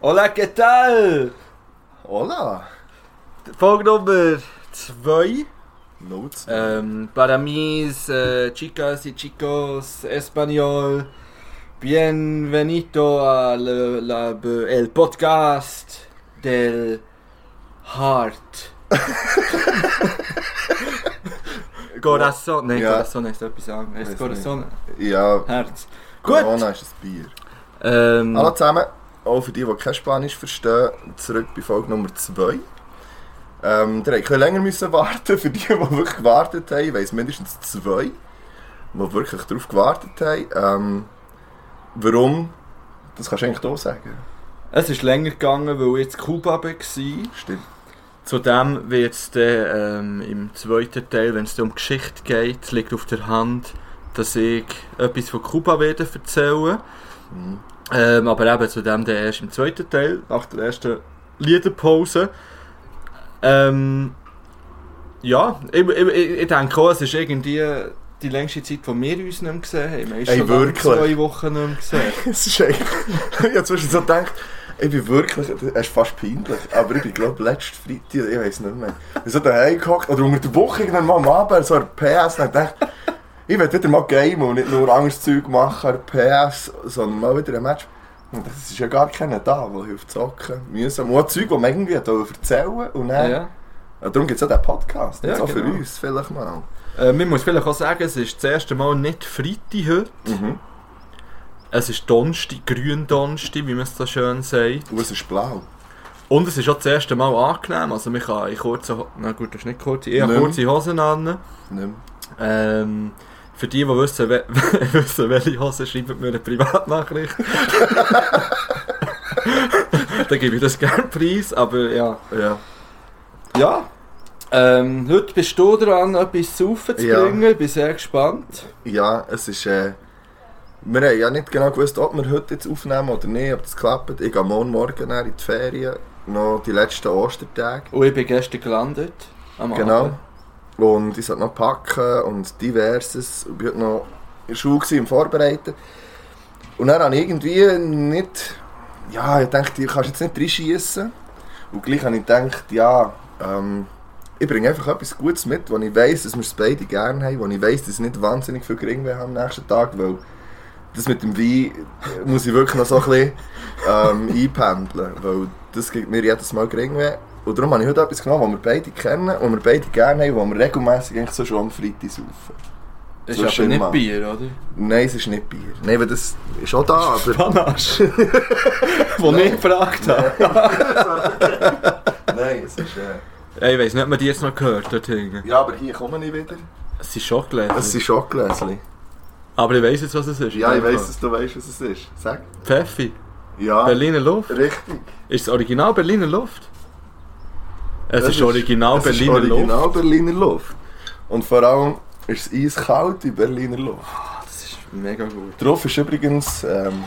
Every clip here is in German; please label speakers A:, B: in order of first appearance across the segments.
A: Hola, ¿qué tal?
B: Hola.
A: Folge Nummer 2.
B: Notes.
A: Ähm, para mis eh, chicas y chicos español, bienvenido a la, la- el podcast del heart. corazón, nein,
B: Ja.
A: corazón ist etwas anderes.
B: Weiß
A: Corazón,
B: ja,
A: Herz. Gut.
B: Corona ist ein Bier.
A: Ähm,
B: Hallo zusammen, auch für die, die kein Spanisch verstehen, zurück bei Folge Nummer 2. Ähm, ihr habt länger müssen warten, für die, die wirklich gewartet haben, ich weiss mindestens zwei, die wirklich darauf gewartet haben. Ähm, warum? Das kannst du eigentlich auch sagen.
A: es ist länger gegangen, weil ich jetzt Kuba war.
B: Stimmt.
A: Zudem wird es ähm, im zweiten Teil, wenn es um Geschichte geht, es liegt auf der Hand, dass ich etwas von Kuba werde erzählen
B: Mhm.
A: ähm, Aber eben zu dem dann erst im zweiten Teil, nach der ersten Liederpause. Ähm, ja, ich, ich, ich ich denke auch, es ist irgendwie die längste Zeit, die wir uns nicht mehr gesehen haben. Wir haben
B: Ey,
A: schon lange
B: wirklich?
A: zwei Wochen nicht mehr gesehen.
B: Es ist eigentlich... ich habe zwischen so gedacht, ich bin wirklich... Es ist fast peinlich, aber ich bin glaube letzten Freitag, ich weiß nicht mehr, ich so daheim gehockt oder unter der Woche irgendwann mal am Abend so ein PS und gedacht, ich will wieder mal gamen und nicht nur anderes Zeug machen, an der PS, sondern mal wieder ein Match. Und es ist ja gar keiner da, der hilft zocken. Mühsam. Und auch Zeug, die man irgendwie hat wollen erzählen und dann...
A: Ja.
B: Und darum gibt es auch diesen Podcast,
A: Ja,
B: jetzt auch für
A: genau.
B: uns vielleicht mal.
A: Äh, man muss vielleicht auch sagen, es ist das erste Mal nicht Freitag heute.
B: Mhm.
A: Es ist Donsti, grün Donsti, wie man es so schön sagt.
B: Und es ist blau.
A: Und es ist auch das erste Mal angenehm. Also man kann in kurzen Ho- Na gut, das ist nicht kurz. Ich habe
B: Nein.
A: kurze Hosen an.
B: Nicht mehr.
A: Ähm, für die, die wissen, we wissen welche Hosen, schreibt mir eine Privatnachricht. Dann gebe ich das gerne preis, aber ja.
B: Ja.
A: Ja. Ähm, heute bist du dran, etwas zu saufen zu
B: Ja.
A: bringen. Ich bin sehr gespannt.
B: Ja, es ist. Äh, wir haben ja nicht genau gewusst, ob wir heute jetzt aufnehmen oder nicht, ob das klappt. Ich gehe morgen Morgen dann in die Ferien, noch die letzten Ostertage.
A: Und ich bin gestern gelandet. Am
B: Genau.
A: Abend.
B: Und ich sollte noch packen und diverses. Ich war heute noch in der Schule gewesen, im Vorbereiten. Und dann habe ich irgendwie nicht. Ja, ich dachte, ich kann jetzt nicht reinschießen. Und gleich habe ich gedacht, ja, ähm, ich bringe einfach etwas Gutes mit, wo ich weiss, dass wir es beide gerne haben, wo ich weiss, dass ich nicht wahnsinnig viel Gering will haben am nächsten Tag, weil das mit dem Wein äh, muss ich wirklich noch so ein bisschen ähm, einpendeln, weil das gibt mir jedes Mal Gering weh. Und darum habe ich heute etwas genommen, das wir beide kennen und wir beide gerne haben, wo wir regelmässig eigentlich so schon am Freitag saufen.
A: Ist
B: So
A: aber
B: schön,
A: nicht
B: Mann.
A: Bier, oder?
B: Nein, es ist nicht Bier. Nein, weil das ist auch da, aber...
A: Panache. Wo ich gefragt habe.
B: Nein, es ist... Äh...
A: Ey, ich weiss nicht, ob man die jetzt noch gehört hat. hinten.
B: Ja, aber hier komme ich wieder.
A: Es sind Schokolade.
B: Es sind Schokoläschen.
A: Aber ich weiss jetzt, was es ist.
B: Ja, ich weiss, dass du weißt, was es ist. Sag.
A: Pfeffi.
B: Ja,
A: Berliner Luft.
B: richtig.
A: Ist es original Berliner Luft? Es
B: Das
A: ist original
B: es
A: Berliner
B: ist
A: Luft.
B: original Berliner Luft. Und vor allem ist es eiskalt in Berliner Luft.
A: Das ist mega gut.
B: Drauf ist übrigens ähm,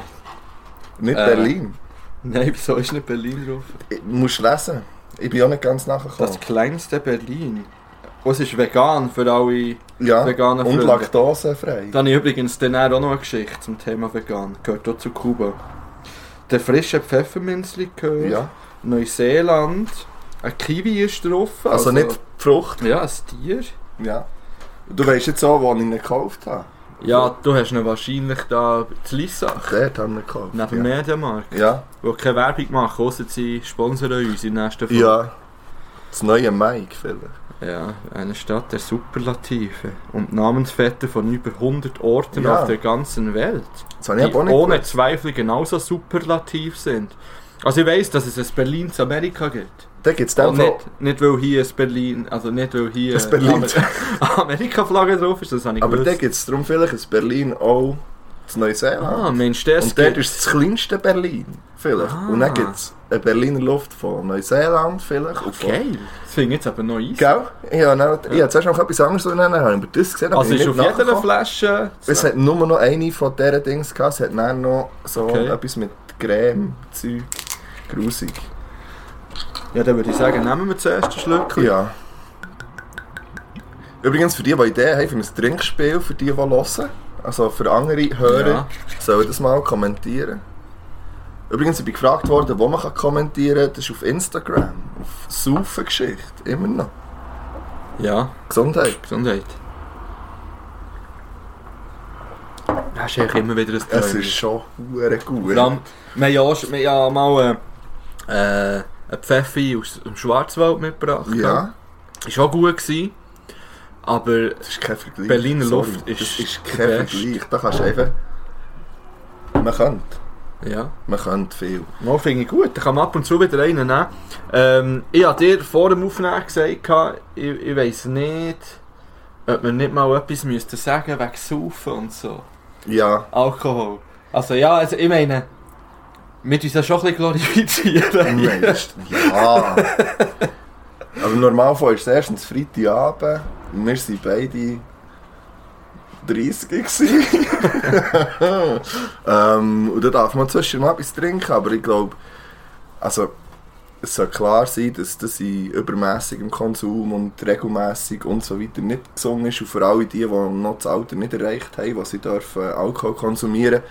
B: nicht
A: Äh.
B: Berlin.
A: Nein, wieso ist nicht Berlin drauf?
B: Ich, musst lesen. Ich bin auch nicht ganz nachgekommen.
A: Das kleinste Berlin. Und es ist vegan für alle.
B: Ja,
A: vegane
B: Ah, und
A: Freunde.
B: laktosefrei.
A: Dann habe ich übrigens dann auch noch eine Geschichte zum Thema vegan. Gehört auch zu Kuba. Der frische Pfefferminzli gehört.
B: Ja.
A: Neuseeland. Ein Kiwi ist drauf.
B: Also, nicht die Frucht.
A: Ja, ein Tier.
B: Ja. Du weißt jetzt auch, wo ich ihn gekauft habe.
A: Ja, du hast ihn wahrscheinlich da zu Lissach.
B: Dort haben wir ihn gekauft.
A: Neben dem
B: ja.
A: Medienmarkt.
B: ja.
A: Wo keine Werbung machen, außer sie sponsern uns in der nächsten Folge.
B: Ja. Das neue Mike vielleicht.
A: Ja, eine Stadt der Superlative und Namensvetter von über 100 Orten
B: Ja.
A: auf der ganzen Welt,
B: Das habe
A: die
B: ich aber auch nicht
A: ohne Zweifel genauso superlativ sind. Also ich weiss, dass es ein Berlin zu Amerika gibt.
B: Da gibt es
A: Und
B: dann
A: nicht, nicht weil hier ein Berlin, also nicht weil hier
B: Ein Berlin-
A: Amer Amerika-Flagge drauf ist, das habe ich
B: Aber da
A: gewusst.
B: gibt es darum vielleicht in Berlin auch das
A: Ah,
B: Neuseeland.
A: Mensch, das
B: und dort
A: gibt...
B: ist das kleinste Berlin. Vielleicht.
A: Ah.
B: Und dann gibt es eine Berliner Luft von Neuseeland vielleicht. und von-
A: Geil, das finde ich jetzt aber noch easy.
B: Gell? Ich habe dann- ich habe zuerst noch etwas anderes nennen, dann habe ich aber das gesehen. dann
A: Also
B: bin ich
A: ist auf
B: nicht
A: jeder
B: nachgekommen.
A: Flasche...
B: Es hat nur noch eine von diesen Dings gehabt. Es hat dann noch so
A: Okay.
B: etwas mit Creme, Zeug. Grusig.
A: Ja, dann würde ich sagen, nehmen wir zuerst einen Schluck.
B: Ja. Übrigens, für die, die Ideen haben für ein Trinkspiel, für die, die hören, also für andere Hörer,
A: Ja.
B: sollen das mal kommentieren. Übrigens, ich bin gefragt worden, wo man kann kommentieren kann. Das ist auf Instagram. Auf Saufengeschichte. Immer noch.
A: Ja,
B: Gesundheit.
A: Gesundheit. Das ist eigentlich immer wieder ein Träumchen.
B: Es ist schon hure gut.
A: Vor allem, wir haben ja, auch, schon- wir haben ja mal äh, äh, einen Pfeffi aus dem Schwarzwald mitgebracht. gell?
B: Ja,
A: Ist auch gut gewesen. Aber
B: das ist kein Vergleich.
A: Berliner
B: Sorry,
A: Luft
B: Das
A: ist
B: ist
A: der
B: kein
A: Beste.
B: Vergleich. Da kannst du einfach... Man könnte.
A: ja,
B: Man könnte viel.
A: mal finde ich gut. Da kann man ab und zu wieder einen nehmen. Ähm, ich habe dir vor dem Aufnehmen gesagt, gehabt, ich, ich weiss nicht, ob wir nicht mal etwas müssten sagen wegen Saufen und so.
B: Ja.
A: Alkohol. Also ja, also ich meine, mit uns ja schon ein bisschen glorifizieren.
B: Meinst du? Ja. Aber normal von ist es erstens Freitagabend. Und wir waren beide 30 gewesen. ähm, und da darf man zwischen mal etwas trinken, aber ich glaube, also es soll klar sein, dass das in übermäßigem Konsum und regelmäßig und so weiter nicht gesungen ist. Und für alle die, die noch das Alter nicht erreicht haben, was sie dürfen Alkohol konsumieren,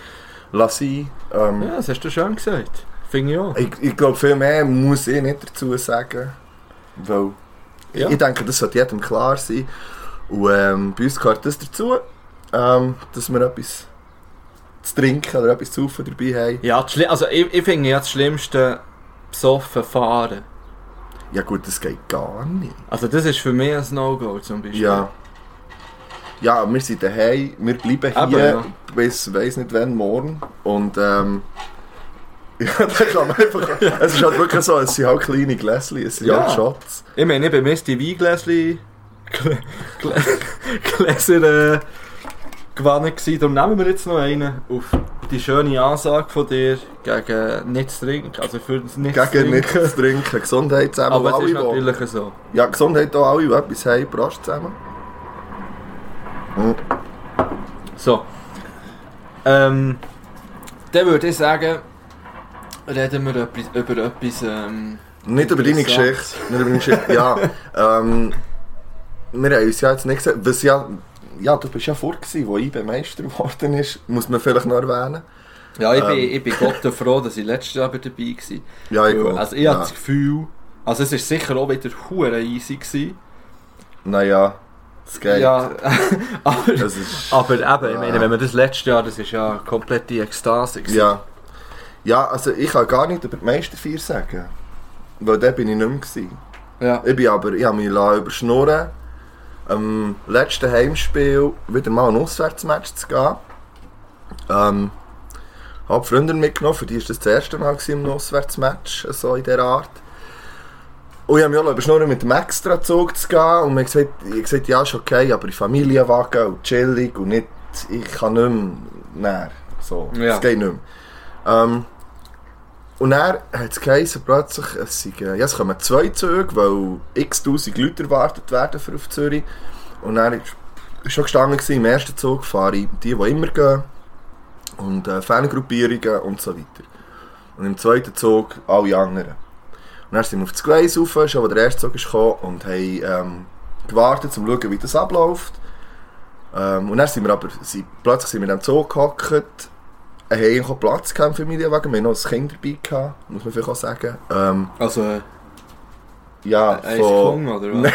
B: lass sein. Ähm,
A: Ja, das hast du schön gesagt. Finde ich auch.
B: ich, ich glaube, viel mehr muss ich nicht dazu sagen. Weil
A: Ja.
B: ich denke, das sollte jedem klar sein. Und ähm, bei uns gehört das dazu, ähm, dass wir etwas zu trinken oder etwas zu saufen dabei haben.
A: Ja, das Schli- also ich, ich finde ja das Schlimmste besoffen fahren.
B: Ja dus gut, das geht gar nicht.
A: Also das ist für mich ein No-Go zum Beispiel.
B: Ja. Ja, wir sind daheim, wir bleiben
A: Aber,
B: hier
A: Ah, ja.
B: bis weiss nicht wann, morgen. Und ähm, ja, da kann man einfach... Es ist halt wirklich so, es sind halt kleine Gläschen, es sind
A: Ja.
B: halt Shots.
A: Ich meine, ich bemisse die Weingläschen... Glä- Glä- Gläser... Äh, gewonnen gewesen. Darum nehmen wir jetzt noch einen auf die schöne Ansage von dir gegen nichts zu trinken. Also für das nicht zu trinken.
B: Gegen nichts zu trinken, Gesundheit zusammen,
A: Aber es ist
B: alle, die-
A: natürlich so.
B: Ja, Gesundheit auch alle, die etwas haben, Prost zusammen.
A: So. Ähm, dann würde ich sagen, reden wir etwas, über etwas... Ähm,
B: Nicht über deine
A: Interessant.
B: Geschichte. Nicht über deine Geschichte. ja. Ähm, wir haben uns ja jetzt nicht gesehen. Was ja, ja, du bist ja vor, gewesen, wo IB Meister geworden ist. Muss man vielleicht noch erwähnen.
A: Ja, ich, bin,
B: Ähm.
A: ich bin Gott froh, dass ich letztes Jahr dabei war.
B: Ja, ich glaube.
A: Also ich habe
B: ja.
A: das Gefühl, also es war sicher auch wieder hure easy. Gewesen.
B: Naja, es geht.
A: Ja, aber,
B: Es ist,
A: aber eben, ich
B: Ja.
A: meine, wenn man das letztes Jahr, das ist dus ja komplett die Ekstase. gewesen.
B: ja. ja, also ich kann gar nicht über die Meisterfeier sagen. Weil da bin ich nicht mehr. Gewesen.
A: ja.
B: Ich bin aber, ich habe mich lassen überschnurren Am letzten Heimspiel wieder mal ein Auswärtsmatch zu gehen. Ähm, habe Freunde mitgenommen, für die war das das erste Mal gewesen, ein Auswärtsmatch, so in dieser Art. Und ich habe mich auch lassen überschnurren mit dem Extra-Zug zu gehen. Und mir gesagt, ich habe gesagt, ja, ist okay, aber in Familienwagen und chillig und nicht, ich kann nicht mehr. Näher. So,
A: Ja.
B: es geht nicht mehr. Ähm, und dann hat es geheißen, plötzlich, es, sei, äh, ja, es kommen zwei Züge, weil x tausend Leute erwartet werden für auf Zürich. Und dann ist ist schon gestanden, gewesen, im ersten Zug fahre ich die, die immer gehen. Und äh, Fangruppierungen und so weiter. Und im zweiten Zug alle anderen. Und dann sind wir auf das Gleis rauf, schon wo der erste Zug ist gekommen, und haben ähm, gewartet, um zu schauen, wie das abläuft. Ähm, und dann sind wir aber sind, plötzlich sind wir in diesem Zug gehockt, Äh, haben eigentlich auch Platz gehabt im Familienwagen, wir haben noch ein Kind dabei gehabt, muss man vielleicht auch sagen. Ähm,
A: Also, äh,
B: ja,
A: er ist
B: von,
A: gefangen, oder was?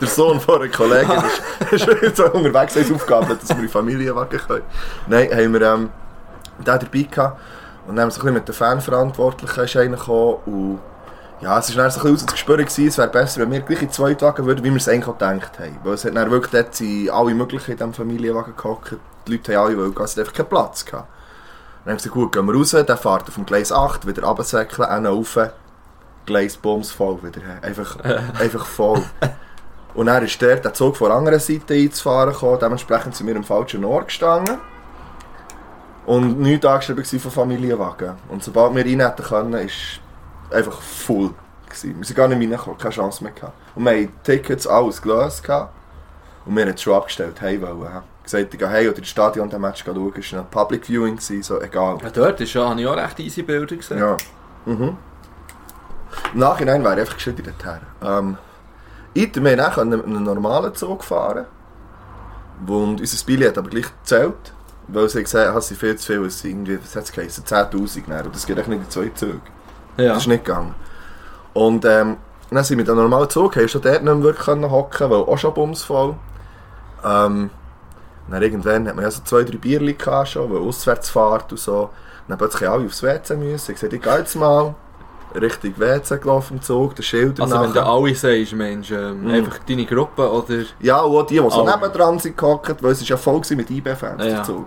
B: der Sohn von einer Kollegin ist, ist jetzt auch unterwegs, hat es Aufgabe, dass wir in Familienwagen können. Nein, haben wir ähm, den dabei gehabt und dann haben wir so ein bisschen mit den Fanverantwortlichen ist einer gekommen und ja, es war dann so ein bisschen aus dem Gespür, gewesen, es wäre besser, wenn wir gleich in den zweiten Wagen würden, wie wir es eigentlich auch gedacht haben. Weil es hat dann wirklich dort sind alle möglichen in diesem Familienwagen gehockt, die Leute haben alle wollen, gehen, es hat einfach keinen Platz gehabt. Dann haben wir gesagt, gut, gehen wir raus, der fährt auf dem Gleis 8, wieder runtersäckeln, einen rauf, Gleis Bums voll wieder her. Einfach, einfach voll. Und dann ist der, der Zug von der anderen Seite einzufahren gekommen, dementsprechend sind wir am falschen Ort gestanden. Und nichts angeschrieben gewesen von Familienwagen. Und sobald wir rein hätten können, ist einfach voll. Gewesen. Wir sind gar nicht reingekommen, keine Chance mehr gehabt. Und wir haben Tickets, alles gelöst gehabt. Und wir haben es schon abgestellt, hey wollen. hä? Gesagt, ich gehe hey oder ins Stadion den Match schauen. Es war ein Public Viewing, gewesen, so egal.
A: Ja, dort ist, ja, habe ich auch recht easy Bilder gesehen.
B: Ja. Mhm. Im Nachhinein wäre ich einfach gescheit dorthin. Ähm, ich wir haben auch einen, einen normalen Zug fahren. Und unser Billet hat aber gleich gezählt. Weil sie gesagt haben, sie viel zu viel, es sind irgendwie, was hat es geheißen, 10'000 dann, und das geht echt nicht in zwei Züge.
A: Ja.
B: Das ist nicht gegangen. Und ähm, dann sind wir dann normal Zug, haben schon dort nicht mehr wirklich können hocken, weil auch schon bumsvoll. Ähm, dann irgendwann hat man ja so zwei, drei Bierchen gehabt schon, weil Auswärtsfahrt und so. Dann plötzlich alle aufs WC müssen. Ich sagte, ich gehe jetzt mal Richtung WC gelaufen im Zug, der Schild
A: Also wenn
B: danach.
A: du alle sagst, Mensch, ähm,
B: Mhm.
A: einfach deine Gruppe oder...
B: Ja, und auch die, die so
A: Alle.
B: nebendran sind gehockt, weil es ist ja voll war mit IB-Fans,
A: Ja.
B: der Zug.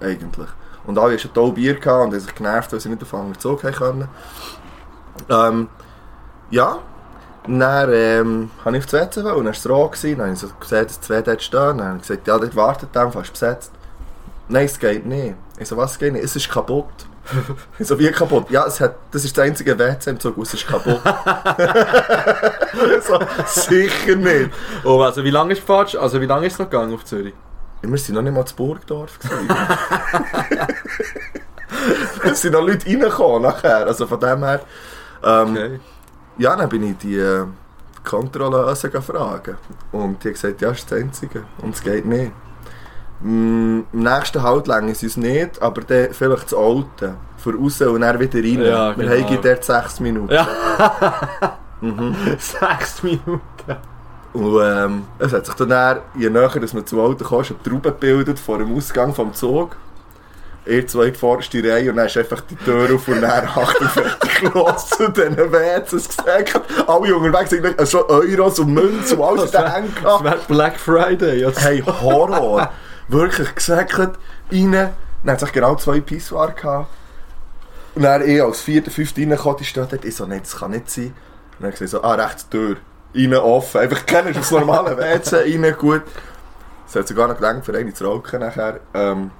B: Eigentlich. Und alle hatten schon toll Bier gehabt und haben sich genervt, weil sie nicht auf anderen Zug haben können. Ähm, ja. Dann ähm, habe ich auf die WC wollen, und dann war es rot. gewesen. Dann habe ich so gesehen, dass die WC dort stehen. Dann habe ich gesagt, ja, dort wartet dann, fast besetzt. Nein, es geht nicht. Ich so, was geht nicht? Es ist kaputt. ich so, wie kaputt? Ja, es hat, das ist das einzige WC im Zug, und es ist kaputt. so, sicher nicht.
A: Oh, also wie lange ist die Fahrt? Also wie lange ist es noch gegangen auf Zürich?
B: Wir waren noch nicht mal zu Burgdorf. gewesen. es sind noch Leute reingekommen nachher. Also von dem her. Ähm,
A: Okay.
B: Ja, dann bin ich die äh, Kontrolleuse gefragt. Und die hat gesagt, ja, es ist das Einzige. Und es geht nicht. Mm, Im nächsten Halt lang ist es nicht, aber dann vielleicht das Alte. Für raus und dann wieder rein.
A: Ja,
B: Wir
A: genau.
B: haben dort sechs Minuten.
A: Sechs Minuten.
B: Und ähm, es hat sich dann, eher, je näher dass man zum Auto kommt, eine Traube gebildet vor dem Ausgang vom Zug. Ihr zwei in die vorderste Reihe und dann ist einfach die Tür auf und dann achterfertig los zu diesen WCs gesagt. Alle unterwegs sind gleich, äh, schon Euros und Münzen und alles in den Händen
A: Es
B: gehabt.
A: wäre Black Friday. Also.
B: Hey, Horror! Wirklich gesäckelt, rein. Dann hat sich genau zwei Pissoir gehabt. Und dann ich als vierter, fünfter reingekommen, die steht dort. Ich so, nein, das kann nicht sein. Und dann gesehen so, ah, rechts Tür. Innen offen. Einfach kennen aufs normale WC, innen gut. Es hat sogar noch gelangt, für eine zu rauchen nachher. Ähm,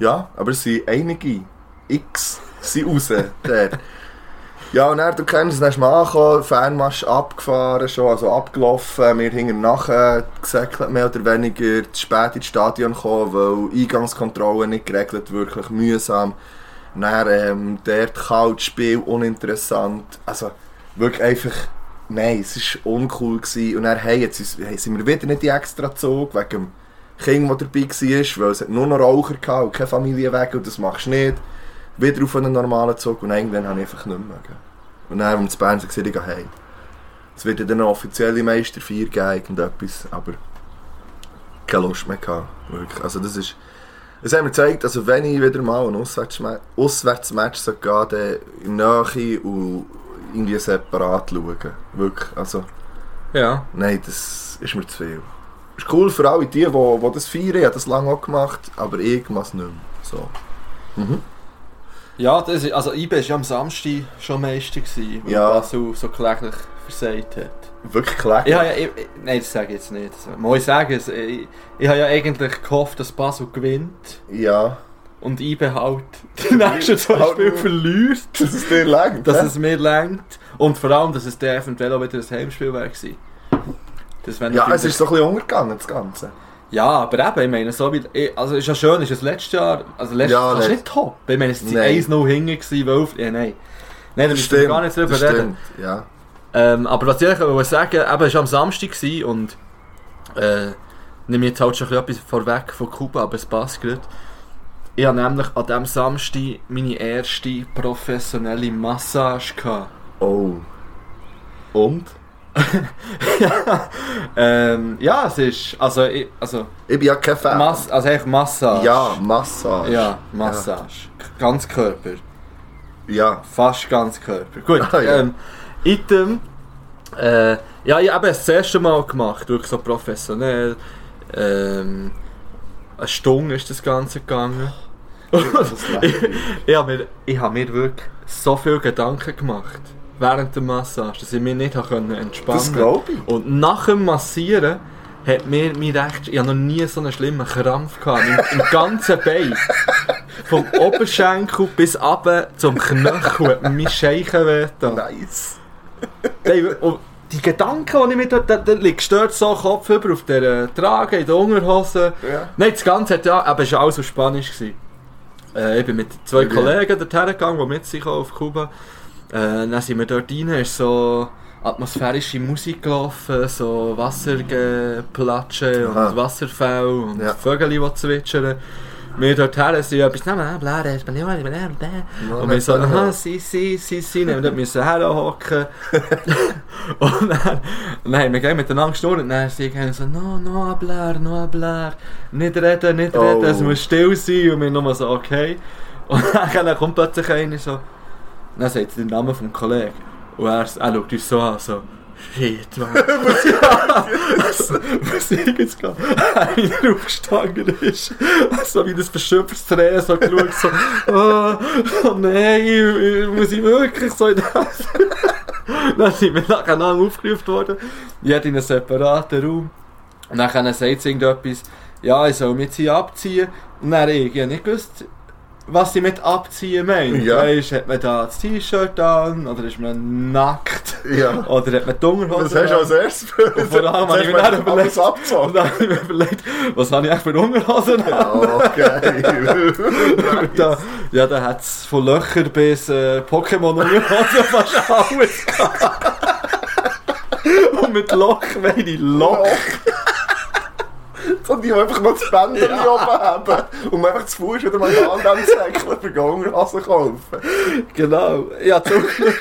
B: ja, aber es sind einige. X sind raus. dort. Ja, und dann, du kennst es, dann ist man angekommen, Fernmarsch abgefahren, schon, also abgelaufen, wir hingen nachher gesäckelt, mehr oder weniger, zu spät ins Stadion gekommen, weil Eingangskontrollen nicht geregelt, wirklich mühsam. Dann, ähm, dort kalt, Spiel uninteressant, also wirklich einfach, nein, es war uncool gewesen. Und dann, hey, jetzt ist, hey, sind wir wieder nicht die extra Zug, wegen dem Kind, der dabei war, weil es hat nur noch Raucher gehabt und keine Familie weg und das machst du nicht wieder auf einen normalen Zug und irgendwann habe ich einfach nicht mehr mögen. Und dann, als ich in Bern war, ich gehe heim. Es wird ja dann eine offizielle Meisterfeier geben, irgendetwas, aber keine Lust mehr gehabt, wirklich. Also das ist, es hat mir gezeigt, also wenn ich wieder mal ein Auswärtsma- Auswärtsmatch so gehe, dann in Nähe und irgendwie separat schauen, wirklich. Also
A: Ja.
B: nein, das ist mir zu viel. Ist cool für alle die, die, die das feiern, ich habe das lange auch gemacht, aber ich mache es nicht mehr. So. Mhm.
A: Ja, das ist, also IB war ja am Samstag schon Meister, gewesen, weil
B: Ja.
A: Basel so kläglich versagt hat.
B: Wirklich klar.
A: Ja, ja, ich, ich- nein, das sage ich jetzt nicht. Das muss ich sagen, es- ich, ich habe ja eigentlich gehofft, dass Basel gewinnt
B: ja.
A: und IB halt die nächsten zwei
B: Halt
A: Spiele
B: nur.
A: verliert,
B: Dass es dir langt,
A: dass
B: hä?
A: es mir längt und vor allem, dass es dann eventuell auch wieder ein Heimspiel wäre gewesen. Das wäre
B: Ja,
A: natürlich-
B: es ist so ein bisschen untergegangen, das Ganze.
A: Ja, aber eben, ich meine, so wie, ich- also ist ja schön, ist es letztes Jahr, also letztes
B: Ja,
A: Jahr kannst du
B: le-
A: nicht top. Ich meine, es waren
B: Nein.
A: 1-0 hinten, gewesen, weil auf, ja, nein. Nein, da müssen wir gar nicht drüber
B: das
A: reden.
B: stimmt, ja.
A: Ähm, aber was ich eigentlich wollte sagen, eben, es war am Samstag gewesen und, äh, nehme jetzt halt schon ein bisschen etwas vorweg von Kuba, aber es passt gerade. Ich habe nämlich an diesem Samstag meine erste professionelle Massage gehabt.
B: Oh. Und?
A: Ähm, ja, es ist, also, ich, also,
B: Ich bin ja kein Fan.
A: Mass, also eigentlich Massage.
B: Ah. ja, Massage.
A: Ja, Massage. Ganz Körper.
B: Ja.
A: Fast ganz Körper. Gut,
B: Ah, ja.
A: ähm, Item. Äh, ja, ich habe es das erste Mal gemacht, wirklich so professionell. Ähm, eine Stunde ist das Ganze gegangen.
B: Oh,
A: Ich habe mir, ich habe mir wirklich so viel Gedanken gemacht während der Massage, dass ich mich nicht habe können entspannen
B: Das glaub ich.
A: Und nach dem Massieren hat mir mein recht, ich habe noch nie so einen schlimmen Krampf gehabt im, im ganzen Bein. Vom Oberschenkel bis runter zum Knöchel hat mein Scheichen wehgetan.
B: nice.
A: Hey, und die Gedanken, die ich mir dort, da, da liegt dort so Kopf über auf der Trage, in der Unterhose.
B: Ja.
A: Nein, das Ganze hat ja, aber es war alles auf Spanisch. Gewesen. Äh, ich bin mit zwei
B: Okay.
A: Kollegen dorthin gegangen, die mit sich auf Kuba. Äh, dann sind wir dort rein, ist so atmosphärische Musik gelaufen, so Wasserplatsche und
B: Aha.
A: Wasserfälle und
B: Ah. Ja.
A: Vögel, die zwitschern. wir dort her sind etwas nehmen, bla, bla, bla, bla, bla. Und wir so, aha, si, si, si, si, und dort müssen wir herhocken. und dann, nein, wir gehen miteinander gestorben und dann sie gehen so, no, no, hablar, no, hablar, nicht reden, nicht
B: Oh.
A: reden, es muss still sein und wir nur so, okay. Und dann kommt plötzlich einer so, dann sagt sie den Namen vom Kollegen und er, er schaut uns so an, so, shit, man. was, was ich jetzt gerade, einer aufgestanden ist, so wie das verschöpftes Tränen so geschaut, so, oh, oh nein, ich- ich- muss ich wirklich so in das dann sind wir nacheinander aufgerufen worden. Jeder in einem separaten Raum. Und dann sagt sie irgendetwas, ja, ich soll mich jetzt hier abziehen. Und dann ich, ich hab nicht gewusst, was sie mit abziehen meint.
B: Ja.
A: Weisst, hat man da das T-Shirt an, oder ist man nackt,
B: Ja.
A: oder hat man die Unterhose
B: Was hast du
A: an?
B: als erstes für
A: Und vor allem habe ich mir dann überlegt,
B: alles
A: und
B: abgezogen.
A: dann habe ich mir überlegt, was habe ich eigentlich für Unterhosen an?
B: Oh, Okay.
A: Da, ja, da hat es von Löcher bis äh, Pokémon Unterhosen fast alles gehabt. Und mit Loch meine ich Loch.
B: Und die einfach noch das Bändchen oben haben. Und einfach zu Fuß wieder mal die Hand anzäckeln, für die Unterhose kaufen.
A: Genau. Ja, zum Glück.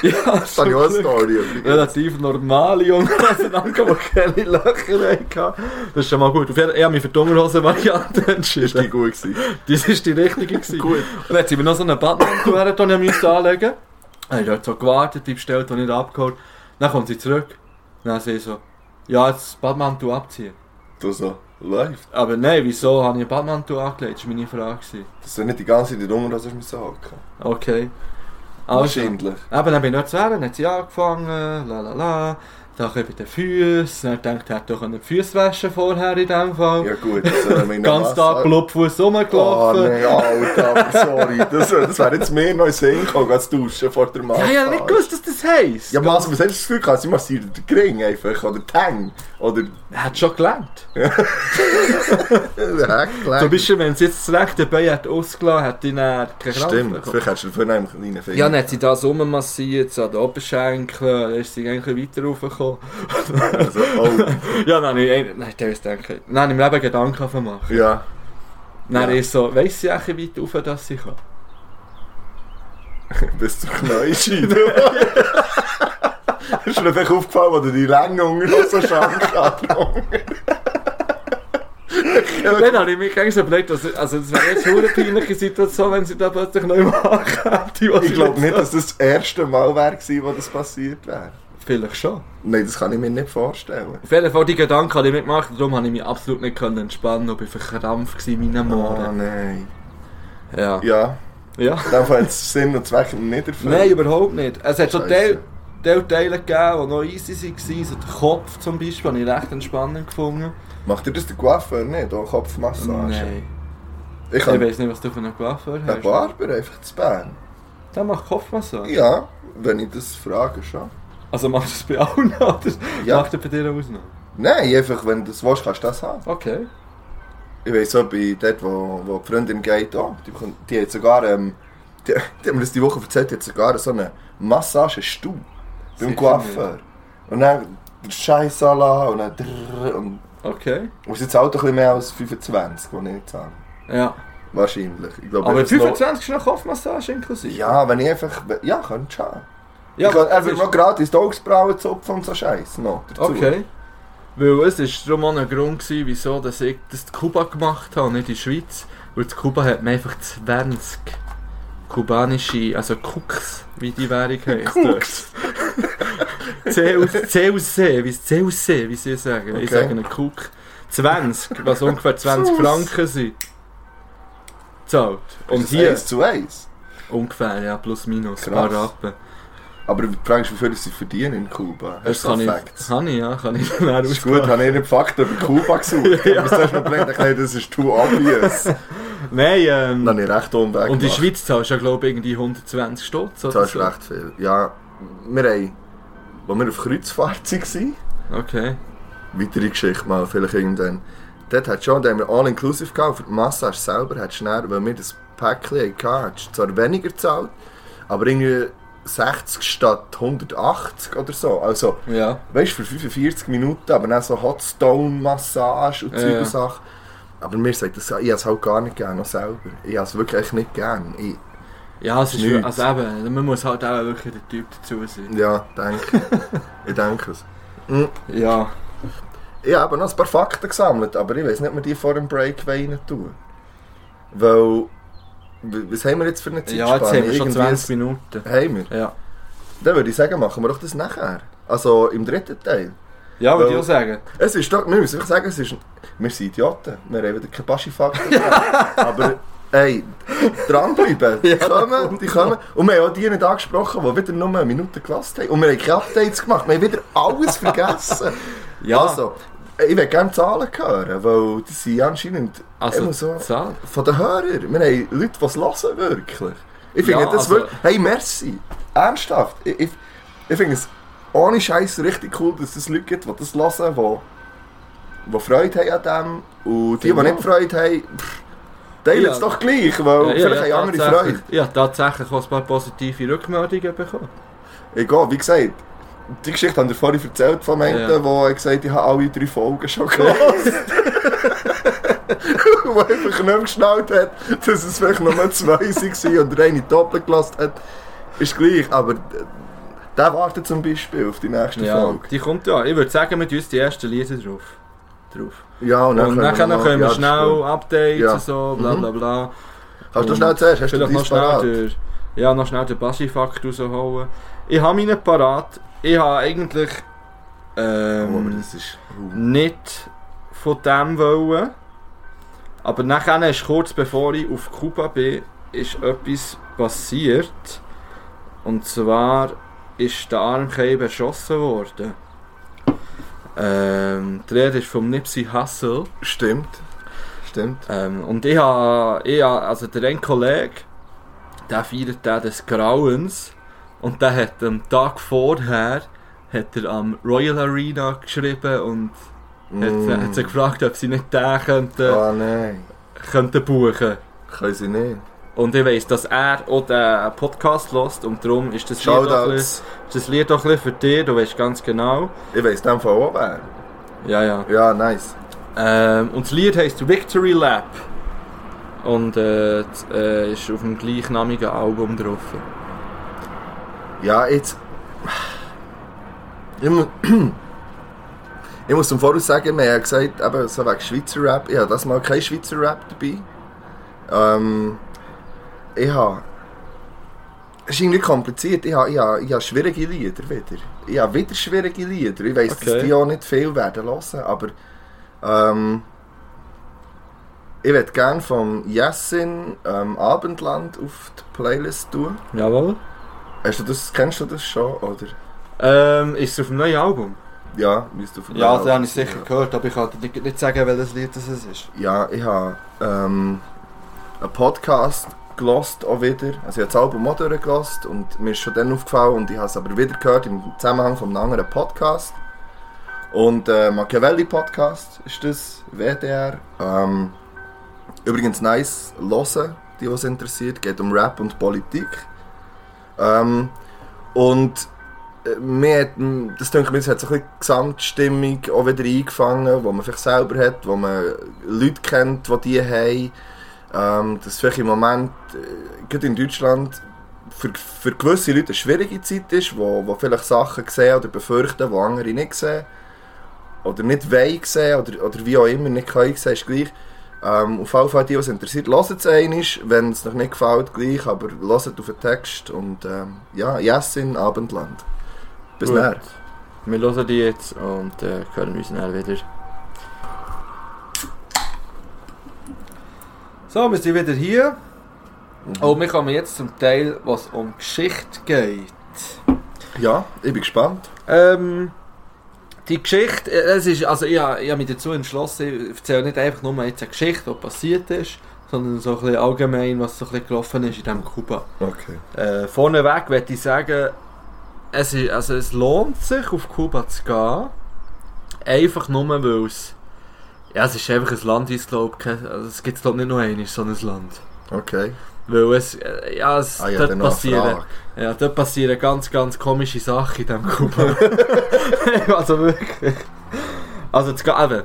A: Ja,
B: Das ist dann
A: zum
B: ja auch eine
A: Glück
B: Story. übrigens.
A: Relativ normale Unterhosen angekommen, die keine Löcher hatten. Das ist schon mal gut. Auf jeden Fall, ich habe mich für die Unterhosen-Variante
B: Ist die
A: entschieden.
B: gut gewesen?
A: Das war die richtige. gewesen.
B: Gut.
A: Und jetzt haben wir noch so einen Batman-Kuhrer, den ich musste anlegen musste. Ich habe so gewartet, ich bestellt und nicht abgeholt. Dann kommt sie zurück. Dann sehe ich so, ja, jetzt Batman-Tour abziehen.
B: Du so, läuft.
A: Aber nein, wieso habe ich einen Batman-Tour angelegt? Das war meine Frage. gewesen.
B: Dass du nicht die ganze Zeit in die Unterhose musst hacken.
A: Okay. Also,
B: Wahrscheinlich.
A: Eben, dann bin ich dort zu Herren, hat sie angefangen, la la la. Da kommt bei den Füßen, dann denkt er, hat doch die Füße waschen vorher in dem Fall.
B: Ja gut, das wäre
A: Den
B: mein
A: ganzen Tag Blubfuß
B: Oh
A: rumgelaufen.
B: nein, Alter, sorry. Dus, eh, Das, das wäre jetzt mehr noch in den Sinn gekommen, als duschen vor der
A: ja,
B: Mahlzeit.
A: ich habe nicht gewusst, dass das heisst.
B: Ja, aber also, was hast du das Gefühl gehabt? Sie massieren den Kring einfach, oder die Hänge, oder
A: Hat schon gelernt.
B: den Hecklein.
A: Zum Beispiel, wenn sie jetzt das rechte Bein hat ausgelassen hat, die dann keine Kraft
B: Stimmt,
A: bekommen.
B: vielleicht hättest du dafür nämlich einen kleinen Finger.
A: Ja, dann hat sie das rummassiert, so an den Oberschenkel, dann ist sie eigentlich weiter raufgekommen.
B: Also, oh,
A: Ja, dann habe ich, ein- nein, ich denke, nein, im Leben Gedanken gemacht.
B: ja.
A: Dann
B: Ja.
A: ist so, weiss sie eigentlich, wie weit rauf, dass sie kann?
B: Bis zur Knäuscheide. Ist mir vielleicht aufgefallen, als du die Länge unter so schank
A: Dann habe ich mir gleich so überlegt, dass, also das wäre jetzt eine verdammt peinliche Situation, wenn sie da plötzlich nicht mehr ankommt.
B: Ich glaube nicht, dass das das erste Mal wäre, gewesen, wo das passiert wäre.
A: Vielleicht schon.
B: Nein, das kann ich mir nicht vorstellen.
A: Auf jeden Fall, die Gedanken habe ich mir gemacht, darum habe ich mich absolut nicht können entspannen und ich verkrampft gewesen in meinen
B: Oh
A: Morgen.
B: nein.
A: Ja.
B: Ja,
A: ja.
B: in dem Fall hat es Sinn und Zweck nicht erfüllt.
A: Nein, überhaupt nicht. Es hat schon
B: Scheisse.
A: Teil, Teil Teile gegeben, die noch easy waren. So der Kopf zum Beispiel, habe ich recht entspannend gefunden.
B: Macht ihr das der Coiffeur nicht? Auch Kopfmassage?
A: Nein.
B: Ich
A: Ich
B: habe
A: weiß nicht, was du für einen Coiffeur
B: einen
A: hast.
B: Barber einfach zu Bern.
A: Der macht Kopfmassage.
B: Ja, wenn ich das frage schon.
A: Also macht das bei allen oder
B: Ja.
A: macht er bei dir eine Ausnahme?
B: Nein, einfach wenn du das willst, kannst du das haben.
A: Okay.
B: Ich weiß auch, bei dort, wo, wo die Freundin geht, oh, die, bekommt, die hat sogar, ähm, die, die haben mir das die Woche erzählt, die hat sogar so einen Massagestuhl beim
A: Sicher
B: Coiffeur. Und dann der Scheissala und dann drrr, und
A: Okay.
B: und es ist jetzt auch ein bisschen mehr als 25, die ich jetzt habe.
A: Ja.
B: Wahrscheinlich. Ich glaube,
A: Aber
B: wenn es noch-
A: 25 ist noch Kopfmassage inklusive.
B: Ja, wenn ich einfach... Ja, könntest du haben.
A: ja
B: ich kann, also, er
A: das
B: wird
A: ist-
B: noch gratis die Augsbrauen zupfen und so Scheiß noch dazu.
A: Okay. Weil es war darum auch ein Grund, gewesen, wieso dass ich das in Kuba gemacht habe, nicht in der Schweiz. Weil in Kuba hat man einfach 20 kubanische, also Cooks, wie die Währung heisst.
B: Kucks.
A: C aus C, aus C, wie C aus C, wie sie sagen.
B: Okay.
A: Ich sage einen Cook. 20, was ungefähr 20
B: Sus.
A: Franken sind. Zahlt. Und
B: Und
A: hier
B: Eins zu eins.
A: ungefähr, ja, plus minus, ein
B: Krass.
A: paar Rappen.
B: Aber du fragst, wie viel sie verdienen in Kuba.
A: Das
B: Hast du
A: kann
B: so
A: ich,
B: Facts?
A: kann ich, ja, kann ich dann auch
B: Das ist gut, habe ich nicht Fakten über Kuba gesucht. ja. Aber zuerst mal gedacht, nein, das ist too obvious.
A: Nein, ähm,
B: Dann habe ich recht unweg
A: und in der
B: gemacht.
A: Schweiz zahlst du ja, glaube ich, irgendwie 120 Stutz. oder
B: Das ist
A: so.
B: recht viel. Ja, wir haben... Als wir auf Kreuzfahrt waren,
A: Okay.
B: weitere Geschichte mal, vielleicht irgendwann. Dort hat schon, da haben wir All-Inclusive gehabt, für die Massage selber hat schnell, weil wir das Päckchen hatten, hat zwar weniger gezahlt, aber irgendwie 60 statt 180 oder so. Also,
A: Ja.
B: weißt du, für 45 Minuten, aber dann so Hot Stone Massage und
A: Ja,
B: Zeug
A: ja.
B: und Sachen. Aber mir sagt das, ich habe es halt gar nicht gerne, noch selber. Ich habe es wirklich echt nicht gerne. Ich,
A: Ja, es ist
B: Nichts.
A: also eben, man muss halt auch wirklich der Typ dazu sein.
B: ja, denke. ich denke es. Mm.
A: Ja.
B: Ich habe noch ein paar Fakten gesammelt, aber ich weiß nicht, ob wir die vor dem Break rein tun. Weil, w- was haben wir jetzt für eine Zeitspanne?
A: Ja, jetzt haben wir schon
B: Irgendwie
A: 20 Minuten.
B: ein- Haben wir?
A: Ja,
B: Dann würde ich sagen, machen wir doch das nachher. Also im dritten Teil.
A: ja würde ich
B: Weil-
A: auch sagen.
B: Es ist doch, wir müssen wirklich sagen, es ist, wir sind Idioten. Wir haben wieder keine Baschi-Fakten. gehabt. aber, ey, dranbleiben. Die kommen, die kommen. Und wir haben auch die nicht angesprochen, die wieder nur eine Minute gelassen haben. Und wir haben keine Updates gemacht. Wir haben wieder alles vergessen.
A: Ja, also,
B: Also, ich will gerne Zahlen hören, weil die sind anscheinend immer so
A: Also, Zahl.
B: von den Hörern. Wir haben Leute, die es hören, wirklich. Ich finde
A: Ja,
B: das
A: also-
B: wirklich... Hey, merci. Ernsthaft. Ich, ich, ich finde es ohne Scheiß richtig cool, dass es Leute gibt, die das hören, die, die Freude haben an dem. Und die, die
A: Genau.
B: nicht Freude haben, pff, teilen es
A: Ja.
B: doch gleich, weil
A: Ja,
B: vielleicht haben andere
A: tatsächlich-
B: Freude.
A: Ja, tatsächlich auch ein paar positive Rückmeldungen bekommen.
B: Egal, wie gesagt, die Geschichte haben wir vorhin erzählt von einem,
A: Ja.
B: der gesagt hat, ich habe alle drei Folgen schon gelesen. Wo einfach nicht mehr geschnallt hat, dass es vielleicht nur zwei waren und der eine doppelt gelassen hat. Ist gleich, aber der wartet zum Beispiel auf die nächste
A: Ja,
B: Folge.
A: die kommt ja. Ich würde sagen, wir tun uns die ersten Lieder drauf. drauf.
B: Ja,
A: Und, nachher
B: noch-
A: können wir
B: ja, das
A: schnell
B: stimmt.
A: Updates
B: Ja.
A: und so, bla
B: Mhm.
A: bla bla.
B: Kannst du
A: Und
B: schnell zuerst? Hast du
A: Vielleicht
B: dein
A: noch
B: parat?
A: schnell, den, ja, noch schnell den Bassi-Fakt rausholen. Ich habe meinen parat. Ich habe eigentlich
B: Oh, aber
A: ähm,
B: das ist... uh.
A: nicht von dem wollen. Aber nachher ist kurz bevor ich auf Kuba bin, ist etwas passiert. Und zwar ist der Armkeim erschossen worden. Ähm, die Rede ist vom Nipsey Hussle.
B: Stimmt. Stimmt.
A: Ähm, und ich habe, ich ha, also der ein Kollege, der feiert den des Grauens und der hat am Tag vorher hat er am Royal Arena geschrieben und hat, hat sie gefragt, ob sie nicht den könnten,
B: Mm. Ah nein,
A: könnten buchen.
B: können sie nicht.
A: Und ich weiss, dass er auch den Podcast lost und darum ist das Lied auch ein bisschen-
B: Shoutouts.
A: ist das Lied auch ein bisschen für dich, du weißt ganz genau.
B: Ich weiss in dem Fall auch wer.
A: Ja, ja.
B: Ja, nice.
A: Ähm, und das Lied heisst Victory Lap. Und äh, das, äh, ist auf dem gleichnamigen Album drauf.
B: Ja, jetzt. Ich muss, ich muss zum Voraus sagen, wir haben gesagt, eben so wegen Schweizer Rap. Ich habe das mal kein Schweizer Rap dabei. Ähm, ich habe. Es ist irgendwie kompliziert. Ich habe, ich, habe, ich habe schwierige Lieder wieder. Ich habe wieder schwierige Lieder. Ich weiss,
A: Okay.
B: dass die auch nicht viel werden hören, aber. Ähm, ich würde gerne vom Jessin ähm, Abendland auf die Playlist tun.
A: Jawohl.
B: Hast du das, kennst du das schon, oder?
A: Ähm, ist es auf dem neuen Album?
B: Ja, müsst du von
A: Ja,
B: da
A: das habe ich
B: aus-
A: sicher gehört, aber ich kann dir nicht sagen, welches Lied das ist.
B: Ja, ich habe ähm, einen Podcast gelost auch wieder. Also ich habe das Album auch durchgelost und mir ist schon dann aufgefallen und ich habe es aber wieder gehört im Zusammenhang von einem anderen Podcast. Und äh, Machiavelli Podcast ist das, WDR. Ähm, übrigens nice hören, die was interessiert, geht um Rap und Politik. Ähm, und äh, mir hat, m, das denke ich, mir, es hat so ein bisschen die Gesamtstimmung auch wieder eingefangen, die man vielleicht selber hat, wo man Leute kennt, die die haben. Ähm, das vielleicht im Moment, äh, gerade in Deutschland, für, für gewisse Leute eine schwierige Zeit ist, wo, wo vielleicht Sachen sehen oder befürchten, die andere nicht sehen. Oder nicht wollen sehen, oder, oder wie auch immer, nicht können sehen, ist gleich. Ähm, auf jeden Fall, die, was interessiert, lasst es einmal, wenn es noch nicht gefällt, gleich, aber lasst auf den Text und ähm, ja, yes in Abendland. Bis
A: Gut.
B: näher.
A: Wir hören die jetzt und äh, hören uns dann wieder. So, wir sind wieder hier.
B: Oh.
A: Und wir kommen jetzt zum Teil, was um Geschichte geht.
B: Ja, ich bin gespannt.
A: Ähm, die Geschichte, äh, es ist, also ich, ha- ich habe mich dazu entschlossen, ich erzähle nicht einfach nur jetzt eine Geschichte, die passiert ist, sondern so ein bisschen allgemein, was so ein bisschen gelaufen ist in diesem Kuba.
B: Okay.
A: Äh, vorneweg möchte ich sagen, es, ist, also es lohnt sich, auf Kuba zu gehen. Einfach nur, weil es. Ja, es ist einfach ein Land, ich glaube, also es gibt glaube nicht nur eines, sondern ein Land.
B: Okay.
A: Weil es, äh, ja, es
B: Ah ja,
A: dort
B: dann noch eine
A: passieren,
B: Frage.
A: ja, dort passieren ganz, ganz komische Sachen in diesem Kuba. also wirklich. Also, das, eben,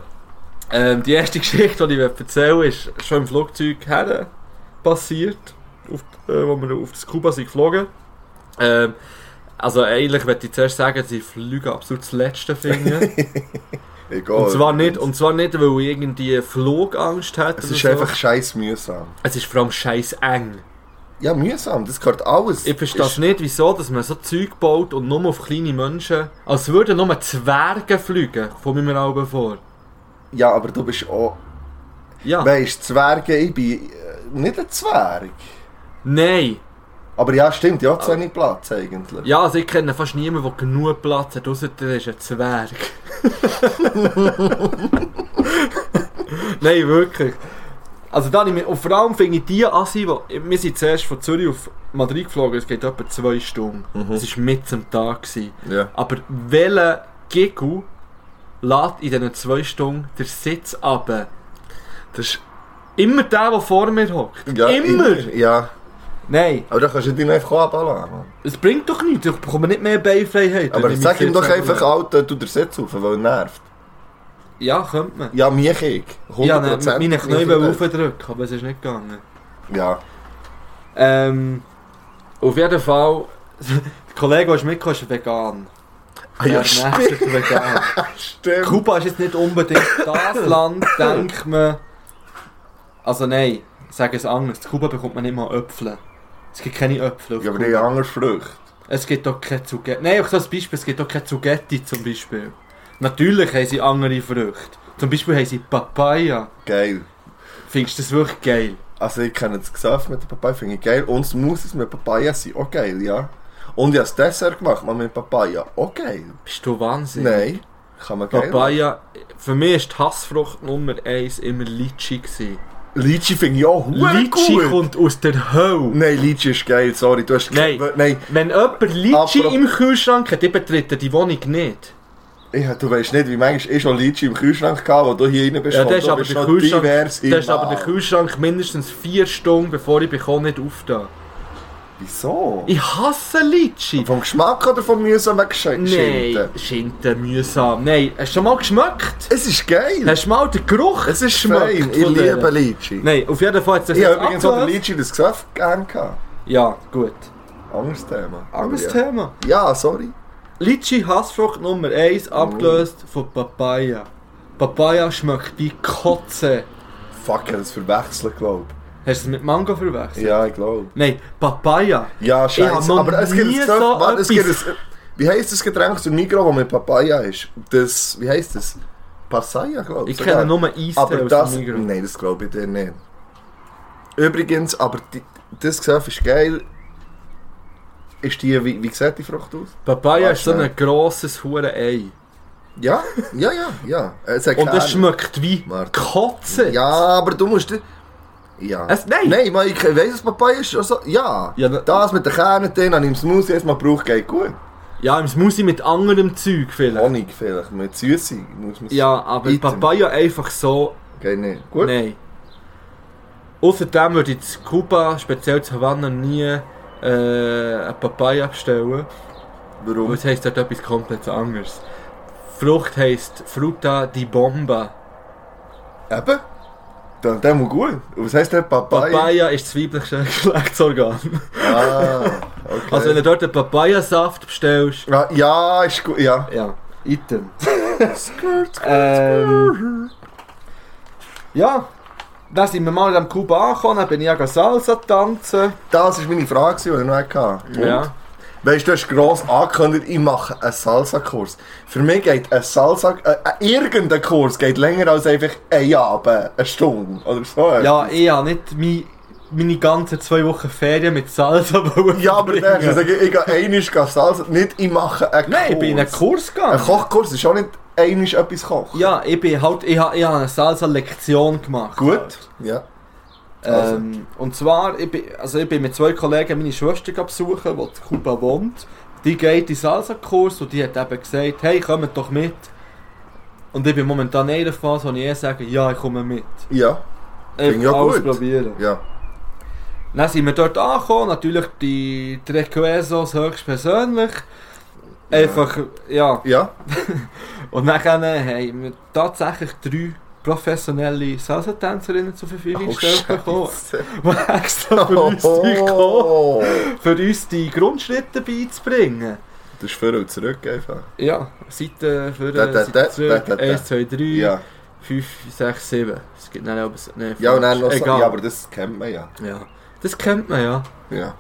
A: Ähm, die erste Geschichte, die ich erzählen will, ist schon im Flugzeug her passiert, auf, äh, wo wir auf das Kuba sind geflogen. Ähm, also eigentlich würde ich zuerst sagen, dass ich Flüge absolut das Letzte finde.
B: Egal.
A: und, zwar nicht, und zwar nicht, weil ich irgendwie Flugangst hätte
B: es
A: oder
B: ist
A: so.
B: einfach scheiß mühsam.
A: es ist vor allem scheiß eng.
B: Ja, mühsam, das gehört alles.
A: Ich verstehe
B: Ist-
A: nicht, wieso dass man so Zeug baut und nur auf kleine Menschen... Als würden nur Zwerge fliegen, von mir Augen vor.
B: Ja, aber du bist auch.
A: Ja.
B: Weißt Zwerge, ich bin äh, nicht ein Zwerg.
A: Nein.
B: Aber ja, stimmt, ja, zu wenig Platz eigentlich.
A: Ja, also ich kenne fast niemanden, der genug Platz hat, außer der ist ein Zwerg. Nein, wirklich. Also da habe ich mich, und vor allem finde ich die Assi, die, wir sind zuerst von Zürich auf Madrid geflogen, es geht etwa zwei Stunden.
B: Mhm.
A: Es war mitten am Tag. Gewesen.
B: Ja.
A: Aber welcher Gigu lädt in diesen zwei Stunden den Sitz ab? Das ist immer der, der vor mir hockt.
B: Ja,
A: immer.
B: Ja,
A: Nein,
B: aber da kannst du dich einfach auch ablassen. Mann.
A: es bringt doch nichts, ich bekomme nicht mehr Beifreiheit.
B: Aber
A: wenn ich
B: sag
A: meinen
B: ihm doch
A: Sitz
B: einfach,
A: runterlade.
B: Alter, tu den Sitz auf, weil er nervt.
A: Ja, könnte man.
B: Ja, mich ich. 100%.
A: Ich wollte meine Knie
B: mich ich.
A: aufdrücken, aber es ist nicht gegangen.
B: Ja.
A: Ähm, auf jeden Fall, der Kollege, der ist mitgekommen ist, vegan.
B: Ah, ja,
A: Er ernährt sich vegan.
B: stimmt.
A: Kuba ist jetzt nicht unbedingt das Land, denkt man. Also nein, ich sage es anders. In Kuba bekommt man nicht mal Äpfel. Es gibt keine Äpfel auf
B: Ja, aber die
A: Kuba.
B: andere Früchte.
A: Es gibt auch keine Zugetti. Nein, auch so als Beispiel, es gibt auch keine Zugetti zum Beispiel. Natürlich haben sie andere Früchte. Zum Beispiel haben sie Papaya.
B: Geil.
A: Findest du das wirklich geil?
B: Also ich kenne das Gesöff mit der Papaya, finde ich geil. Und das Mousses mit Papaya sind auch geil, ja. Und ich habe das Dessert gemacht, mal mit Papaya, auch geil.
A: Bist du Wahnsinn?
B: Nein, kann man geil machen.
A: Papaya, für mich ist die Hassfrucht Nummer 1 immer Litschi gewesen.
B: Litschi finde ich auch verdammt
A: Litschi
B: gut.
A: kommt aus der Hölle.
B: Nein, Litschi ist geil, sorry, du hast...
A: Nein.
B: Nein,
A: Wenn jemand Litschi
B: Apro-
A: im Kühlschrank hat, dann betritt er die Wohnung nicht.
B: ich, du weißt nicht, wie manchmal ich schon Litschi im Kühlschrank hatte, wo du hier rein bist.
A: Ja,
B: und
A: das ist
B: du
A: aber
B: bist
A: der
B: noch
A: Kühlschrank, das
B: divers
A: ist
B: im
A: aber der
B: Magen.
A: Kühlschrank mindestens 4 Stunden, bevor ich bekomme, nicht aufstehe.
B: Wieso?
A: Ich hasse Litschi.
B: Vom Geschmack oder vom mühsamen Geschenk?
A: Nein, Schinte mühsam. Nein, hast du schon mal geschmeckt?
B: Es ist geil.
A: Hast du mal den Geruch
B: Es ist
A: geschmeckt
B: fein, ich
A: von der?
B: liebe Litschi.
A: Nein, auf jeden Fall hat es
B: Ich habe übrigens auch den Litschi das Gesöff gerne gehabt.
A: Ja, gut.
B: Anderes Thema.
A: Anderes
B: Aber ja.
A: Thema.
B: Ja, sorry.
A: Litschi Hassfrucht Nummer 1, abgelöst von Papaya. Papaya schmeckt wie Kotze.
B: Fuck, ich hab das verwechselt, glaub
A: Hast du es mit Mango verwechselt?
B: Ja, ich glaube.
A: Nein, Papaya.
B: Ja,
A: hab
B: scheiße.
A: noch
B: Aber es gibt
A: nie
B: ein Gesöff,
A: so
B: warte, es gibt
A: etwas-
B: ein, Wie heisst das Getränk zum Migros, das mit Papaya ist? Das, wie heisst das? Passaya, glaube
A: Ich kenne nur Eistee
B: Aber
A: aus
B: das,
A: dem Migros.
B: nein, das glaube ich dir nicht. Übrigens, aber die, das Gesöff ist geil. Ist die, wie, wie sieht die Frucht aus?
A: Papaya
B: Weißt
A: ist so
B: du
A: ein
B: nicht?
A: grosses Huren-Ei.
B: Ja, ja, ja, ja. Es hat
A: Und das
B: Kerne.
A: schmeckt wie
B: Warte.
A: Kotze.
B: Ja, aber du musst. Ja.
A: Es- nein.
B: Nein, man, ich weiss, was Papaya ist. Also, ja.
A: Ja, da-
B: das mit den Kernen drin, an im Smoothie erstmal braucht, geht gut.
A: Ja, im Smoothie mit anderem Zeug vielleicht.
B: Honig vielleicht, mit Süße muss man
A: Ja, aber
B: Item.
A: Papaya einfach so,
B: Geht nicht. Gut.
A: nein. Außerdem würde ich zu Kuba, speziell zu Havanna, nie äh, eine Papaya bestellen.
B: Warum?
A: Weil es heisst dort etwas komplett anderes. Frucht heisst Fruta di Bomba.
B: Eben. Dann, dann muss gut. Und was heisst der Papaya?
A: Papaya ist das weibliche Geschlechtsorgan.
B: Ah, okay.
A: Also wenn du dort einen Papayasaft bestellst...
B: ja, ja, ist gut. Ja.
A: Ja, Item. ähm, ja, dann sind wir mal in diesem Kuba angekommen, dann bin ich ja Salsa tanzen.
B: Das war meine Frage, die ich noch hatte. Und?
A: Ja.
B: Weißt du, du hast gross angekündigt, ich mache einen Salsa-Kurs. Für mich geht ein Salsa... Äh, äh, irgendein Kurs geht länger als einfach ein Abend, eine Stunde oder so.
A: Ja, ich habe nicht mein, meine ganzen zwei Wochen Ferien mit Salsa wollen
B: ja aber
A: verbringen.
B: dann, ich sage, ich gehe einmal gehen Salsa, nicht ich mache einen
A: Nein, ich
B: Kurs.
A: bin in einen Kurs
B: Ein
A: gegangen.
B: Kochkurs ist auch nicht einmal etwas kochen.
A: ja, ich bin halt, ich habe ich habe eine Salsa-Lektion gemacht.
B: Gut. Ja. Also.
A: Ähm, und zwar, ich bin, also ich bin mit zwei Kollegen meine Schwester gegangen besuchen, die in Kuba wohnt. Die geht in Salsa-Kurs und die hat eben gesagt, hey, kommt doch mit. Und ich bin momentan in einer Phase, wo ich eher sage, ja, ich komme mit.
B: Ja.
A: Ich
B: ja
A: alles
B: gut.
A: probieren.
B: Ja.
A: Dann sind wir dort angekommen, natürlich die Trequesos höchstpersönlich. Einfach, ja.
B: Ja.
A: Und dann haben wir tatsächlich drei professionelle Salsa-Tänzerinnen zur Verfügung
B: Oh,
A: gestellt bekommen,
B: Scheisse.
A: die extra für uns oh.
B: Oh,
A: für uns die Grundschritte beizubringen.
B: das ist vor und zurück einfach.
A: Ja, Seite für
B: Da, da, da,
A: Seite zurück,
B: da, da, da.
A: 1, 2, 3,
B: Ja,
A: 5, 6, 7. Es gibt dann aber... Nein,
B: ja und dann noch so,
A: Egal.
B: ja, aber das kennt man ja.
A: ja. Das kennt man ja.
B: ja.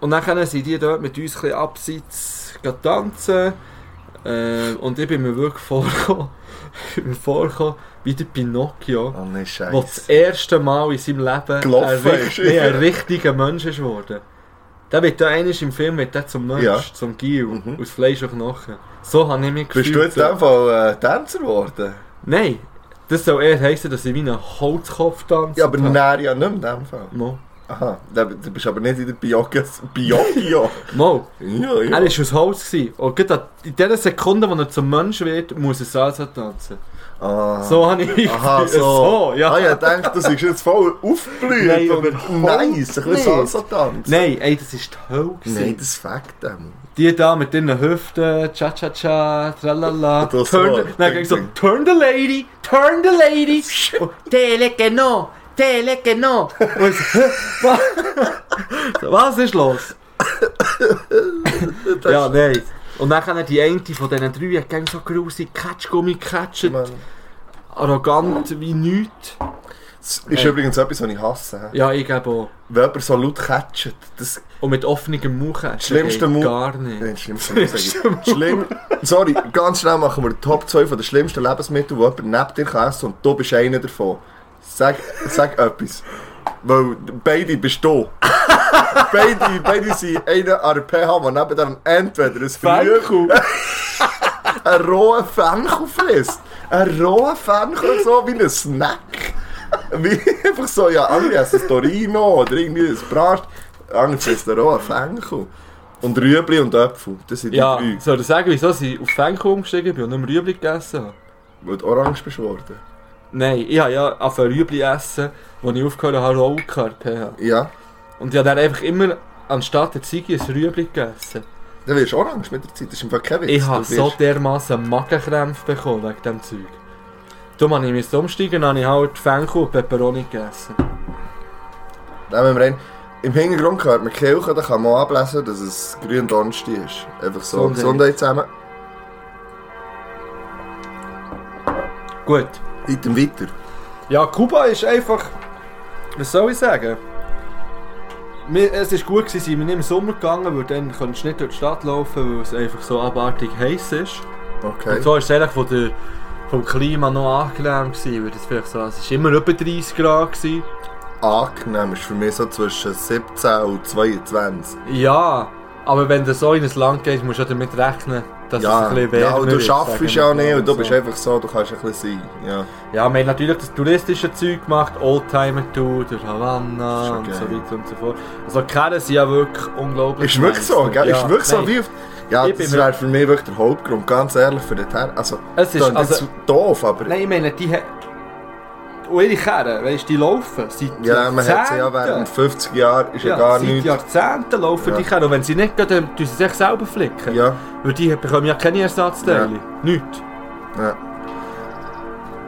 A: Und dann sind die dort mit uns ein bisschen abseits gehen tanzen. Ähm, und ich bin mir wirklich vorgekommen, ich bin mir vorgekommen wie der Pinocchio,
B: Oh nein,
A: der
B: scheiße.
A: das erste Mal in seinem Leben ein,
B: Gelaufen
A: richt-
B: ist.
A: nee, ein richtiger Mensch ist geworden. Der wird da einmal im Film wird der zum Mensch,
B: Ja.
A: zum Gil,
B: Mhm.
A: aus Fleisch und Knochen. So habe ich mich
B: Bist du jetzt in dem Fall äh, Tänzer geworden?
A: Nein, das soll eher heissen, dass ich wie ein Holzkopf tanze.
B: Ja, aber näher ja nicht in dem Fall.
A: Mo.
B: Aha, da- du bist aber nicht in der Biokis. Biokio.
A: Mo.
B: ja, ja.
A: Er war aus Holz. gewesen. Und gerade an- in der Sekunde, wo er zum Mensch wird, muss er Salsa tanzen.
B: Ah.
A: So habe ich
B: Aha, so.
A: so ja.
B: Ah, ich dachte, du bist jetzt voll aufgeblüht
A: Nein, überhaupt
B: und nice, ein bisschen
A: nicht.
B: Salsa-Tanz.
A: Nein, ey, das ist die Hölle.
B: Nein,
A: gewesen.
B: das fängt dem.
A: Die da mit ihren Hüften, cha-cha-cha, tralala.
B: Das
A: Turn
B: war-
A: the, nou, dann ging so,
B: Ding, ding.
A: turn the lady, turn the lady. Oh, Und Tele que no, tele que no. Und ich so, hä, wa- So, Was ist los? ja, nein. Und dann hat die eine von diesen drei hat gang so grusig Katschgummi gekatscht.
B: Mann.
A: Arrogant wie nichts.
B: Das ist
A: Ey.
B: übrigens etwas, was ich hasse.
A: Ja, ich glaube auch.
B: Wenn jemand so laut catcht, das
A: Und mit offenem Mund kämpfen
B: Schlimmste
A: geht
B: Mu-
A: Gar nicht.
B: Nein, das Schlimmste muss ich sagen. Schlimm. Sorry, ganz schnell machen wir Top 2 von den schlimmsten Lebensmittel, die jemand neben dir kann essen und du bist einer davon. Sag, sag etwas. Weil beide bist du. beide, beide sind einer an der pH, der neben dir entweder ein Früh,
A: Fenkel.
B: einen rohen Fenchel frisst. Einen rohen Fenchel, so wie ein Snack. Wie einfach so, ja, andere essen ein Torino oder irgendwie ein Bratsch. Andere frisst einen rohen Fenchel. Und Rüebli und Äpfel, das sind die
A: Ja,
B: drei.
A: soll ich sagen, wieso ich auf Fenkel umgestiegen bin und nicht mehr Rüebli gegessen habe?
B: Weil du orange bist worden.
A: Nein, ich habe ja angefangen Rüebli essen, als ich aufgehört habe, Rollkörper pH.
B: Ja.
A: Und ich habe dann einfach immer anstatt der Ziege ein Rüebli gegessen.
B: Dann wirst du orange mit der Zeit, das ist im Fall kein Witz.
A: Ich habe
B: Du wirst-
A: so dermaßen Magenkrämpfe bekommen wegen diesem Zeug. Darum habe ich mich umsteigen und habe ich halt Fenkel und Peperoni gegessen.
B: Nehmen wir rein. Im Hintergrund gehört man Kirche, da kann man auch ablesen, dass es grün Donnerstag ist. Einfach so.
A: Gesundheit.
B: Gesundheit zusammen.
A: Gut.
B: Item weiter.
A: Ja, Kuba ist einfach. Was soll ich sagen? Mir, es war gut, gewesen, sind wir nicht im Sommer gegangen, weil dann konntest du nicht durch die Stadt laufen, weil es einfach so abartig heiß ist.
B: Okay.
A: Und so war es eigentlich von der, vom Klima noch angenehm, gewesen, weil das vielleicht so, es war immer über 30 Grad. Gewesen.
B: Angenehm ist für mich so zwischen 17 und 22.
A: Ja, aber wenn du so in ein Land gehst, musst du ja damit rechnen, dass es ein bisschen wärmer
B: ja, und du
A: wird,
B: schaffst
A: sagen
B: ja
A: wir
B: nicht
A: mal
B: und du
A: so.
B: bist einfach so, du kannst ein bisschen sein. Ja.
A: Ja, wir haben natürlich das touristische Zeug gemacht, Oldtimer Tour durch
B: Das ist
A: Havanna
B: schon
A: und
B: geil.
A: so weiter und so fort. Also Kerren sind ja wirklich unglaublich.
B: Ist wirklich so,
A: nice.
B: gell?
A: Ja,
B: ist wirklich
A: nein.
B: so wie... auf- Ja,
A: Ich
B: das
A: bin-
B: wäre für mich wirklich der Hauptgrund, ganz ehrlich, für den Ter Also,
A: Es ist-
B: klingt jetzt
A: also-
B: doof, aber...
A: Nein, ich meine, die haben... Und ihre Kerren, weißt du, die laufen seit
B: Ja, man hat sie ja
A: Jahrzehnten.
B: während 50 Jahren, ist ja,
A: Ja,
B: gar
A: seit
B: nichts.
A: Jahrzehnten laufen
B: Ja.
A: die Kerren. Und wenn sie nicht gehen, dann tun sie sich selber flicken.
B: Ja,
A: Weil die bekommen ja keine Ersatzteile. Nichts.
B: ja.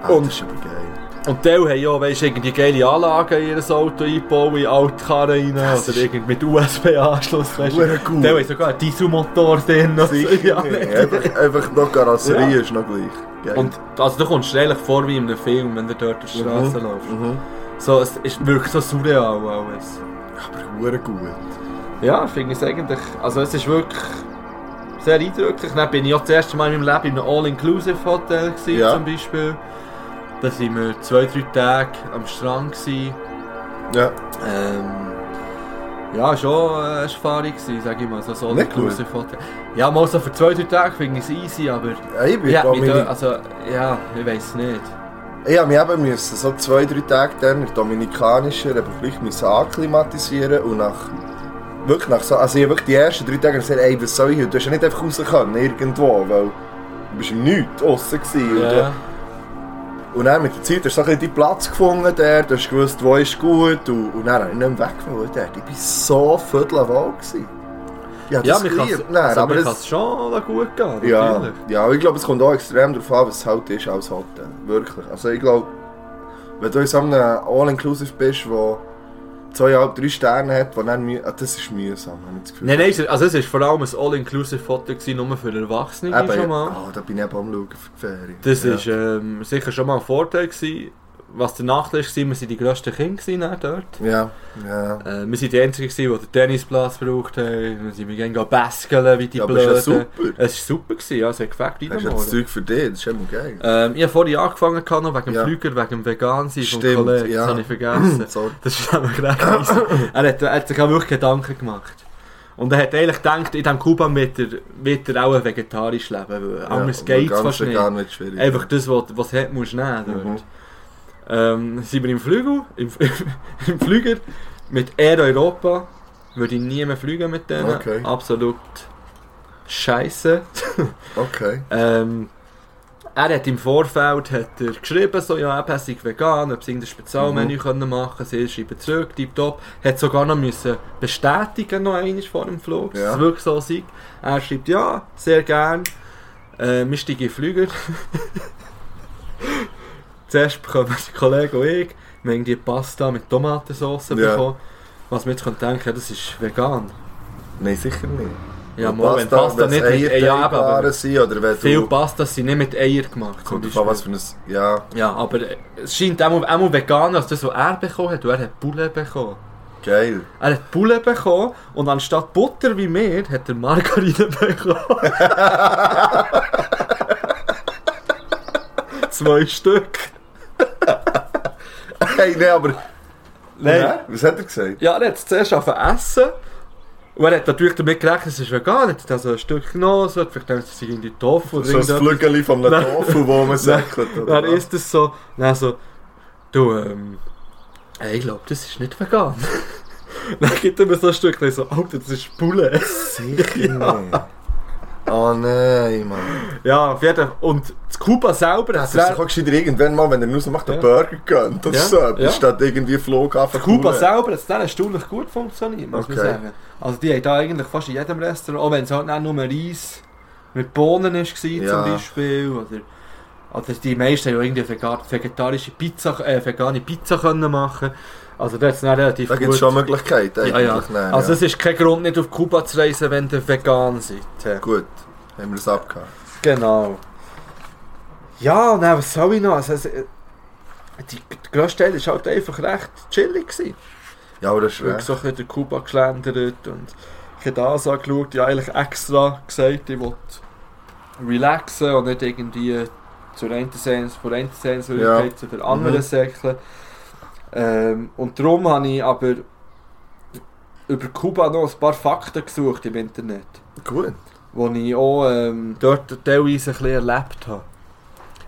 B: Ah,
A: Und-
B: das ist aber geil.
A: Und die haben ja, weißt du, irgendwie geile Anlagen in ihr Auto einbauen, in alte Karren rein,
B: Das
A: oder
B: ist-
A: irgendwie mit USB-Anschluss, weißt
B: Hure
A: du.
B: gut.
A: Die haben sogar einen Dieselmotor drin. und so. Ja,
B: Sicher nicht. Einfach, einfach noch Karosserie ist noch gleich. Geil.
A: Und also, du kommst dir eigentlich vor wie in einem Film, wenn du dort auf die Straße
B: Mhm.
A: läufst.
B: Mhm.
A: So, es ist wirklich so surreal alles.
B: Aber hure gut.
A: Ja, ich finde es eigentlich, also es ist wirklich sehr eindrücklich. Dann bin ich auch das erste Mal in meinem Leben in einem All-Inclusive-Hotel gewesen,
B: Ja.
A: zum Beispiel. Da waren wir zwei, drei Tage am Strand. Gewesen.
B: Ja.
A: Ähm, ja, schon äh, eine Erfahrung gewesen, sag ich mal. So, so
B: Nicht
A: inklusive Hotel. Ja, mal so für zwei, drei Tage finde ich es easy, aber...
B: Ja, ich bin
A: Ich hab mich da,
B: Dominik
A: also, ja, ich weiß nicht.
B: ich hab mich eben müssen, so zwei, drei Tage dann in der Dominikanischen Republik müssen akklimatisieren und nach wirklich nach so, also ich hab wirklich die ersten drei Tage gesagt, ey, was soll ich hier? Du hast ja nicht einfach raus können, irgendwo, weil du bist im Nichts draussen gewesen. und du-
A: Ja,
B: Und dann mit der Zeit hast du so ein bisschen deinen Platz gefunden dort, du hast gewusst, wo ist gut und, und dann habe ich nicht mehr weggefahren dort. Ich war so viertelwohl. gewesen. Ich habe
A: ja
B: das
A: mir
B: geliebt,
A: kann
B: dann, aber
A: es
B: es,
A: schon gut gehen,
B: ja,
A: natürlich.
B: ja, ich glaube, es kommt auch extrem darauf an, was es halt ist als Hotel. halt, äh, Wirklich. Also ich glaube, Wenn du in so einem All-Inclusive bist, wo zweieinhalb, drei Sterne hat, wo dann müh- ah, das ist mühsam, habe ich das Gefühl.
A: Nein, nein, es- also es war vor allem ein All-Inclusive-Foto, gewesen, nur für Erwachsene
B: Eben,
A: schon mal.
B: ja. Ah, da bin ich eben am Schauen für die Ferien.
A: Das
B: ja.
A: ist ähm, sicher schon mal ein Vorteil gewesen. Was der Nachteil war, wir waren die grössten Kinder gewesen dann dort.
B: Ja, ja.
A: Äh, wir waren die Einzigen, gewesen, die den Tennisplatz gebraucht haben. Wir sind wir gerne baskeln wie die
B: ja, aber ist
A: Blöden.
B: ja super.
A: Es war super, gewesen, ja, es hat gefällt
B: Hast du ja das
A: reingenommen.
B: Zeug für dich, das ist immer geil.
A: Ähm, ich habe vorhin angefangen, gehabt, noch wegen dem
B: Ja.
A: Flüger, wegen dem Vegan-Sein vom
B: Stimmt,
A: Kollegen.
B: ja.
A: Das habe ich vergessen.
B: Sorry.
A: Das ist nämlich recht weiss. er, hat, er hat sich auch wirklich Gedanken gemacht. Und er hat eigentlich gedacht, in diesem Kuba wird er, wird er auch vegetarisch leben, weil anders geht es fast nicht.
B: Gar nicht schwierig.
A: Einfach das, was was hat, musst du nehmen dort.
B: Mhm.
A: Ähm, sind wir im Flügel, im, im Flüger, mit Air Europa, würde ich nie mehr fliegen mit denen.
B: Okay.
A: Absolut scheiße.
B: Okay.
A: Ähm, er hat im Vorfeld hat er geschrieben, so, ja, eben, er sei vegan, ob sie irgendein Spezialmenü
B: Mhm.
A: können machen können. Sie schreiben zurück, tipptopp. Hat sogar noch müssen bestätigen, noch einmal vor dem Flug, dass
B: Ja.
A: es wirklich so sei. Er schreibt, ja, sehr gern. Äh, wir steigen in den Flüger. Zuerst bekommen die Kollegen und ich, wir haben die Pasta mit Tomatensauce
B: Ja.
A: bekommen. Was man jetzt könnte denken, ja, das ist vegan.
B: Nein, sicher nicht.
A: Ja,
B: Wenn
A: mal, wenn Pasta
B: wenn's
A: nicht mit
B: Eier
A: Eier, ja, eben, aber
B: Eier sind, oder wenn
A: viel
B: du...
A: Pasta sind nicht mit Eier gemacht. zum
B: Kommt drauf an, was
A: Beispiel.
B: für ein... Ja,
A: Ja, aber es scheint auch, auch vegan, als das, was er bekommen hat. Und er hat Bulle bekommen.
B: geil.
A: Er hat Bulle bekommen und anstatt Butter wie mir, hat er Margarine bekommen. Zwei Stück.
B: Hey, nein, aber...
A: Nein.
B: Ja, Was hat er gesagt?
A: Ja, er hat es zuerst angefangen zu essen. Und er hat natürlich damit gerechnet, es ist vegan. Er hat also ein Stück genommen, so, hat vielleicht denkt, es sei irgendwie Tofu oder
B: So ein
A: irgendetwas.
B: Flügel von einem
A: Nein.
B: Tofu, wo man säckelt, oder
A: Dann ist es so, dann so, du, ähm, ey, ich glaube, das ist nicht vegan. dann gibt er mir so ein Stückchen so, Alter, das ist Bulle.
B: was? Sicher nicht. Oh nein, Mann.
A: ja, auf jeden Fall. Und das Kuba selber,
B: Das ist doch auch gescheiter irgendwann mal, wenn er nur so macht, einen
A: Ja.
B: Burger gönnt. Das
A: Ja,
B: ist so etwas,
A: ja.
B: statt irgendwie Flughafen.
A: Kuba
B: Kuhle.
A: selber hat es dann erstaunlich gut funktioniert, muss man
B: Okay.
A: sagen. Also die haben da eigentlich fast in jedem Restaurant, auch wenn es halt nicht nur Reis mit Bohnen war
B: Ja.
A: zum Beispiel, oder, oder die meisten haben ja irgendwie vega- vegetarische Pizza, äh, vegane Pizza können machen. Also da hat es dann relativ
B: Da gibt
A: gut
B: es schon Möglichkeiten
A: Ja, ja.
B: Äh, nein,
A: Also
B: ja.
A: es ist kein Grund, nicht auf Kuba zu reisen, wenn ihr vegan seid.
B: Gut, haben wir es abgehakt.
A: Genau. Ja, nein, was soll ich noch? Also, es, äh, die, der grösste Teil war halt einfach recht chillig. Gewesen.
B: Ja, aber das ist
A: Ich habe
B: recht.
A: so ein bisschen durch Kuba geschlendert und ich habe das angeschaut. Ich habe eigentlich extra gesagt, ich will relaxen und nicht irgendwie zur einen Sens von einer Sehenswürdigkeit zu der anderen
B: Mhm.
A: säckeln. Ähm, und darum habe ich aber über Kuba noch ein paar Fakten gesucht im Internet,
B: Gut.
A: die ich auch ähm, dort teilweise ein bisschen erlebt habe.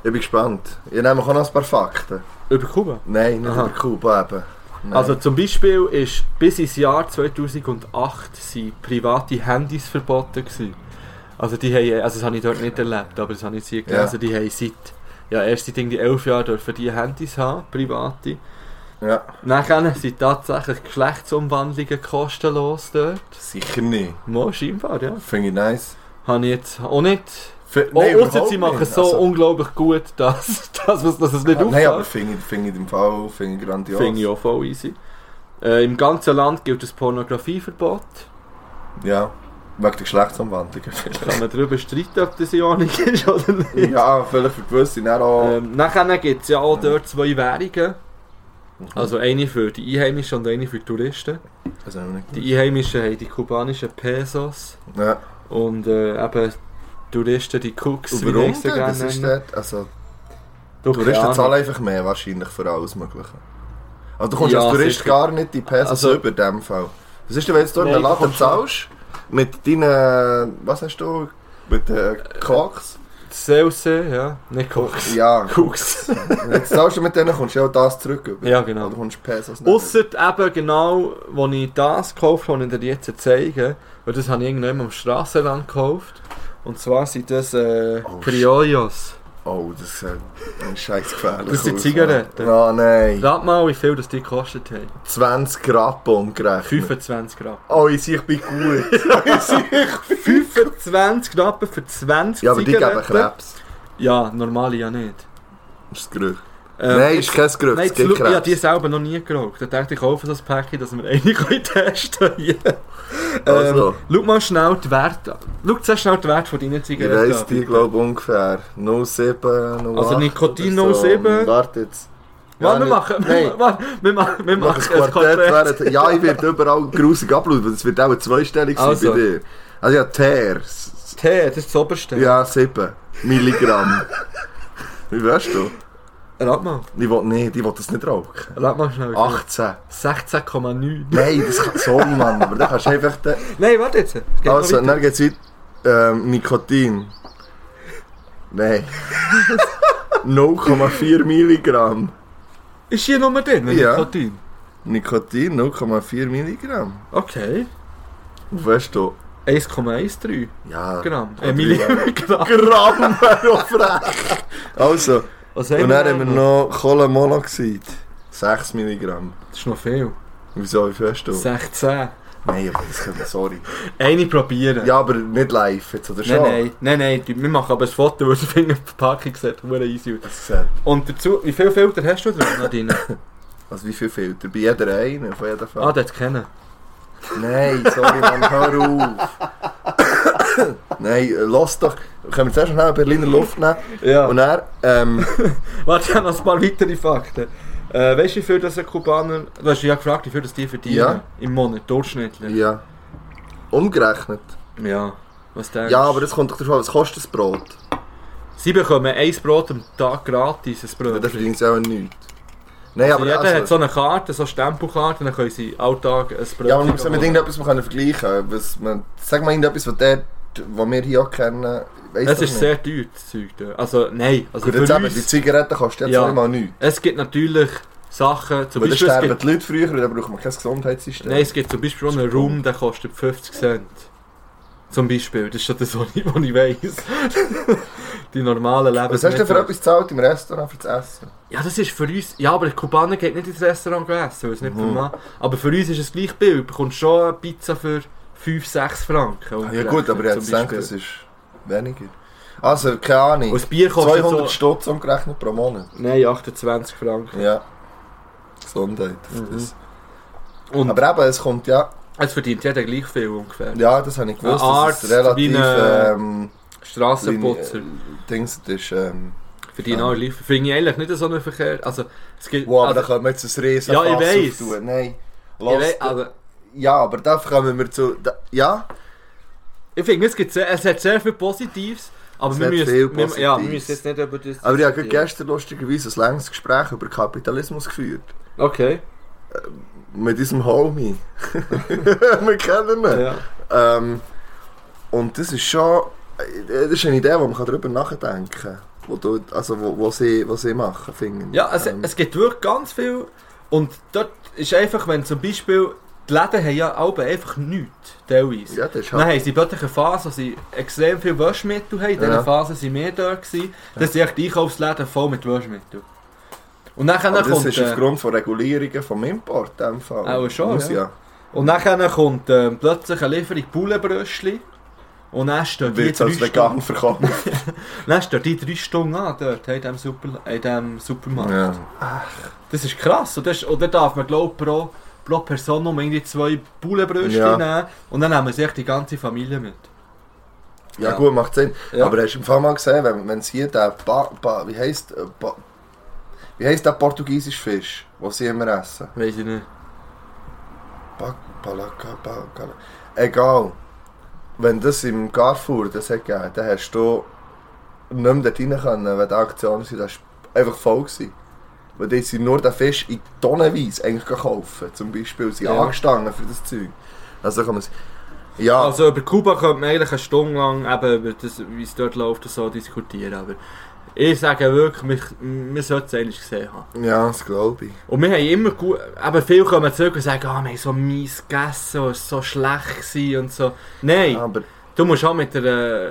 B: Ich bin gespannt. Ihr nehmt auch noch ein paar Fakten.
A: Über Kuba?
B: Nein, nicht
A: Aha.
B: über Kuba eben. Nein.
A: Also zum Beispiel ist bis ins Jahr 2008 sind private Handys verboten gewesen. Also die haben, also das habe ich dort nicht erlebt, aber das habe ich hier gelesen, die haben seit, ja erst seit irgendwie 11 Jahren dürfen die Handys haben, private.
B: Ja,
A: Nachher sind tatsächlich Geschlechtsumwandlungen kostenlos dort.
B: sicher nicht.
A: Mal scheinbar, ja.
B: Finde ich nice.
A: Habe ich jetzt auch nicht.
B: F
A: Oh, ausser sie machen es so unglaublich gut, dass, dass, es- dass es nicht
B: Also- Nein, aber
A: auffällt.
B: finde ich, finde ich im Fall, finde ich grandios.
A: Finde ich auch voll easy. Äh, Im ganzen Land gilt das Pornografieverbot.
B: Ja, wegen der Geschlechtsumwandlung.
A: Kann man darüber streiten, ob das Ionik ist oder nicht.
B: ja, vielleicht für gewisse dann auch.
A: Ähm, nachher gibt es ja auch dort zwei Währungen.
B: Mhm.
A: Also eine für die Einheimischen und eine für die Touristen.
B: also nicht.
A: Die Einheimischen haben die kubanischen Pesos
B: Ja.
A: und äh, eben die Touristen die Cooks,
B: Und warum
A: sie
B: denn? Das ist dort, also
A: Du, keine
B: Touristen
A: Ahnung.
B: zahlen einfach mehr wahrscheinlich für alles Mögliche. Also du kommst
A: Ja,
B: als Tourist
A: sicher.
B: gar nicht die Pässe
A: Also-
B: über in dem Fall. Was ist denn, wenn du dort
A: Nein,
B: einen
A: du
B: Laden
A: kommst schon.
B: zahlst, mit deinen, was hast du, mit den Koks?
A: CLC, ja. Nicht Cooks.
B: Oh, Ja,
A: Cooks.
B: jetzt zahlst du mit denen, kommst du ja auch das zurück über.
A: ja, genau.
B: Oder kommst du Pesos nicht über.
A: Ausser eben genau, wo ich das gekauft habe, das ich dir jetzt zeige, weil das habe ich irgendwann am Strassenrand gekauft. Und zwar sind das äh,
B: Oh, shit.
A: Criollos.
B: Oh, das ist äh, ein scheiß gefährlich.
A: Das sind
B: aus,
A: Zigaretten.
B: Ja. Oh nein.
A: Rat mal, wie viel das die gekostet haben.
B: 20 Rappen umgerechnet.
A: 25 Rappen.
B: Oh, ich sehe, ich bin gut. ich sehe, ich bin
A: 25 Rappen für 20
B: Ja, aber die geben
A: Zigaretten?
B: Krebs.
A: Ja, normale ja nicht.
B: Das ist das Gerücht.
A: Ähm,
B: Nein,
A: ich-
B: ist kein Gerücht,
A: Nein, jetzt
B: es gibt
A: schau, ich habe
B: Krebs.
A: die selber noch nie geraucht. Da dachte ich, ich kaufe das Päckchen, dass wir eine können testen können.
B: Also.
A: ähm, schau mal schnell die Werte. an. Schau sehr schnell die Werte von deinen
B: Ich
A: Zigaretten
B: weiss
A: an,
B: die,
A: bitte.
B: glaube ungefähr 07, 08.
A: Also Nikotin
B: oder
A: 07.
B: Warte jetzt.
A: Warte, wir
B: nicht-
A: machen,
B: Nein,
A: wir, warte, wir machen, wir
B: mach ein
A: machen
B: Quartett. während- Ja, ich werde überall grusig abladen, es wird auch eine Zweistellung sein
A: Also.
B: bei dir. Also ja, Teer. s-
A: Tee, das ist das Oberste.
B: Ja, 7 Milligramm. Wie weißt du?
A: Rat mal,
B: Ich will nicht, ich will das nicht rauchen.
A: rat mal schnell.
B: 18.
A: 16,9.
B: Nein, das kann... Sorry, Mann, aber da kannst du einfach... Den...
A: Nein, warte jetzt. Es geht noch
B: Also,
A: weiter.
B: dann geht's weiter. Ähm, Nikotin. Nein. 0,4 Milligramm.
A: Ist hier Nummer drin, wenn
B: Ja.
A: Nikotin?
B: Nikotin 0,4 Milligramm.
A: Okay.
B: Und weißt du,
A: 1,13
B: ja.
A: Gramm.
B: Oder
A: Äh, Milligramm.
B: Gramm wäre auch frech. Also,
A: Was
B: und dann haben wir noch Kohlenmonoxid. 6 Milligramm.
A: Das ist noch viel.
B: Wieso, wie fährst du?
A: 16.
B: Nein, aber das können wir, sorry.
A: Eine probieren.
B: Ja, aber nicht live jetzt, oder schon?
A: Nein, nein, nein, nein, du- wir machen aber ein Foto, weil der Finger auf die Packung sieht, verdammt easy aus.
B: Das ist-
A: Und dazu, wie viele Filter hast du drin, Nadine?
B: Also wie viel Filter? Bei jeder einen, von jeder Fall.
A: ah, der hat kennen.
B: Nein, sorry, Mann, hör auf. Nein, äh, lass doch. Können wir zuerst noch eine Berliner Luft nehmen?
A: Ja.
B: Und dann, ähm,
A: Warte, ich habe noch ein paar weitere Fakten. Äh, weißt du, wie viel das ein Kubaner... Du hast ja gefragt, wie viel das die verdienen
B: Ja.
A: im Monat, durchschnittlich.
B: ja. Umgerechnet.
A: Ja. Was denkst du?
B: Ja, aber das kommt doch davon, was kostet das Brot?
A: Sie bekommen ein Brot am Tag gratis, ein
B: Ja,
A: Brot.
B: das verdient es auch nichts. Nein, aber
A: jeder hat halt so
B: also,
A: eine Karte, so eine Stempelkarte, dann können sie alltag ein Brötchen
B: ja, aber wir müssen mit
A: holen.
B: irgendetwas können vergleichen was man, Sag mal irgendetwas, was der, was wir hier auch kennen,
A: Es
B: weiss doch
A: ist
B: nicht.
A: sehr teuer, das Zeug. da. Also, nein. Also
B: Gut,
A: für
B: jetzt eben, die
A: uns-
B: Zigaretten kostet jetzt
A: Ja.
B: zweimal nichts.
A: Es gibt natürlich Sachen, zum
B: Weil dann
A: Beispiel, es
B: sterben
A: gibt,
B: die Leute früher, weil dann braucht man kein Gesundheitssystem.
A: nein, es gibt zum Beispiel auch einen Raum, der kostet 50 Cent. Zum Beispiel, das ist ja das, was ich, was ich weiss. Die normalen Lebensmittel.
B: was hast du denn für etwas gezahlt im Restaurant für das Essen?
A: Ja, das ist für uns... Ja, aber die Kubaner geht nicht ins Restaurant essen, weil es nicht
B: Mhm.
A: mhm. Aber für uns ist es gleich billig. Du bekommst schon eine Pizza für 5, 6 Franken.
B: Ah, Ja gut, aber ich hätte
A: Zum
B: gedacht,
A: Beispiel.
B: das ist weniger. Also, keine Ahnung.
A: Und das Bier kostet
B: 200
A: so...
B: Stutz umgerechnet pro Monat.
A: Nein, 28 Franken.
B: Ja. Gesundheit.
A: Mhm.
B: Das.
A: Und
B: Aber eben, es kommt ja...
A: es verdient jeder gleich viel ungefähr.
B: Ja, das habe ich gewusst,
A: Ein
B: dass es
A: Arzt,
B: relativ...
A: wie ein-
B: Ähm,
A: Strassenputzer.
B: Dings, das ist... Ähm,
A: Für die neue Liefer. Finde ich eigentlich nicht so einen Verkehr. Also, es gibt.
B: wow, aber
A: also,
B: da können wir jetzt ein riesen
A: Ja, ich
B: Fass
A: weiss.
B: auftun. Nein.
A: ich, wei-
B: Lass,
A: also,
B: ja, aber da kommen wir zu... Da, ja?
A: ich finde, es, gibt sehr, es hat sehr viel Positives. Aber
B: Es
A: wir
B: hat
A: müssen,
B: viel
A: wir, ja, wir
B: Positives.
A: müssen jetzt nicht über das.
B: Aber ich habe gerade
A: diskutieren.
B: gestern lustigerweise ein langes Gespräch über Kapitalismus geführt.
A: Okay.
B: Mit diesem Homie. wir kennen ihn.
A: Ja.
B: Ähm, und das ist schon äh, das ist eine Idee, wo man darüber nachdenken kann. Wo du, also wo, wo, sie, wo sie machen, finde ich.
A: Ja, es,
B: Ähm,
A: es gibt wirklich ganz viel. Und dort ist einfach, wenn zum Beispiel. Die Läden haben ja alle einfach nichts, teilweise.
B: ja, das ist
A: Dann
B: halt,
A: haben sie plötzlich eine Phase, wo sie extrem viel Waschmittel haben. In dieser
B: Ja.
A: Phase waren wir da. Gewesen. Dann sind echt die Einkaufsläden voll mit Waschmittel. Und dann
B: aber das
A: kommt...
B: ist
A: äh,
B: aufgrund von Regulierungen vom Import in dem Fall.
A: Auch schon,
B: Muss
A: ja. Und dann kommt ähm, plötzlich eine Lieferung Bullenbröschli. Und dann stehen die
B: Wird als
A: drei
B: vegan
A: Stunden,
B: verkauft.
A: dann stehen die drei Stunden an dort, in diesem Super, in diesem Supermarkt.
B: ja.
A: Das ist krass. Und, das, und dann darf man, glaube ich, pro, pro Person nur irgendwie zwei Bullenbröschli
B: Ja.
A: nehmen. Und dann nehmen sie echt die ganze Familie mit.
B: ja,
A: Ja.
B: gut, macht Sinn.
A: Ja.
B: Aber hast du im Fall mal gesehen, wenn, wenn sie den ba, ba, wie heisst, äh, ba, wie heisst der portugiesische Fisch, den sie immer essen?
A: Weiß ich nicht.
B: Ba- Balaka, Balaka. Egal. Wenn das im Carrefour das hat gegeben, dann hast du nicht mehr dort rein können, wenn die Aktion war. Das war einfach voll. Gewesen. Weil die sind nur den Fisch in Tonnenweise eigentlich gekauft. Zum Beispiel sie
A: Ja.
B: angestanden für das Zeug. Also kann man es- Ja,
A: Also über Kuba könnte man eigentlich eine Stunde lang eben über das, wie es dort läuft, und so diskutieren. Aber ich sage wirklich, wir, wir sollten es eigentlich gesehen haben.
B: ja, das glaube ich.
A: Und wir haben immer gut, aber viele kommen zurück und sagen, ah, wir haben so mies gegessen, und es war so schlecht gewesen und so. Nein,
B: Aber
A: du musst auch mit der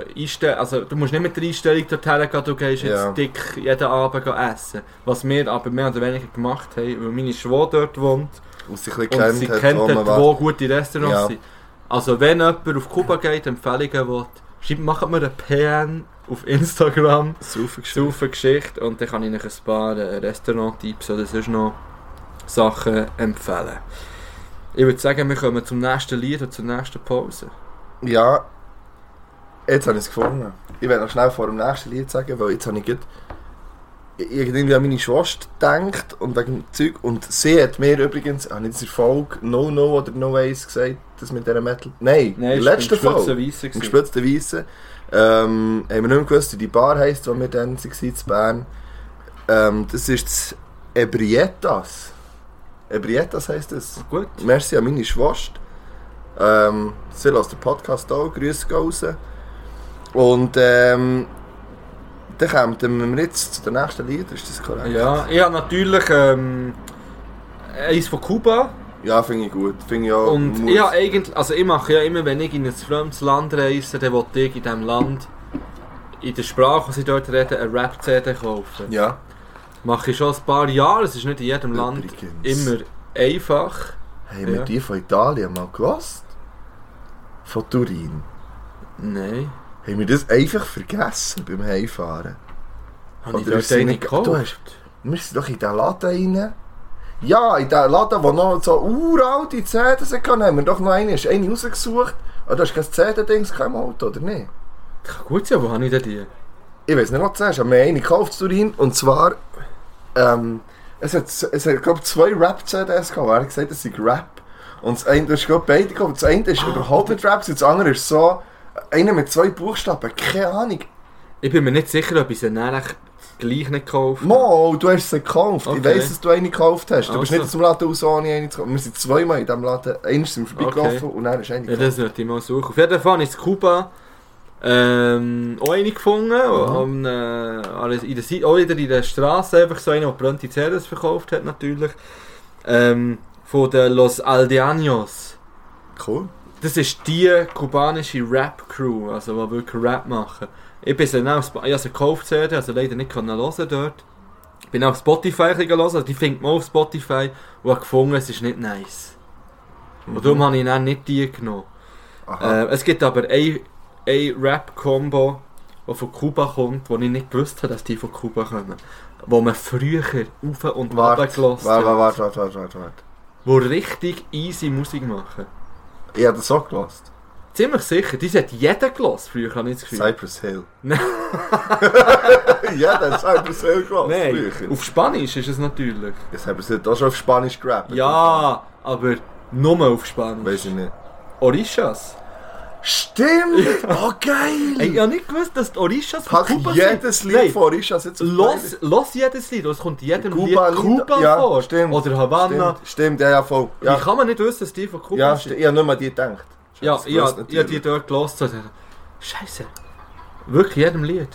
A: äh, Einstellung, also du musst nicht mit der Einstellung dorthin gehen, du gehst jetzt
B: Ja.
A: dick jeden Abend gehen essen. Was wir aber mehr oder weniger gemacht haben, weil meine Schwester dort wohnt
B: was ich ein
A: und
B: bisschen
A: sie
B: kennt,
A: kennt
B: hat, wo
A: dort,
B: man war.
A: wo gute Restaurants
B: Ja.
A: sind. Also wenn jemand auf Kuba geht, Empfehlungen will, Schreibt, macht mir einen PN auf Instagram.
B: Saufen
A: Saufen Geschichte und dann kann ich euch ein paar äh, Restaurant-Tipps oder sonst noch Sachen empfehlen. Ich würde sagen, wir kommen zum nächsten Lied und zur nächsten Pause.
B: Ja, jetzt habe ich es gefunden. Ich werde noch schnell vor dem nächsten Lied sagen, weil jetzt habe ich gerade irgendwie an meine Schwester gedacht und wegen dem Zeug. Und sie hat mir übrigens, habe ich in der Folge No No oder No Ace gesagt, dass mit dieser Metal... Nein, in der letzten Folge, im
A: Folge.
B: gespitzten Weissen, ähm, haben wir nicht mehr gewusst, wie die Bar heisst, wo wir dann waren in Bern. Ähm, das ist das Ebrietas. Ebrietas heisst das.
A: Gut.
B: Merci an meine Schwester. Ähm, sie lässt den Podcast auch. Grüße gehen raus. Und ähm, dann kommen wir jetzt zu den nächsten Lied, ist das korrekt?
A: Ja, ich habe natürlich ähm, eins von Kuba.
B: Ja, finde ich gut. Finde ich auch.
A: Und
B: muss-
A: ich, habe eigentlich, also ich mache ja immer, wenn ich in ein fremdes Land reise, dann will ich in diesem Land, in der Sprache, die sie dort reden, eine Rap-CD kaufen.
B: Ja.
A: Mache ich schon ein paar Jahre, es ist nicht in jedem Land
B: Übrigens.
A: immer einfach.
B: Haben wir
A: Ja.
B: die von Italien mal gehört? Von Turin.
A: Nein.
B: Haben wir das einfach vergessen beim Heimfahren?
A: Habe ich
B: Oder ist
A: dort
B: sie
A: eine
B: nicht- Du
A: gekauft?
B: hast- Wir sind doch in den Laden rein. Ja, in den Laden, wo noch so uralte CDs hatten, haben wir doch noch eine. Hast du eine rausgesucht? Aber du hast kein CD-Dings kein Auto, oder nicht?
A: Kann gut sein, wo habe ich denn die?
B: Ich weiß nicht, was du sagst, aber wir haben eine gekauft zu Turin. Und zwar, ähm, es hat, es hat glaube ich, zwei Rap-CDs gehabt. Er hat gesagt, es sind Rap. Und das eine, du hast glaub, beide gehabt. Das eine ist überhaupt nicht Rap, das andere ist so, einer mit zwei Buchstaben, keine Ahnung.
A: Ich bin mir nicht sicher, ob ich sie nachher gleich nicht gekauft habe.
B: Mo, du hast sie gekauft.
A: Okay.
B: Ich weiss, dass du eine gekauft hast. Du bist
A: Also.
B: nicht aus dem Laden raus, ohne eine zu kaufen. Wir sind zweimal in diesem Laden. Eins sind wir vorbeigelaufen und dann ist eine
A: Ja,
B: gekauft.
A: das sollte ich mal suchen. Auf jeden Fall ist Kuba ähm, auch eine gefunden, am, äh, an der- in der, Seite- auch wieder in der Straße, einfach so eine, der Bronte Ceres verkauft hat natürlich, ähm, von den Los Aldeanos.
B: Cool.
A: Das ist die kubanische Rap-Crew, also die wirklich Rap machen. Ich bin dann auch, auf Sp- ich habe sie gekauft, CD, also leider nicht können hören dort. Ich bin auch auf Spotify ein bisschen hören, also die findet man auf Spotify und habe gefunden, es ist nicht nice.
B: Mhm.
A: Und darum habe ich dann nicht die genommen.
B: Aha.
A: Äh, es gibt aber ein, ein Rap-Combo, die von Kuba kommt, wo ich nicht gewusst habe, dass die von Kuba kommen. Wo man früher rauf und
B: warte,
A: runter
B: warte,
A: gelassen
B: warte,
A: hat.
B: warte, warte, warte, warte, warte.
A: Wo richtig easy Musik machen.
B: Ich habe das auch gelost.
A: Ziemlich sicher, die hat jeder gelassen früher, habe ich das Gefühl.
B: Cypress Hill.
A: Nein.
B: ja, der hat Cypress Hill gelost.
A: Nein,
B: früher.
A: auf Spanisch ist es natürlich.
B: Ja, Cypress Hill hat auch schon auf Spanisch gerappt.
A: Ja, aber nur auf Spanisch.
B: Weiß ich nicht.
A: Orishas.
B: Stimmt! Oh, geil!
A: Ey, ich habe nicht gewusst, dass die Orishas von
B: Pack
A: Kuba
B: jedes
A: sind.
B: Lied
A: Nein.
B: vor, ist das jetzt auf
A: Los, los jedes Lied, es kommt jedem
B: Kuba,
A: Lied Kuba
B: ja,
A: vor.
B: stimmt,
A: Oder Havanna.
B: Stimmt, stimmt, ja, ja, voll.
A: Ja.
B: Ja,
A: Wie kann man nicht wissen, dass die von Kuba
B: ja
A: sind?
B: stimmt. ich habe nicht mal die gedacht.
A: Ja,
B: Das
A: ich
B: gewusst
A: habe hab die
B: natürlich.
A: dort gelassen. und dachte, Scheiße. Wirklich jedem Lied.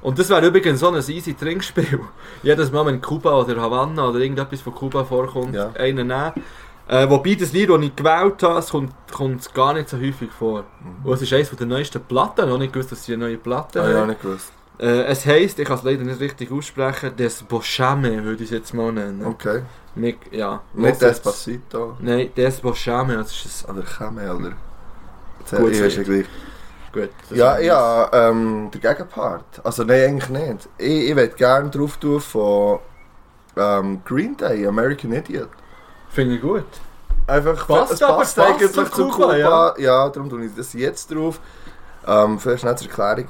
A: Und das wäre übrigens so ein easy Trinkspiel. Jedes Mal, wenn Kuba oder Havanna oder irgendetwas von Kuba vorkommt,
B: Ja.
A: einen nehmen. Äh, wobei das Lied, das ich gewählt habe, es kommt, kommt gar nicht so häufig vor. Und es ist eines der neuesten Platten. Ich habe nicht gewusst, dass sie eine neue Platte
B: Mhm. Ah, ja,
A: haben.
B: nicht gewusst.
A: Äh, es heisst, ich kann es leider nicht richtig aussprechen, Desbochame würde ich es jetzt mal nennen.
B: Okay.
A: Nicht, ja, Los
B: Nicht
A: jetzt.
B: Despacito. Ah,
A: Nein, Desbochame, das ist
B: Oder Camel, oder?
A: Gut,
B: ich weiß ja
A: Lied.
B: gleich.
A: ein gut. das
B: Ja,
A: ist-
B: ja, ähm, der Gegenpart. Also nein, eigentlich nicht. Ich, ich würde gerne drauf tun von ähm, Green Day, American Idiot.
A: Finde ich gut.
B: Einfach
A: Passt
B: es
A: aber,
B: passt
A: passt
B: eigentlich
A: zu
B: zu
A: Kuba,
B: Kuba.
A: ja.
B: Ja. darum tue ich das jetzt drauf. Ähm, vielleicht schnell zur Erklärung.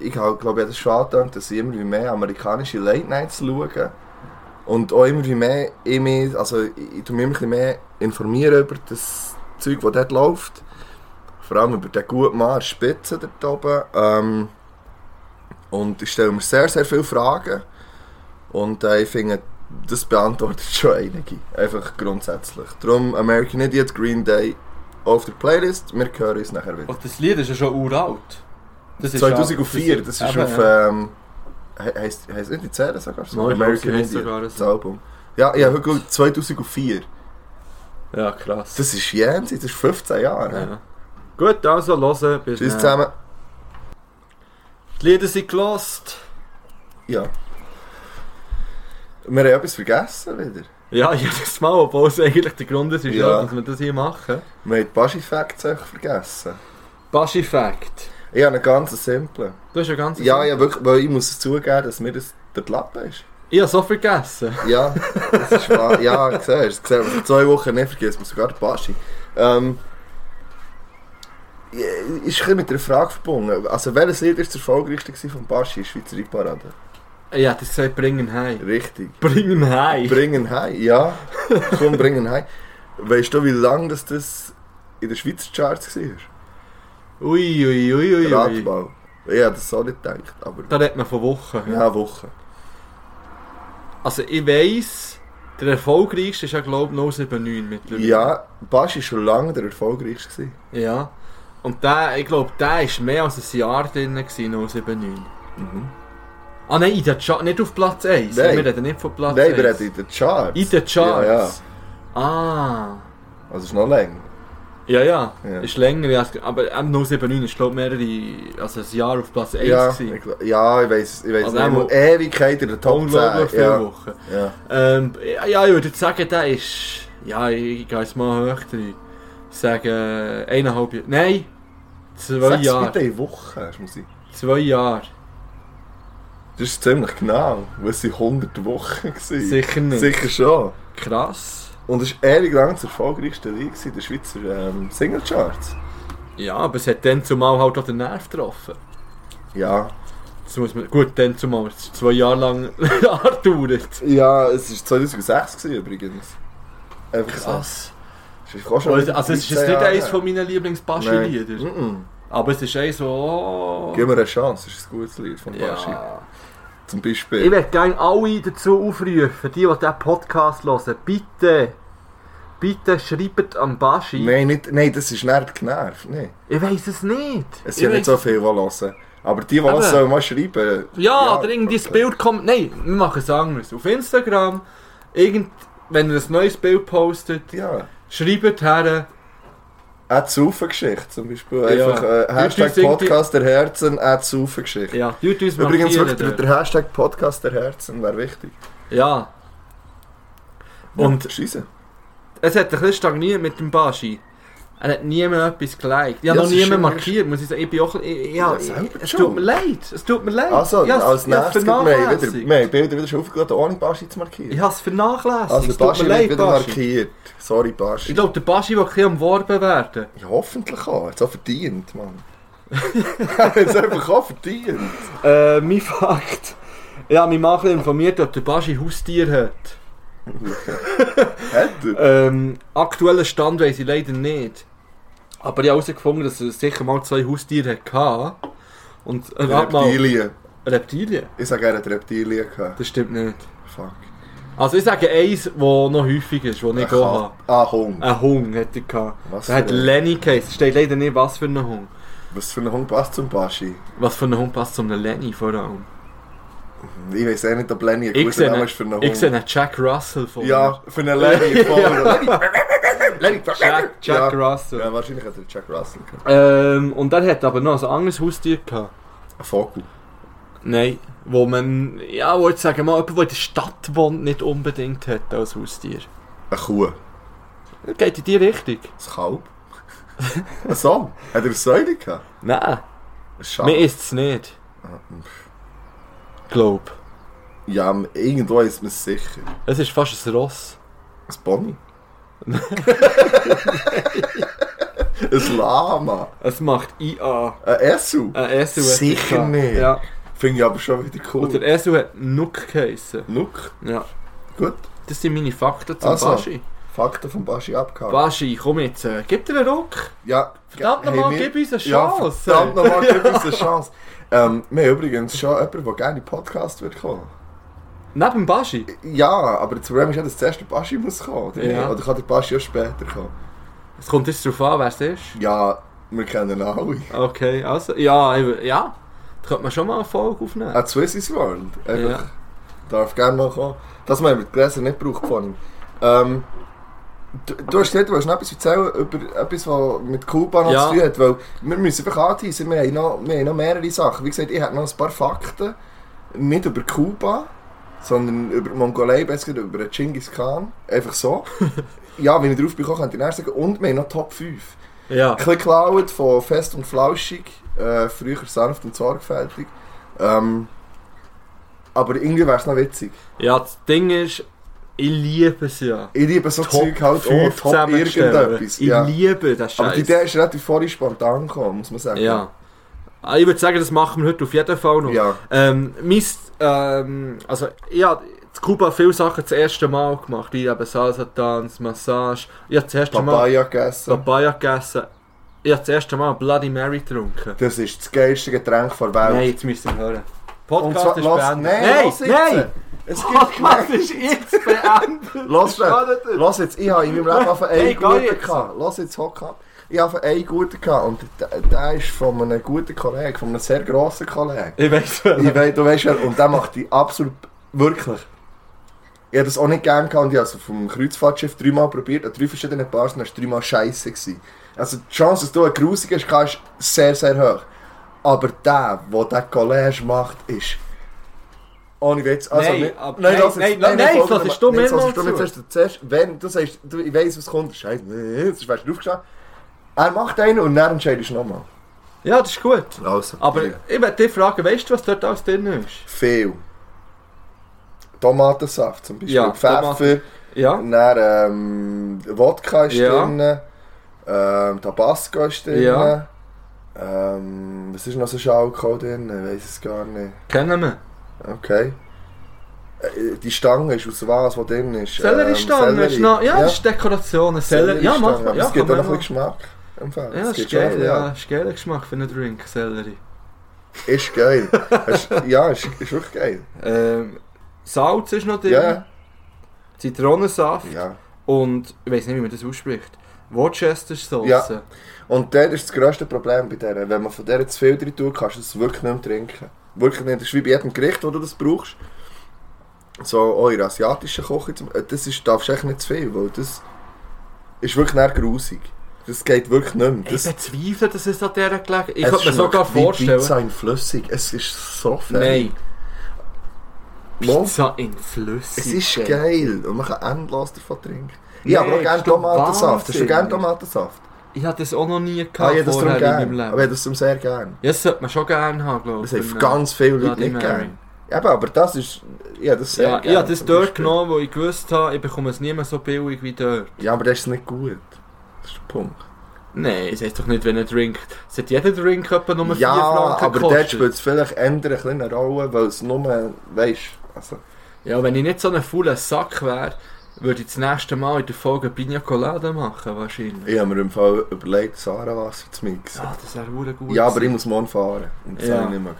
B: Ich, ich habe, glaube ich, habe das schon angetönt, dass ich immer wie mehr amerikanische Late Nights schaue. Und auch immer wie mehr, ich, mich- also ich, ich tue mich immer ein bisschen mehr informieren über das Zeug, das dort läuft. Vor allem über den guten Mann an der Spitze dort oben. Ähm, und ich stelle mir sehr, sehr viele Fragen. Und äh, ich finde, das beantwortet schon einige. Einfach grundsätzlich. Darum American Idiot Green Day auf der Playlist. Wir hören uns nachher wieder.
A: Und das Lied ist ja schon uralt. Oh, Das ist
B: 2004,
A: ja-
B: das ist
A: eben,
B: auf.
A: ja.
B: Ähm, he- heisst heisst nicht die Serie sogar so?
A: Nein, ich glaube, sie
B: American
A: heisst
B: Idiot,
A: sogar so.
B: das Album. Ja, ich habe heute geschaut, 2004.
A: ja, krass.
B: Das ist jenseits, das ist 15 Jahre. he?
A: ja. Gut, also hören. Bis
B: Tschüss
A: dann.
B: zusammen.
A: Die Lieder sind gelost.
B: Ja. Wir haben etwas vergessen wieder.
A: Ja, jedes Mal, obwohl es eigentlich der Grund ist, ist ja.
B: Ja.
A: dass wir das hier machen.
B: Wir haben die Baschi-Facts vergessen.
A: Baschi Fact.
B: Ich habe einen ganz simplen.
A: Du hast ja ganz.
B: Ja, ja, wirklich, weil ich muss zugeben, dass mir das der Lappen ist.
A: Ich habe so viel gegessen.
B: Ja, das ist wahr. Ja, siehst du, das sehen wir vor zwei Wochen nicht vergessen, wir sogar den Baschi. Ähm, ja, ist ein bisschen mit der Frage verbunden. Also, welches Lied war das erfolgreichste gewesen von Baschi in der Schweizer Parade?
A: Ich hätte gesagt, bring ihn heim.
B: Richtig.
A: Bring ihn heim.
B: Bringen heim, ja. Komm, bringen heim. Weißt du, wie lange das, das in den Schweizer Charts war?
A: Ui, ui, ui, ui,
B: Rat
A: ui.
B: mal. Ich hätte das auch nicht gedacht, aber.
A: Da redet man von Wochen.
B: Ja, Wochen.
A: Also ich weiss, der erfolgreichste ist ja glaube ich 079 mittlerweile.
B: Ja, Baschi war schon lange der erfolgreichste. gewesen.
A: Ja. Und der, ich glaube, der ist mehr als ein Jahr drin gewesen, 079.
B: Mhm.
A: Ah nein, in der Chart, nicht auf Platz 1.
B: Nein.
A: Wir reden nicht von Platz
B: Nein,
A: 1.
B: wir reden in den Charts.
A: in den Charts.
B: Ja,
A: Ah.
B: ja. Also, es ist noch länger.
A: Ja, ja,
B: Ja.
A: ist länger, ja, ah, aber M079 ist glaube ich mehrere, also ein Jahr auf Platz 1
B: Ja,
A: gewesen.
B: ich, gl- ja, ich weiß ich weiss
A: Also
B: nicht.
A: auch-
B: Einmal Ewigkeit in der Top 10.
A: Unglaublich viele
B: ja.
A: Wochen.
B: ja.
A: Ähm, ja, ja, ich würde jetzt sagen, der ist, ja, ich gehe jetzt mal hoch rein. eh, Sagen, eineinhalb Jahre, nein, zwei
B: Sechs
A: Jahre.
B: Bitte in Wochen, hast du Musik.
A: Zwei Jahre.
B: Das ist ziemlich genau. weil Es waren 100 Wochen. Gewesen.
A: Sicher nicht.
B: Sicher schon.
A: Krass.
B: Und es war ewig lang das erfolgreichste Lied gewesen in den Schweizer ähm, Singlecharts.
A: Ja, aber es hat dann zumal halt auch den Nerv getroffen.
B: Ja.
A: Das muss man, gut, dann zumal, es ist zwei Jahre lang andauert.
B: Ja, es war 2006 gewesen, übrigens. Einfach
A: Krass.
B: so. Es ist auch schon
A: Also, also es ist jetzt
B: 13
A: nicht
B: Jahre
A: eines
B: her.
A: von meinen Lieblingsbaschi-Lieder,
B: Nein. Mhm.
A: aber es ist eins, wo...
B: Gib mir eine Chance, das ist ein gutes Lied von Baschi.
A: ja.
B: Zum
A: Ich
B: Beispiel.
A: möchte gerne alle dazu aufrufen, die, die diesen Podcast hören, bitte, bitte schreibt am Baschi.
B: Nein, nicht, nein, das ist nicht genervt. Nein.
A: Ich weiß es nicht.
B: Es
A: Ich
B: sind nicht
A: weiss-
B: so viele, die hören. Aber die, die hören,
A: Eben.
B: sollen mal schreiben.
A: Ja, oder irgendwie das
B: okay.
A: Bild kommt. Nein, wir machen es anders. Auf Instagram, irgend, wenn ihr ein neues Bild postet,
B: Ja.
A: schreibt her.
B: Eine Saufengeschichte zum Beispiel.
A: Ja.
B: Einfach äh, Hashtag
A: Leute, singt
B: Podcast der Herzen, eine Saufengeschichte.
A: Ja, tut uns
B: Übrigens,
A: markieren
B: wirklich,
A: dort.
B: der Hashtag Podcast der Herzen wäre wichtig.
A: Ja. Und
B: Scheiße.
A: es hat ein bisschen stagniert mit dem Baschi. Er hat niemand etwas geliked. Ich habe
B: Ja,
A: noch
B: es ist
A: niemand
B: immer-
A: markiert, muss ich sagen. Ich bin auch... Ich, ich, ja,
B: Ja, selber
A: es
B: schon.
A: tut mir leid. Es tut mir leid.
B: Also,
A: Ich hab's-
B: als
A: ich hab's
B: nächstes wir haben wieder,
A: vernachlässigt.
B: wir haben Bilder wieder schon aufgeladen, ohne Baschi zu markieren.
A: Ich habe es vernachlässigt.
B: also,
A: es tut
B: Baschi
A: mir
B: wird
A: leid,
B: wieder
A: Baschi.
B: markiert. Sorry,
A: Ich
B: Baschi.
A: glaube, der Baschi will ein bisschen umworben werden.
B: Ja, hoffentlich auch. Hat es auch verdient, Mann. Hat es einfach auch verdient.
A: Äh, mein Fakt. Ich habe mich mal ein bisschen informiert, ob der Baschi Haustier hat.
B: Hat er?
A: Ähm, aktuellen Stand weiss ich leider nicht. Aber ich habe herausgefunden, dass er sicher mal zwei Haustiere hatte. Und äh, rat mal,
B: Reptilien.
A: Reptilien?
B: Ich sage, er hat Reptilien gehabt.
A: Das stimmt nicht.
B: Fuck.
A: Also ich sage eins, das noch häufig ist, das ich
B: Ein
A: auch habe.
B: Kat- Ah, Hund.
A: Ein Hund hat er gehabt.
B: Was
A: Der
B: für
A: hat
B: ein-
A: Lenny geheißen. Steht leider nicht, was für ein Hund.
B: Was für ein Hund passt zum Baschi?
A: Was für ein Hund passt zu einem Lenny vor allem?
B: Ich weiß auch nicht, ob Lenny ein
A: Ich
B: guter
A: sehe
B: Name
A: einen,
B: ist für einen Hund.
A: ich sehe einen Jack Russell vor
B: Ja, für einen Lenny. voll. Lenny. Lenny.
A: mir. Jack, Jack
B: ja.
A: Russell.
B: ja, wahrscheinlich hat er Jack Russell gehabt.
A: Ähm, und er hat aber noch ein anderes Haustier gehabt.
B: Ein Vogel.
A: Nein. Wo man, ja, wollte sagen mal, jemand, der in der Stadt wohnt, nicht unbedingt hat als Haustier.
B: Eine Kuh.
A: Das geht in die Richtung.
B: Ein Kalb. ein Sohn. Hat er eine Säule gehabt?
A: Nein,
B: Ein
A: mir
B: Schaf.
A: ist es nicht. Glaub.
B: Ja, m- irgendwo ist man es sicher.
A: Es ist fast ein Ross.
B: Ein Pony. ein Lama.
A: Es macht IA.
B: Ein Esel.
A: Ein Esu hat
B: Sicher
A: es gehabt.
B: nicht.
A: Ja.
B: Finde ich aber schon wieder
A: Und der
B: cool.
A: Esu hat Nuck geheissen.
B: Nuck.
A: Ja.
B: Gut.
A: Das sind meine Fakten zum
B: Also. ah.
A: Baschi.
B: Fakten von Baschi abgehakt.
A: Baschi, komm jetzt, äh, gib dir einen Ruck.
B: Ja,
A: Verdammt
B: hey,
A: nochmal,
B: wir-
A: gib uns eine
B: Ja,
A: Chance.
B: verdammt nochmal, gib uns eine Chance. Ähm, wir haben übrigens schon jemanden, der gerne in den Podcast wird kommen.
A: Neben dem Baschi.
B: Ja, aber das Problem ist ja, dass zuerst der Baschi muss kommen, oder? nicht?
A: Ja.
B: Oder kann der Baschi auch später kommen?
A: Es kommt jetzt darauf an, wer es ist.
B: Ja, wir kennen alle.
A: Okay, also, ja, eben, ja. Da könnte man schon mal eine Folge aufnehmen.
B: Auch Swiss is World. Einfach.
A: Ja.
B: Darf gerne mal kommen. Das haben wir gelesen, nicht gebraucht von ihm. Ähm, du, du hast gesagt, du hast noch etwas erzählen über etwas, was mit Kuba noch
A: Ja.
B: zu tun hat, weil wir müssen einfach anteisen, wir haben, noch, wir haben noch mehrere Sachen. Wie gesagt, ich habe noch ein paar Fakten, nicht über Kuba, sondern über die Mongolei, besser gesagt, über den Genghis Khan. Einfach so. ja, wenn ich drauf bin, könnte ich nachher sagen. Und wir haben noch Top 5.
A: Ja.
B: Ein bisschen geklaut von Fest und Flauschig, Äh, früher sanft und sorgfältig. Ähm, aber irgendwie wäre es noch witzig.
A: Ja, das Ding ist, ich liebe es ja.
B: Ich liebe so
A: Top
B: Zeug halt auch,
A: 5
B: top
A: zusammenstellen.
B: irgendetwas.
A: Ich
B: Ja.
A: liebe das
B: Aber die
A: Scheiß.
B: Idee ist relativ vorhin spontan gekommen, muss man sagen.
A: Ja. Ah, Ich würde sagen, das machen wir heute auf jeden Fall noch.
B: Ja.
A: Ähm, mein, ähm, also ich habe in Kuba viele Sachen das erste Mal gemacht. Ich habe Salsa-Tanz, Massage. Ich habe das erste Mal
B: Papaya gegessen.
A: Papaya gegessen. Ich habe das erste Mal Bloody Mary getrunken.
B: Das ist das geilste Getränk der Welt.
A: Nein, jetzt müssen wir hören.
B: Und
A: Podcast
B: zwar,
A: ist
B: lass-
A: beendet.
B: nein,
A: nein,
B: lass jetzt.
A: nein!
B: Es gibt
A: Podcast ist jetzt beendet.
B: Lass
A: Schadet
B: schnell.
A: es.
B: Lass jetzt, ich habe in meinem Leben auf einen
A: Hey, geh
B: guten
A: jetzt.
B: gehabt. Lass jetzt hock ab. Ich habe einen guten gehabt und der, der ist von einem guten Kollegen, von einem sehr grossen Kollegen.
A: Ich weiß
B: Ich weiß, du weißt ja, und der macht die absolut wirklich. Ich habe das auch nicht gern gehabt und ich habe es vom Kreuzfahrtschiff dreimal probiert, an drei verschiedenen Bars und es war dreimal scheiße. Gewesen. Also die Chance, dass du einen Grusigen hast, ist sehr, sehr hoch. Aber der, der diesen Collage macht, ist. Ohne Witz. Also,
A: Nein,
B: nicht-
A: aber- nein,
B: lass
A: nein, nein, nein,
B: folgendes-
A: das ist dumm,
B: nein, das
A: immer
B: ist dumm.
A: zu.
B: Jetzt hast du zuerst, wenn du sagst, du, ich weiss, was kommt, scheiße, jetzt wärst du aufgestanden. Er macht einen und dann entscheidest du nochmal.
A: Ja, das ist gut.
B: Also,
A: Aber
B: ja.
A: ich werde dich fragen, weißt du, was dort alles drin ist?
B: Viel. Tomatensaft zum Beispiel.
A: Ja,
B: Pfeffer.
A: Ja?
B: Und Dann ähm, Wodka ist
A: Ja.
B: drin. Ähm, Tabasco ist drin.
A: Ja.
B: Ähm, was ist noch so ein Alkohol drin? Ich weiß es gar nicht.
A: Kennen wir.
B: Okay. Äh, Die Stange ist aus was, was drin ist. Ähm,
A: Selleriestangen ist noch. Ja, das ist Dekoration. Sellerie. Ja, mach mal.
B: mal.
A: Ja,
B: Es gibt
A: kann
B: auch noch
A: man
B: ein bisschen
A: machen.
B: Geschmack. im Fall.
A: Ja,
B: Es
A: das ist
B: gibt schon ein
A: geil.
B: bisschen,
A: Ja, das ist geiler Geschmack für einen Drink, Sellerie.
B: Ist geil. Es ist- ja, ist, ist wirklich geil.
A: Ähm, Salz ist noch drin.
B: Ja,
A: Zitronensaft.
B: ja.
A: Und ich weiß nicht, wie man das ausspricht. Worcester Sauce.
B: Ja. Und das ist das grösste Problem bei dieser. Wenn man von dieser zu viel drin tut, kannst du es wirklich nicht mehr trinken. Wirklich nicht. Das ist wie bei jedem Gericht, wo du das brauchst. So, auch in der asiatischen Küche, zum- äh, das ist, darfst du echt nicht zu viel, weil das ist wirklich näher grusig. Das geht wirklich nicht mehr.
A: Ich
B: Das,
A: bezweifle, dass es an dieser gelegen Ich
B: es
A: könnte mir
B: schmeckt
A: sogar
B: wie
A: vorstellen.
B: Pizza in flüssig. Es ist so fertig.
A: Nein,
B: Mal.
A: Pizza in
B: Es
A: Flüssigkeit.
B: ist geil und man kann endlos davon trinken. Ich
A: Nein,
B: habe aber auch gerne
A: bist du
B: Tomatensaft. Hast du gerne
A: wahnsinnig?
B: Tomatensaft?
A: Ich hatte das auch noch nie gehabt
B: Ah, ich hätte das darum
A: vorher in meinem
B: gerne.
A: Leben.
B: Aber ich hätte das darum sehr gerne.
A: Ja, das sollte man schon gerne haben, glaube
B: Das
A: ich.
B: haben ganz viele Leute
A: Bloody
B: nicht
A: Mary.
B: gern. Eben, aber das ist. dus- Ja, das sehr
A: Ja, ich
B: gern,
A: habe das
B: zum
A: dort
B: Beispiel.
A: genommen, wo ich gewusst habe, ich bekomme es nie mehr so billig wie dort.
B: Ja, aber das ist nicht gut. Das ist der Punkt.
A: Nein, es heißt doch nicht, wenn er trinkt. Es hat jeder Drink etwa nur 4
B: ja,
A: Franken
B: aber dort
A: gekostet.
B: spielt es vielleicht ändern eine kleine Rolle, weil es nur. Weißt also,
A: Ja, wenn ich nicht so ein fauler Sack wäre, würde ich das nächste Mal in der Folge Pina Colada machen, wahrscheinlich.
B: ich habe mir im Fall überlegt, Sarenwasser zu mixen.
A: Ja, das wäre wohl gut.
B: Ja, aber ich muss morgen fahren. Und das
A: Ja.
B: habe ich nicht mehr.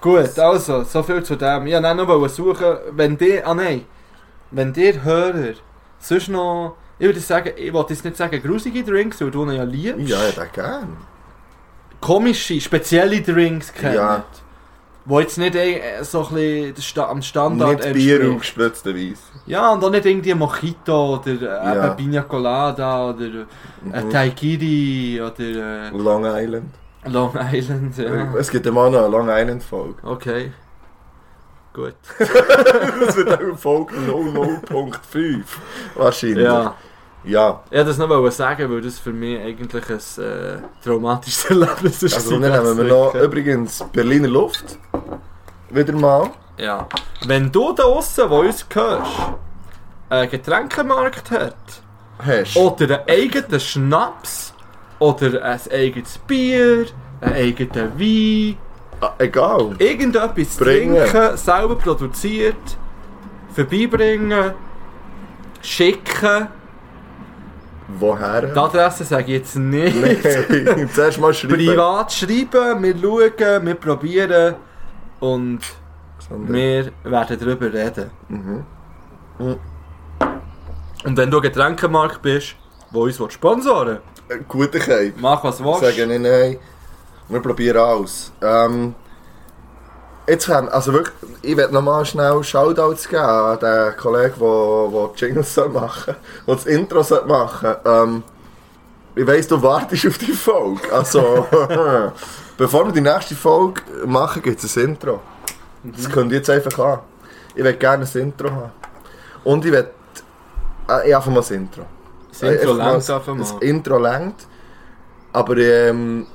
A: Gut, also, so viel zu dem. Ich wollte dann noch suchen, wenn dir... Ah nein, wenn dir Hörer sonst noch... Ich würde sagen, ich wollte jetzt nicht sagen grusige Drinks, weil du ihn ja liebst.
B: Ja, ja, das gerne.
A: komische, spezielle Drinks kennen.
B: Ja.
A: Wo jetzt nicht äh, so ein bisschen der Sta- am Standard
B: Nicht Bier
A: entspricht.
B: aufgespritzte Weise.
A: Ja, und auch nicht irgendwie Mojito oder äh,
B: Ja. Mhm.
A: eben Pina Colada oder äh, Taikiri oder äh,
B: Long Island.
A: Long Island. Ja.
B: Es gibt immer noch eine Long Island-Folge.
A: Okay. Gut.
B: Das wird auch Folge 00.5. Wahrscheinlich.
A: Ja.
B: ja.
A: Ich wollte das noch wollen sagen, weil das für mich eigentlich ein äh, traumatisches Erlebnis ist. um
B: Also dann haben wir noch übrigens Berliner Luft. Wieder mal.
A: Ja. Wenn du da draussen, wo uns hörst, einen Getränkemarkt hat,
B: Hast.
A: Oder einen eigenen Schnaps. Oder ein eigenes Bier. Einen eigenen Wein.
B: Ah, egal.
A: Irgendetwas zu
B: Bringen.
A: trinken, selber produziert. Vorbeibringen. Schicken.
B: Woher?
A: Die Adresse sage ich jetzt nicht.
B: Nein. Zuerst mal schreiben.
A: Privat schreiben, wir schauen, wir probieren. Und
B: Sondern-
A: wir werden darüber reden.
B: Mhm.
A: Und wenn du ein Getränkemarkt bist, wo uns willst sponsoren
B: Äh, Gute Keim.
A: mach was du
B: Sagen
A: willst.
B: ich nein. Wir probieren alles. Ähm, jetzt haben, also wirklich, ich werde nochmal schnell Shoutouts geben an den Kollegen, der die Jingles soll machen soll, das Intro soll machen ähm, Ich weiss, du wartest auf die Folge. Also, bevor wir die nächste Folge machen, gibt es ein Intro. Das könnt ihr jetzt einfach an. Ich will gerne ein Intro haben. Und ich will. Äh, ich habe mal ein Intro.
A: Sind so
B: Einfach mal
A: langsam
B: Das
A: mal.
B: Intro längt. Aber ähm,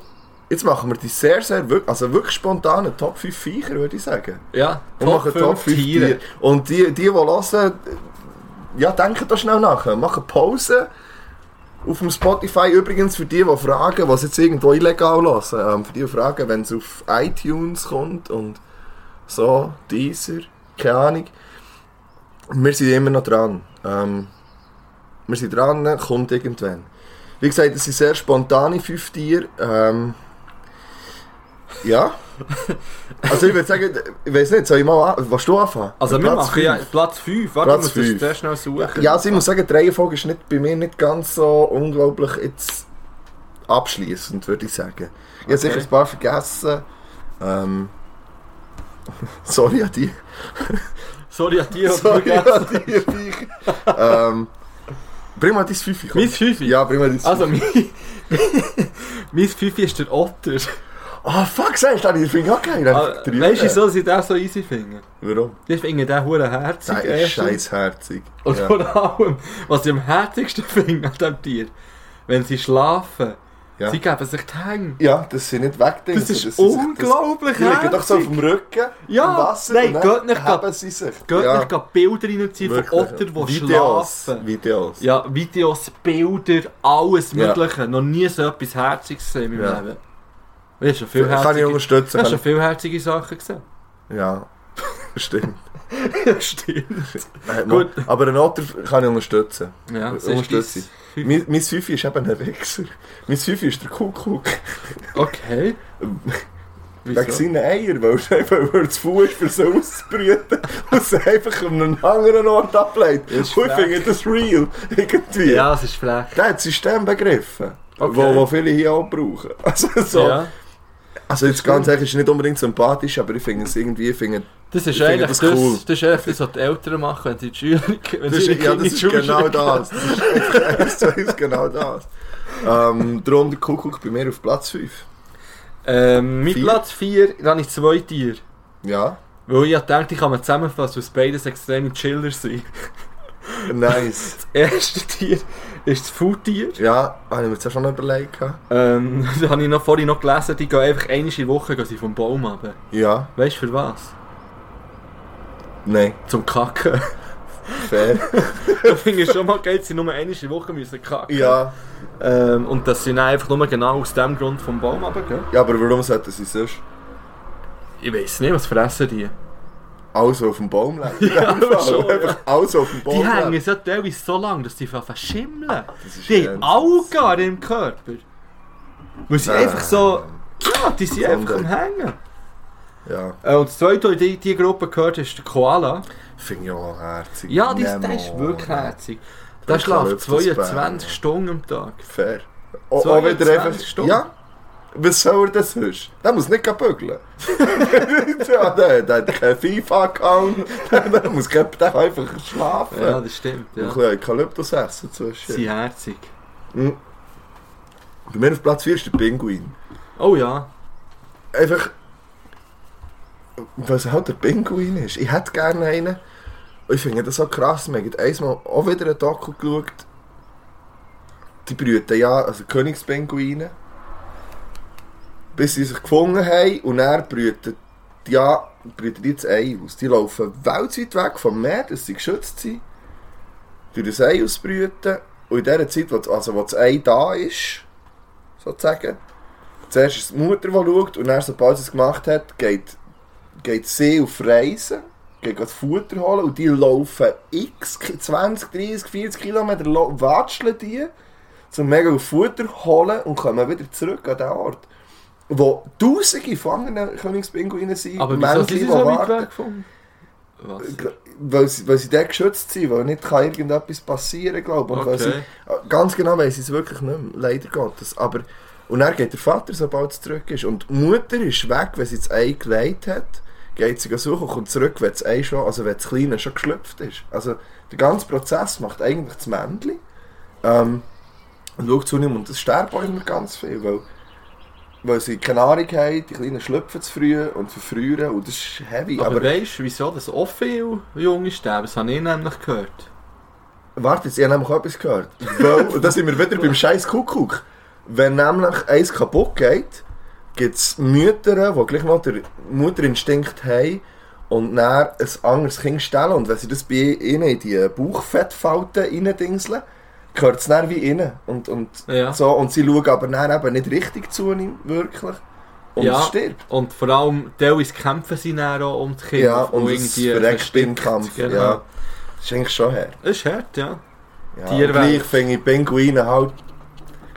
B: Jetzt machen wir die sehr, sehr, wirk- also wirklich spontane Top 5 Viecher, würde ich sagen.
A: Ja,
B: Wir machen Top 5 Tiere. Und die, die, die hören, äh, ja, denken da schnell nach. Machen Pause. Auf dem Spotify übrigens für die, die fragen, was jetzt irgendwo illegal hören. Ähm, für die, die fragen, wenn es auf iTunes kommt und so, dieser, keine Ahnung. Wir sind immer noch dran. Ähm, wir sind dran, kommt irgendwann. Wie gesagt, es sind sehr spontane fünf Tiere. Ähm, ja. Also ich würde sagen, ich weiß nicht, soll ich mal an, willst du anfangen?
A: Also
B: Mit
A: wir
B: Platz
A: machen ja Platz 5. Warte,
B: Platz
A: Platz muss
B: fünf.
A: das sehr schnell suchen.
B: Ja, also ich muss sagen, die Reihenfolge ist nicht, bei mir nicht ganz so unglaublich jetzt abschließend, würde ich sagen. Ich habe sicher ein paar vergessen. Ähm, sorry an die.
A: Sorry an die,
B: Sorry
A: die
B: an die. Viecher. ähm, bring mal dein Fünfe. komm.
A: Mein 5?
B: Ja, bring mal dein
A: Also mein... mein 5 ist der Otter. Ah,
B: Ah, fuck, sagst du, ich finde auch geil. dann hab ich drei.
A: Weißt du, wieso dass ich den so easy finde?
B: Warum?
A: Ich finde den hure herzig.
B: Nein, ist
A: erstens.
B: scheissherzig.
A: Und
B: Ja.
A: vor allem, was ich am herzigsten finde an diesem Tier, wenn sie schlafen,
B: Ja.
A: sie geben sich die Hänge.
B: Ja, also das sind nicht wegdenken.
A: Das ist unglaublich
B: Die liegen doch so auf dem Rücken,
A: Ja,
B: im Wasser,
A: nein,
B: und dann
A: geht nicht,
B: heben sie sich.
A: Geht
B: ja,
A: nicht gerade Bilder reinziehen von
B: wirklich.
A: Ottern, die
B: Videos,
A: schlafen.
B: Videos.
A: Ja, Videos, Bilder, alles
B: Ja.
A: Mögliche. Noch nie so etwas Herziges gesehen in meinem
B: Ja.
A: Leben. Ich habe schon viel
B: Kann ich
A: herzige,
B: unterstützen.
A: ich hab schon
B: Kann
A: viel herzige Sachen gesehen.
B: ich, ja, stimmt.
A: Ja, stimmt.
B: Nein,
A: Gut.
B: Mann. Aber einen Otter kann ich unterstützen.
A: Ja, das
B: Unterstütze.
A: ist dein-
B: Mein, mein Fifi ist eben ein Wichser. Mein Fifi ist der Kuckuck.
A: Okay.
B: Ähm, Wegen seinen Eier, weil er, weil er zu faul ist, für sie auszubrüten und sie einfach an einen anderen Ort ableitet. Und ich
A: Ist
B: finde das real. Irgendwie.
A: Ja, es ist frech.
B: Der hat das System begriffen,
A: Okay.
B: wo, wo viele hier auch brauchen. Also, so.
A: Ja.
B: also jetzt ganz ehrlich, ist nicht unbedingt sympathisch, aber ich finde es irgendwie... Ich finde,
A: Das ist
B: Ich finde
A: eigentlich das,
B: das
A: das,
B: cool.
A: ist eigentlich das, was die Eltern machen, wenn sie die Schüler wenn
B: das
A: sie
B: ist,
A: ihre
B: ja,
A: Kinder
B: das
A: in die
B: ist
A: Schule
B: genau
A: schicken.
B: das. Das ist eins zu eins genau das. Ähm, darum der Kuckuck bei mir auf Platz 5.
A: Ähm, mit
B: Vier.
A: Platz 4 habe ich zwei Tiere.
B: Ja,
A: Weil ich dachte, ich kann man zusammenfassen, dass beides extreme Chiller sind.
B: nice.
A: Das erste Tier ist das Foodtier.
B: Ja, habe ich mir jetzt auch schon überlegt. gehabt.
A: Ähm, da habe ich noch vorhin noch gelesen, die gehen einfach einmal in der Woche gehen sie vom Baum runter.
B: Ja,
A: Weißt du für was?
B: nein,
A: Zum Kacken.
B: fair.
A: da finde ich schon mal geil, dass sie nur einmal in der Woche müssen kacken
B: Ja,
A: Ähm, und dass sie dann einfach nur genau aus dem Grund vom Baum runtergehen.
B: ja aber warum sollten sie sonst
A: Ich weiß nicht, was fressen die?
B: alles auf dem Baum leben?
A: Ja, aber schon,
B: Einfach alles auf dem Baum
A: Die
B: leben.
A: hängen so teilweise so lange, dass die anfangen zu schimmeln.
B: Ah, ist
A: Die haben
B: Wahnsinn.
A: Augen im Körper. Weil sie
B: Äh.
A: einfach so... Ja, die sind einfach am
B: Gesundheit.
A: Hängen.
B: Ja.
A: Äh, Und das zweite, das in diese Gruppe gehört, ist der Koala.
B: Finde ich auch herzig.
A: Ja, die, der
B: Nemo.
A: ist wirklich herzig. Der
B: Der
A: schläft
B: Eukalyptus-
A: 22 Stunden am Tag.
B: Fair. Auch,
A: So,
B: auch wieder
A: 20
B: einfach.
A: Stunden.
B: Ja. Was soll er das sonst? Der muss nicht bügeln. ja, der, der hat keinen FIFA-Account. Der muss kein- der kann einfach schlafen.
A: Ja, das stimmt.
B: Und
A: Ja.
B: Ein bisschen Eukalyptus essen zwischen.
A: Sie sind herzig.
B: Bei mir auf Platz 4 ist der Pinguin.
A: Oh ja.
B: Einfach. Was halt der Pinguin ist. Ich hätte gerne einen. Und ich finde das so krass. Wir haben einmal auch wieder einen Doku geschaut. Die brüten ja, also Königspinguine. Bis sie sich gefunden haben und er brütet ja, brütet jetzt Ei aus. Die laufen weltweit weg dus vom Meer, dass sie geschützt sind. Durch das Ei ausbrüten. Und in dieser Zeit, wo das, also wo das Ei da ist, sozusagen, zuerst ist die Mutter, die schaut, und dann, sobald sie es gemacht hat, geht, geht sie auf Reisen, geht das Futter holen und die laufen x, Ki- 20, 30, 40 Kilometer, lo- watscheln die, zum mega auf Futter holen und kommen wieder zurück an den Ort. Wo tausende von anderen Königspinguinen sind,
A: Aber wieso
B: Männchen,
A: sind sie
B: die Äh,
A: so weit
B: warten.
A: weg vom... Was?
B: Weil sie, weil sie dort geschützt sind, weil nicht kann irgendetwas passieren glaube ich. Und weil
A: Okay.
B: Sie, ganz genau weiss ich es wirklich nicht mehr, leider Gottes. Aber, und dann geht der Vater, sobald es zurück ist. Und die Mutter ist weg, wenn sie das Ei gelegt hat, geht sie suchen und kommt zurück, wenn das Ei schon, also wenn das Kleine schon geschlüpft ist. Also der ganze Prozess macht eigentlich das Männchen. Ähm, und schaut zu ihm und es sterben auch immer ganz viel, weil, weil sie keine Ahnung haben, die Kleinen schlüpfen zu früh und verfrieren und das ist heavy.
A: Aber,
B: Aber,
A: weißt du, wieso das auch viele Junge sterben? Das habe ich nämlich gehört.
B: Warte, jetzt, ich habe nämlich auch etwas gehört. Weil, und da sind wir wieder beim scheiß Kuckuck. Wenn nämlich eins kaputt geht, gibt es Mütter, die gleich noch den Mutterinstinkt haben und dann ein anderes Kind stellen. Und wenn sie das bei ihnen in die Bauchfettfalten reindingseln, gehört es dann wie innen. Und, und,
A: Ja.
B: so. und sie schauen aber dann eben nicht richtig zu ihm, wirklich. Und
A: Ja.
B: es stirbt.
A: Und vor allem, teilweise kämpfen sie dann auch um die Kinder.
B: Ja, und
A: die
B: es
A: irgendwie
B: verreckt im
A: versteckt,
B: Kampf.
A: Genau.
B: Ja. Das ist eigentlich schon her.
A: Das ist hart, ja.
B: Ja,
A: Tierwelt.
B: und Gleich finde ich Pinguine halt.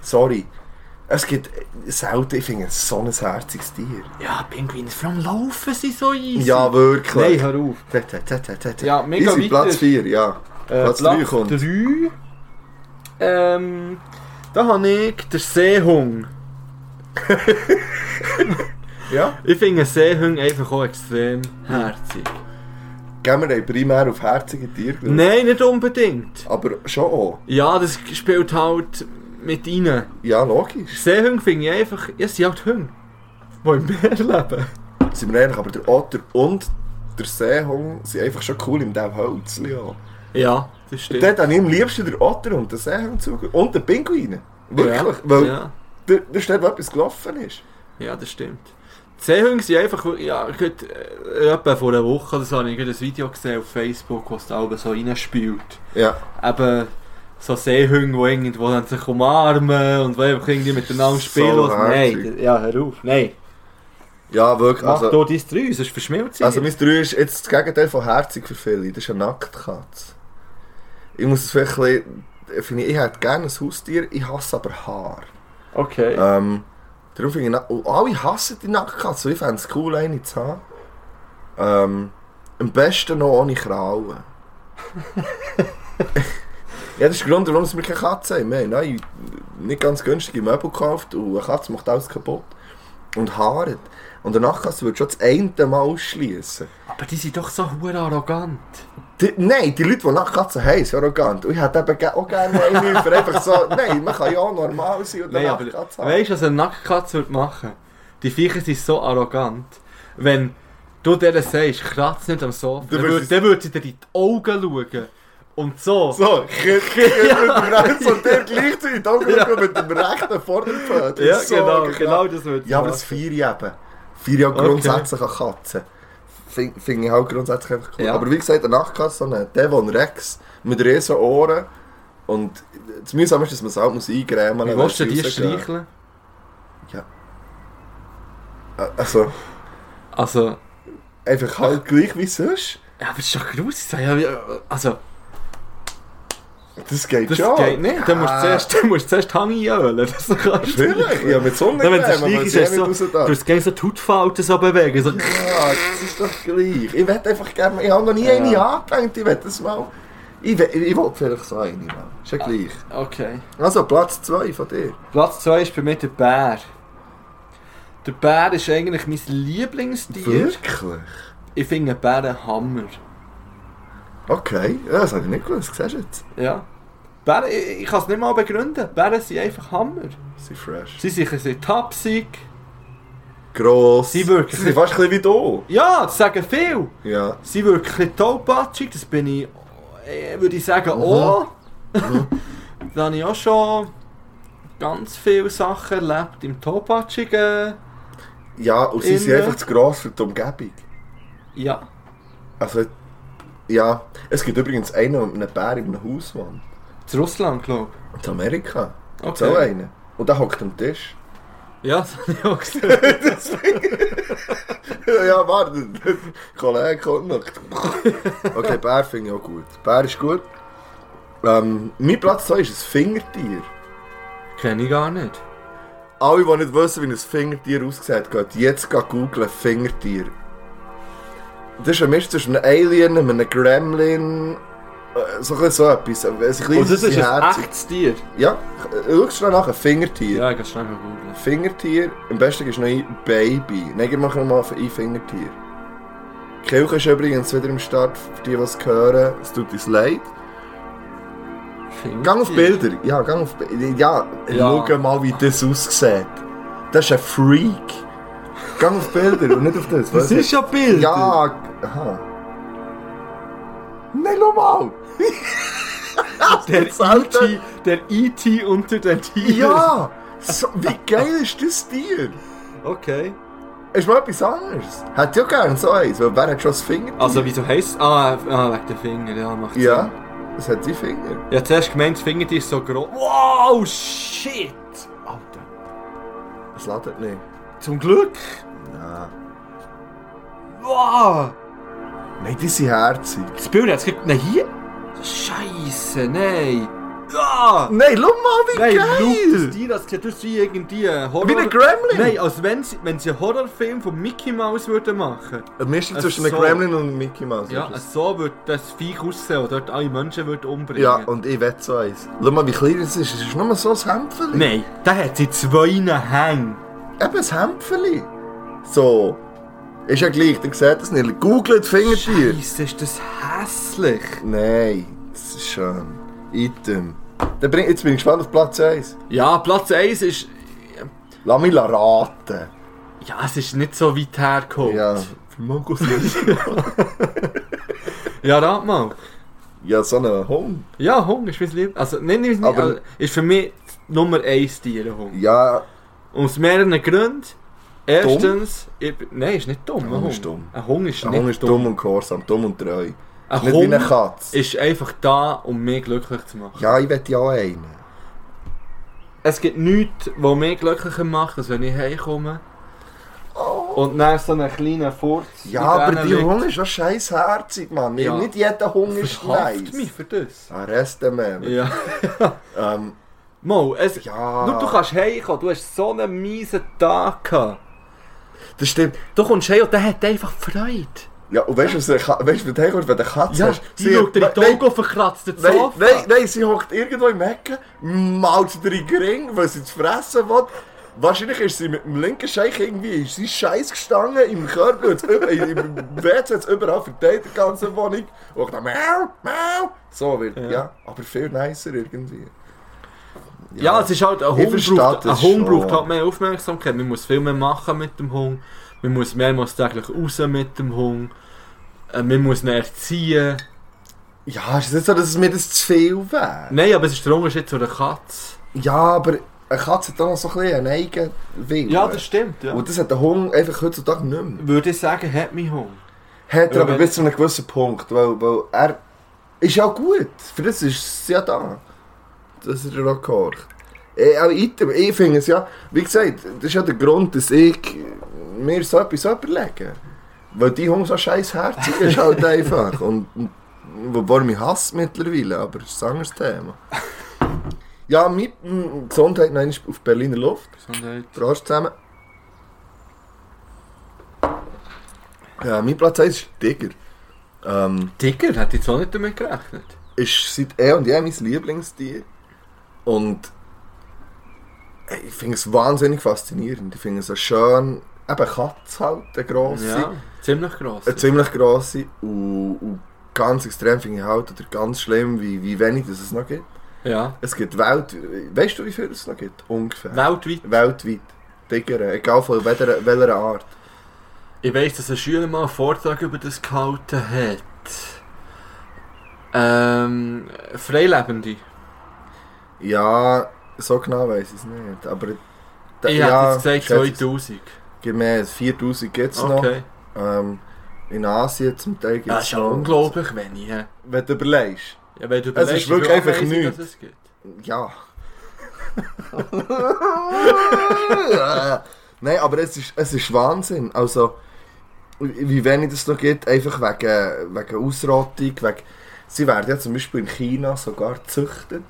B: Sorry. Es gibt selten, ich finde es so ein herziges Tier.
A: Ja, Pinguine, vor allem laufen sie so easy.
B: Ja, wirklich.
A: Nein, hör auf.
B: Tä, tä, tä, tä, tä, tä.
A: Ja, mega
B: Easy,
A: weiter.
B: Platz 4, ja.
A: Äh,
B: Platz drei kommt.
A: drei. Ähm, da habe ich den Seehung.
B: Ja?
A: Ich finde Seehung einfach auch extrem herzig.
B: Gehen wir haben primär auf herzige Tiere geschaut.
A: Nein, nicht unbedingt.
B: Aber schon auch.
A: Ja, das spielt halt mit rein.
B: Ja, logisch.
A: Seehunde finde ich einfach, ja, sie sind halt Hunde, die im Meer leben.
B: Sind wir ehrlich, aber der Otter und der Seehund sind einfach schon cool in diesem Holz. Ja.
A: Ja, das stimmt.
B: Dort habe ich am liebsten den Otter und den Seehund zugehört. Und den Pinguine. Wirklich. Weil
A: ja,
B: da, da ist dort, wo etwas gelaufen ist.
A: ja, das stimmt. Die Seehunde sind einfach, ja, gut, äh, etwa vor einer Woche oder so habe ich gerade ein Video gesehen auf Facebook, was da oben so reinspielt.
B: Ja.
A: Eben so Seehunde, die irgendwo dann sich umarmen und die einfach irgendwie miteinander
B: So
A: spielen. nein,
B: herzig.
A: ja, hör auf, nein.
B: Ja, wirklich.
A: Mach
B: Also,
A: doch dein Drei, sonst verschmilzt sie.
B: also mein 3 ist jetzt das Gegenteil von herzig für viele. Das ist eine Nacktkatze. Ich muss es vielleicht ein bisschen... äh, Finde ich, ich hätte gerne ein Haustier, ich hasse aber Haar.
A: okay.
B: Ähm, darum finde ich... Na- Und alle hassen die Nacktkatze. weil Ich fände es cool, eine zu haben. Ähm, am besten noch ohne Krauen. ja, das ist der Grund, warum wir keine Katze haben. Wir haben neue, nicht ganz günstige Möbel gekauft und eine Katze macht alles kaputt. Und haaret. Und eine Nachtkatze würde schon das eine Mal ausschließen.
A: Aber die sind doch so hure arrogant.
B: Die, nein, die Leute, die Nachtkatzen haben, sind arrogant. Und ich hätte eben ge- auch gerne eine für einfach so... Nein, man kann ja auch normal sein und eine
A: Nein, aber
B: Nachtkatze haben.
A: weißt du, was eine Nacktkatze würde machen? Die Viecher sind so arrogant, wenn du denen sagst, kratz nicht am Sofa,
B: Dann
A: dann
B: würd
A: würde,
B: sie-
A: dann würde sie dir in die Augen schauen. Und so.
B: So, ich ja. mit dem und der gleichzeitig auch ja. mit dem rechten Vorderpfad.
A: ja,
B: so
A: genau,
B: krass.
A: genau das würde sie
B: Ja, aber das
A: machen.
B: vier eben. Vier ja
A: Okay.
B: grundsätzlich okay. Katzen. Finde find ich halt grundsätzlich einfach cool.
A: Ja.
B: Aber wie gesagt, eine Nachtkatze, so eine eh, Devon Rex mit riesen Ohren. Und das Mühsame ist, dass man es halt muss eingrämen muss.
A: Wie
B: wenn
A: willst du
B: sie
A: die
B: rausgehen.
A: streicheln?
B: Also,
A: Also,
B: einfach halt gleich wie sonst.
A: ja, aber das ist doch gruselig. Ja, wie- Also,
B: Das geht
A: das
B: schon.
A: geht nicht. Dann musst du
B: Ah.
A: zuerst, dann musst du zuerst Hang einölen. Das kannst du
B: Natürlich, ja, mit Sonne
A: Dann, wenn du schleichst, ist es so, du
B: Dus-
A: hast gegen so die Hautfalten so bewegen. So.
B: Ja, das ist doch gleich. Ich werde einfach gerne. Ich habe noch nie
A: Ja.
B: eine angedenkt. Ich werde das mal. Ich, we- ich wollte vielleicht so eine mal. Ist ja gleich.
A: Okay.
B: Also Platz 2 von dir.
A: Platz 2 ist bei mir der Bär. Der Bär ist eigentlich mein Lieblingstier.
B: Wirklich?
A: Ich finde Bären Hammer.
B: Okay, ja, das habe ich nicht gewusst. Siehst du jetzt?
A: Ja. Bären, ich, ich kann es nicht mal begründen. Bären sind einfach Hammer.
B: Sie sind fresh.
A: Sie sind, sie sind tapsig.
B: Gross.
A: Sie wirklich-
B: Sie sind fast ein bisschen wie
A: Ja, das sagen viel.
B: du. Ja.
A: Sie sind wirklich ein bisschen tollpatschig. Das bin ich, äh, würde ich sagen, auch. da habe ich auch schon ganz viele Sachen erlebt im tollpatschigen.
B: Ja, und sie sind
A: Innen.
B: einfach zu gross für die Umgebung.
A: Ja.
B: Also, ja. Es gibt übrigens einen mit einem Bär in einem Haus wohnt.
A: Zu Russland, glaube
B: In Amerika.
A: ich.
B: So einen. Und der hockt am Tisch.
A: Ja, das habe ich auch gesehen.
B: ja, warte. Kollege kommt noch. Okay, Bär finde ich auch gut. Bär ist gut. Ähm, mein Platz 2 ist ein Fingertier.
A: Kenne ich gar nicht.
B: Alle, die nicht wissen, wie ein Fingertier aussieht, geht jetzt gehen googlen Fingertier. Das ist ein Mist zwischen einem Alien, einem Gremlin, äh, so, ein- so etwas. Ein kleines
A: Und Oh, das ist ein
B: herzig.
A: echtes Tier.
B: Ja, schau nach, ein Fingertier.
A: Ja, ich kann schnell mal googeln.
B: Fingertier, am besten ist noch ein Baby. Nein, gib mal mal auf ein Fingertier. Die Kirche ist übrigens wieder am Start, für die, die es hören. Es tut uns leid.
A: Fingertier.
B: Gang auf Bilder. Ja, gang auf Bilder. Ja,
A: Ja.
B: schau mal, wie das aussieht. Das ist ein Freak. Gang auf Bilder und nicht auf das.
A: Das
B: weißt du?
A: ist ja Bild.
B: Ja, g- aha. Nein, schau mal.
A: der
B: das Alter.
A: E.T. Der E.T. unter den Tieren.
B: Ja. So, wie geil ist das Tier?
A: Okay.
B: Ist mal etwas anderes. Hätte ich auch gerne so eins, weil wer hat schon das Finger?
A: Also wieso heisst es? Ah, ah, wegen den Fingern, ja, macht
B: Ja,
A: Sinn.
B: es hat die Finger.
A: Ja, zuerst gemeint, das Finger ist so groß. Wow, shit! Alter.
B: Es ladet nicht.
A: Zum Glück!
B: Nein.
A: Wow!
B: Nein, die sind herzig.
A: Das Bild hat es gibt. Nein, hier? Scheiße, nein! Ah. Ja!
B: Nein, schau mal,
A: Nein,
B: wie
A: Luke, das
B: geil!
A: Tier, das sieht aus wie irgendwie ein äh, Horror...
B: Wie ein Gremlin!
A: Nein, als wenn sie, wenn sie einen Horrorfilm von Mickey Mouse würden machen.
B: Eine Mischung
A: Ein
B: zwischen einem
A: Soul.
B: Gremlin und einem Mickey Mouse.
A: Ja,
B: ist
A: so würde das Viech aussehen, oder dort alle Menschen würde
B: es.
A: umbringen.
B: ja, und ich will so eins. Schau mal, wie klein es ist. Es ist nur so ein Hämpfchen.
A: Nein, der hat sie zwei Hängen.
B: Eben ein Hämpfchen. So. Ist ja gleich, ihr seht es nicht. Googelt Fingertier.
A: Scheisse, ist das hässlich.
B: Nein, das ist schön. Item. Dann bring, jetzt bin ich gespannt auf Platz 1.
A: Ja, Platz 1 ist...
B: Lass mich raten.
A: Ja, es ist nicht so weit hergeholt.
B: Ja. Für Mangos nicht.
A: ja rat mal.
B: ja, so ein Hund.
A: Ja, Hund ist mein Lieb. Also, nicht, nicht,
B: Aber-
A: aber ist für mich Nummer 1 Tier, ein Hund.
B: Ja,
A: Aus mehreren Gründen. Erstens, ich, bin- nein, ist nicht dumm. Ein
B: Hund
A: Hund
B: ist dumm.
A: Ein Hund ist
B: der
A: nicht
B: Hund ist
A: dumm.
B: dumm und gehorsam, dumm und treu.
A: Ein
B: Nicht wie
A: Hund
B: eine Katze.
A: ist einfach da, um mich glücklich zu machen.
B: Ja, ich will ja auch einen.
A: Es gibt nichts, was mich glücklicher macht, als wenn ich heimkomme. Und dann so einen kleinen Furz.
B: Oh. Ja,
A: mit
B: aber
A: denen
B: die
A: liegt.
B: Hund ist doch scheissherzig, Mann.
A: Ja.
B: Nicht jeder Hund ist
A: Verhaftet mich
B: nice. Ah,
A: für das.
B: Arreste, man.
A: dus. Ja.
B: Ähm,
A: Mo, es,
B: Ja.
A: Nur du kannst heimkommen, du hast so einen miesen Tag gehabt.
B: das stimmt.
A: Du kommst heim und der hat einfach Freude.
B: Ja, und weißt du, was eine Ka- weißt du, wenn du heimkommst, wenn du eine Katze
A: Ja,
B: hast?
A: die schaut dir in die
B: Nein,
A: Augen verkratzt den
B: Nein,
A: Sofa.
B: nein, nein, sie hockt irgendwo im Ecken, malt drei Gring, weil sie zu fressen will. Wahrscheinlich ist sie mit dem linken Scheich irgendwie ist sie scheiß gestanden im Körper und hat's über, im WC hat es überall verteilt, die ganze Wohnung. Und dann miau, miau. So wird, ja. Aber viel nicer irgendwie.
A: Ja, es ist halt, ein
B: Ich
A: Hund,
B: verstehe
A: braucht, ein
B: das
A: Hund
B: schon.
A: braucht halt mehr Aufmerksamkeit. Man muss viel mehr machen mit dem Hund. Man muss mehrmals täglich raus mit dem Hund. Äh, Man muss ihn erziehen.
B: Ja, ist es nicht so, dass es mir das zu viel wäre?
A: Nein, aber es ist der Unterschied zu einer Katze.
B: Ja, aber eine Katze hat doch noch so ein bisschen einen eigenen Willen.
A: stimmt, ja.
B: Und das hat der Hund einfach heutzutage nicht mehr.
A: Würde ich sagen, hat mein Hund.
B: Hat
A: Ja,
B: er aber
A: wenn-
B: bis zu einem gewissen Punkt, weil, weil er ist ja gut. Für das ist es ja da. Das ist ja noch gehorcht. Ich, auch item, ich finde es ja, wie gesagt, das ist ja der Grund, dass ich mir so etwas überlege. Weil die Hunde so scheiß herzig ist halt einfach. Und, und wobei mich hasst mittlerweile, aber das ist ein anderes Thema. Ja, mit m, Gesundheit nein, ist auf Berliner Luft.
A: Gesundheit.
B: Prost zusammen. Ja, mein Platz 1 ist Digger. Ähm,
A: Digger, hätte ich jetzt auch nicht damit gerechnet.
B: ist seit eh und je mein Lieblingstier. Und ich finde es wahnsinnig faszinierend. Ich finde es so schön. Eben Katze halt, eine grosse.
A: Ja, ziemlich gross.
B: Eine ziemlich grosse. Und, und ganz extrem finde ich halt, oder ganz schlimm, wie, wie wenig das es noch gibt.
A: Ja.
B: Es gibt Welt... Weißt du, wie viel es noch gibt? Ungefähr.
A: Weltweit.
B: Weltweit. Digger, egal von welcher, welcher Art.
A: Ich weiss, dass ein Schüler mal einen Vortrag über das gehalten hat. Ähm, Freilebende.
B: Ja, so genau weiß ich es nicht. Aber da-
A: Ich
B: ja,
A: hätte jetzt
B: schätze
A: gesagt
B: ich,
A: 2000.
B: Gemäß 4000 gibt es
A: Okay.
B: noch. Ähm, in Asien zum Teil gibt es
A: Das ist ja unglaublich wenig. hä?
B: Wenn du überlegst.
A: Ja, wenn du
B: Es
A: überlegst,
B: ist wirklich
A: wie viel
B: einfach
A: Anweisungen
B: nichts.
A: es gibt.
B: Ja. Nein, aber es ist, es ist Wahnsinn. Also, wie wenig das noch gibt, einfach wegen, wegen Ausrottung. Wegen, sie werden ja zum Beispiel in China sogar gezüchtet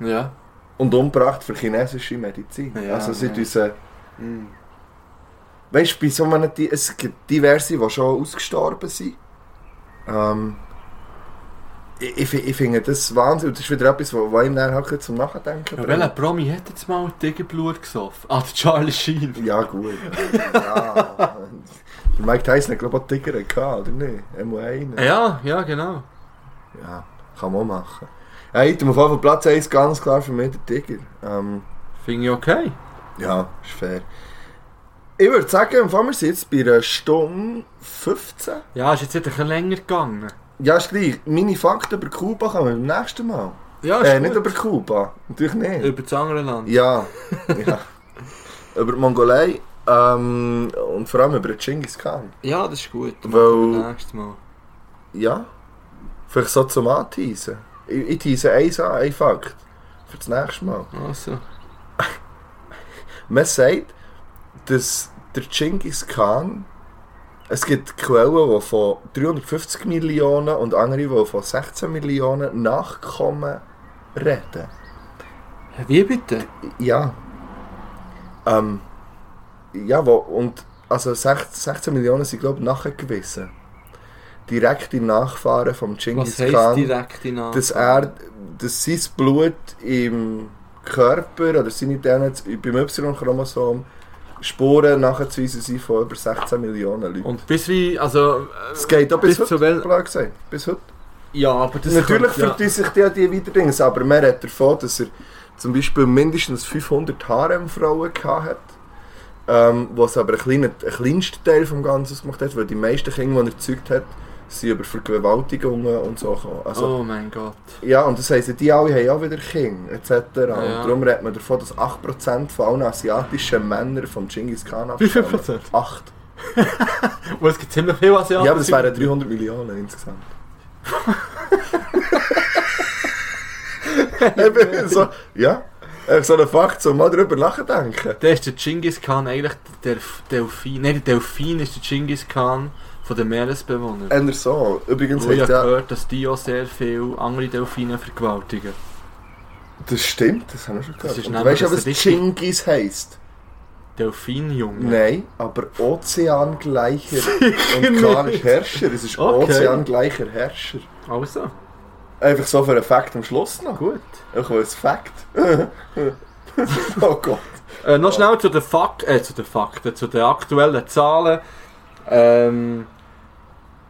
A: Ja.
B: und umgebracht für chinesische Medizin.
A: Ja,
B: also, sie
A: ja. Mhm.
B: tun sie Weißt du, bei so einem Tier, es gibt diverse, die schon ausgestorben sind. Ähm, ich, ich, fi- ich finde das Wahnsinn. und Das ist wieder etwas, was einem dann halt zum Nachdenken
A: Ja, welcher Promi hat jetzt mal Tigerblut gesoffen? Ah, der Charlie Sheen.
B: Ja, gut. ja. Der Mike Tyson hat, glaube ich, auch Tiger gehabt, oder nicht? Er muss einen.
A: Ja, ja, genau.
B: Ja, kann man auch machen. Hey, du musst auf jeden Fall Platz 1 ganz klar für mich der Tiger. Ähm,
A: Finde ich okay.
B: ja, ist fair. Ich würde sagen, im Fall, wir sind jetzt bei einer Stunde 15.
A: Ja, ist jetzt wieder ein bisschen länger gegangen.
B: Ja, ist gleich. Meine Fakten über Kuba kommen beim nächsten Mal.
A: Ja,
B: Äh,
A: Ah, gut.
B: nicht über Kuba. Natürlich nicht.
A: Über das andere Land.
B: Ja. ja. über die Mongolei Ähm, und vor allem über den Genghis Khan.
A: Ja, das ist gut. Dann
B: Weil-
A: machen wir nächstes Mal.
B: Ja. Vielleicht so zum Anteasen. Ich, ich tease eins an, ein Fakt. Für das nächste Mal.
A: Also.
B: Man sagt, dass der Genghis Khan. Es gibt Quellen, die von 350 Millionen und andere, die von 16 Millionen Nachkommen reden.
A: Wie bitte?
B: Ja. Ähm, ja, wo, und also 16, 16 Millionen sind, glaube ich, nachgewiesen. Direkte Nachfahren vom Genghis
A: Was
B: Khan.
A: heisst direkte Name?
B: dass er dass sein Blut im Körper oder seine DNA beim Y-Chromosom Spuren nachzuweisen sind von über 16 Millionen Leuten.
A: Und bis wie, also...
B: es geht auch bis,
A: bis zu
B: heute,
A: wel-
B: blöd gesagt, bis heute.
A: Ja, aber das
B: Natürlich
A: könnte, ja.
B: verdient sich die, die Weiterdings, aber man redet davon, dass er zum Beispiel mindestens 500 Haremfrauen hat. Ähm, was aber ein kleiner, ein kleinster Teil vom Ganzen gemacht hat, weil die meisten Kinder, die er gezeugt hat, sind über Vergewaltigungen und so gekommen. Also,
A: Oh mein Gott.
B: ja, und das heisst, die alle haben auch wieder Kinder, etc.
A: Ja.
B: Und darum redet man davon, dass 8% von allen asiatischen Männern vom Genghis Khan
A: Wie viel Prozent?
B: 8.
A: Oh, es gibt ziemlich viel Asiaten.
B: Ja, aber das wären 300 Millionen insgesamt. Eben, so, ja, Einfach so ein Fakt, so mal drüber nachdenken.
A: Der ist der Genghis Khan eigentlich der Delf- Delfin. Nein, der Delfin ist der Genghis Khan von den Meeresbewohnern.
B: Einer so. Übrigens,
A: Wo ich
B: hat
A: habe
B: Äh, ja,
A: gehört, dass die auch sehr viele andere Delfine vergewaltigen.
B: das stimmt, das haben wir schon gehört.
A: ist
B: Und du
A: nämlich
B: weißt ja, was
A: ein richtig-
B: Genghis heisst?
A: Delfinjunge.
B: Nein, aber Ozeangleicher und Khan ist
A: nicht.
B: Herrscher. Es ist
A: Okay.
B: Ozeangleicher Herrscher.
A: Also,
B: Einfach so für einen Fakt am Schluss noch.
A: gut.
B: Ich will ein Fakt. oh Gott.
A: Äh, noch schnell zu den, Fak äh, zu den Fakten, zu den aktuellen Zahlen. Ähm,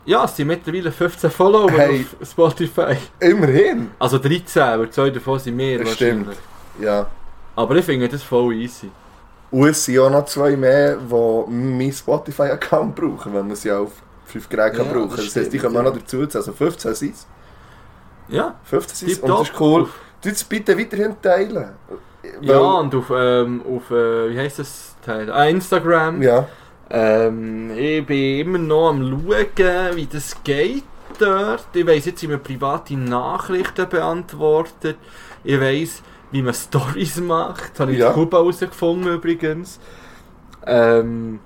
A: ja, es sind mittlerweile 15 Follower
B: Hey.
A: auf Spotify.
B: Immerhin.
A: Also 13, aber zwei davon sind mehr
B: Das
A: wahrscheinlich.
B: stimmt. Ja.
A: Aber ich finde das voll easy.
B: Und es sind auch noch zwei mehr, die meinen Spotify-Account brauchen, wenn man es ja auf fünf Geräte
A: Ja,
B: kann brauchen
A: das
B: Das heisst, ich
A: stimmt,
B: kann man
A: ja.
B: noch dazu zählen. Also 15 sind es.
A: Ja,
B: 15 sind es. Und
A: Tipptopp.
B: das ist cool. Du es bitte weiterhin teilen. Weil-
A: ja und auf, ähm, auf äh, wie heisst das Teil? Ah, Instagram.
B: Ja.
A: Ähm, ich bin immer noch am schauen, wie das geht dort. Ich weiss, jetzt wie man private Nachrichten beantwortet. Ich weiss, wie man Stories macht. Das habe ich
B: Ja.
A: ja. in Kuba herausgefunden übrigens. Ähm,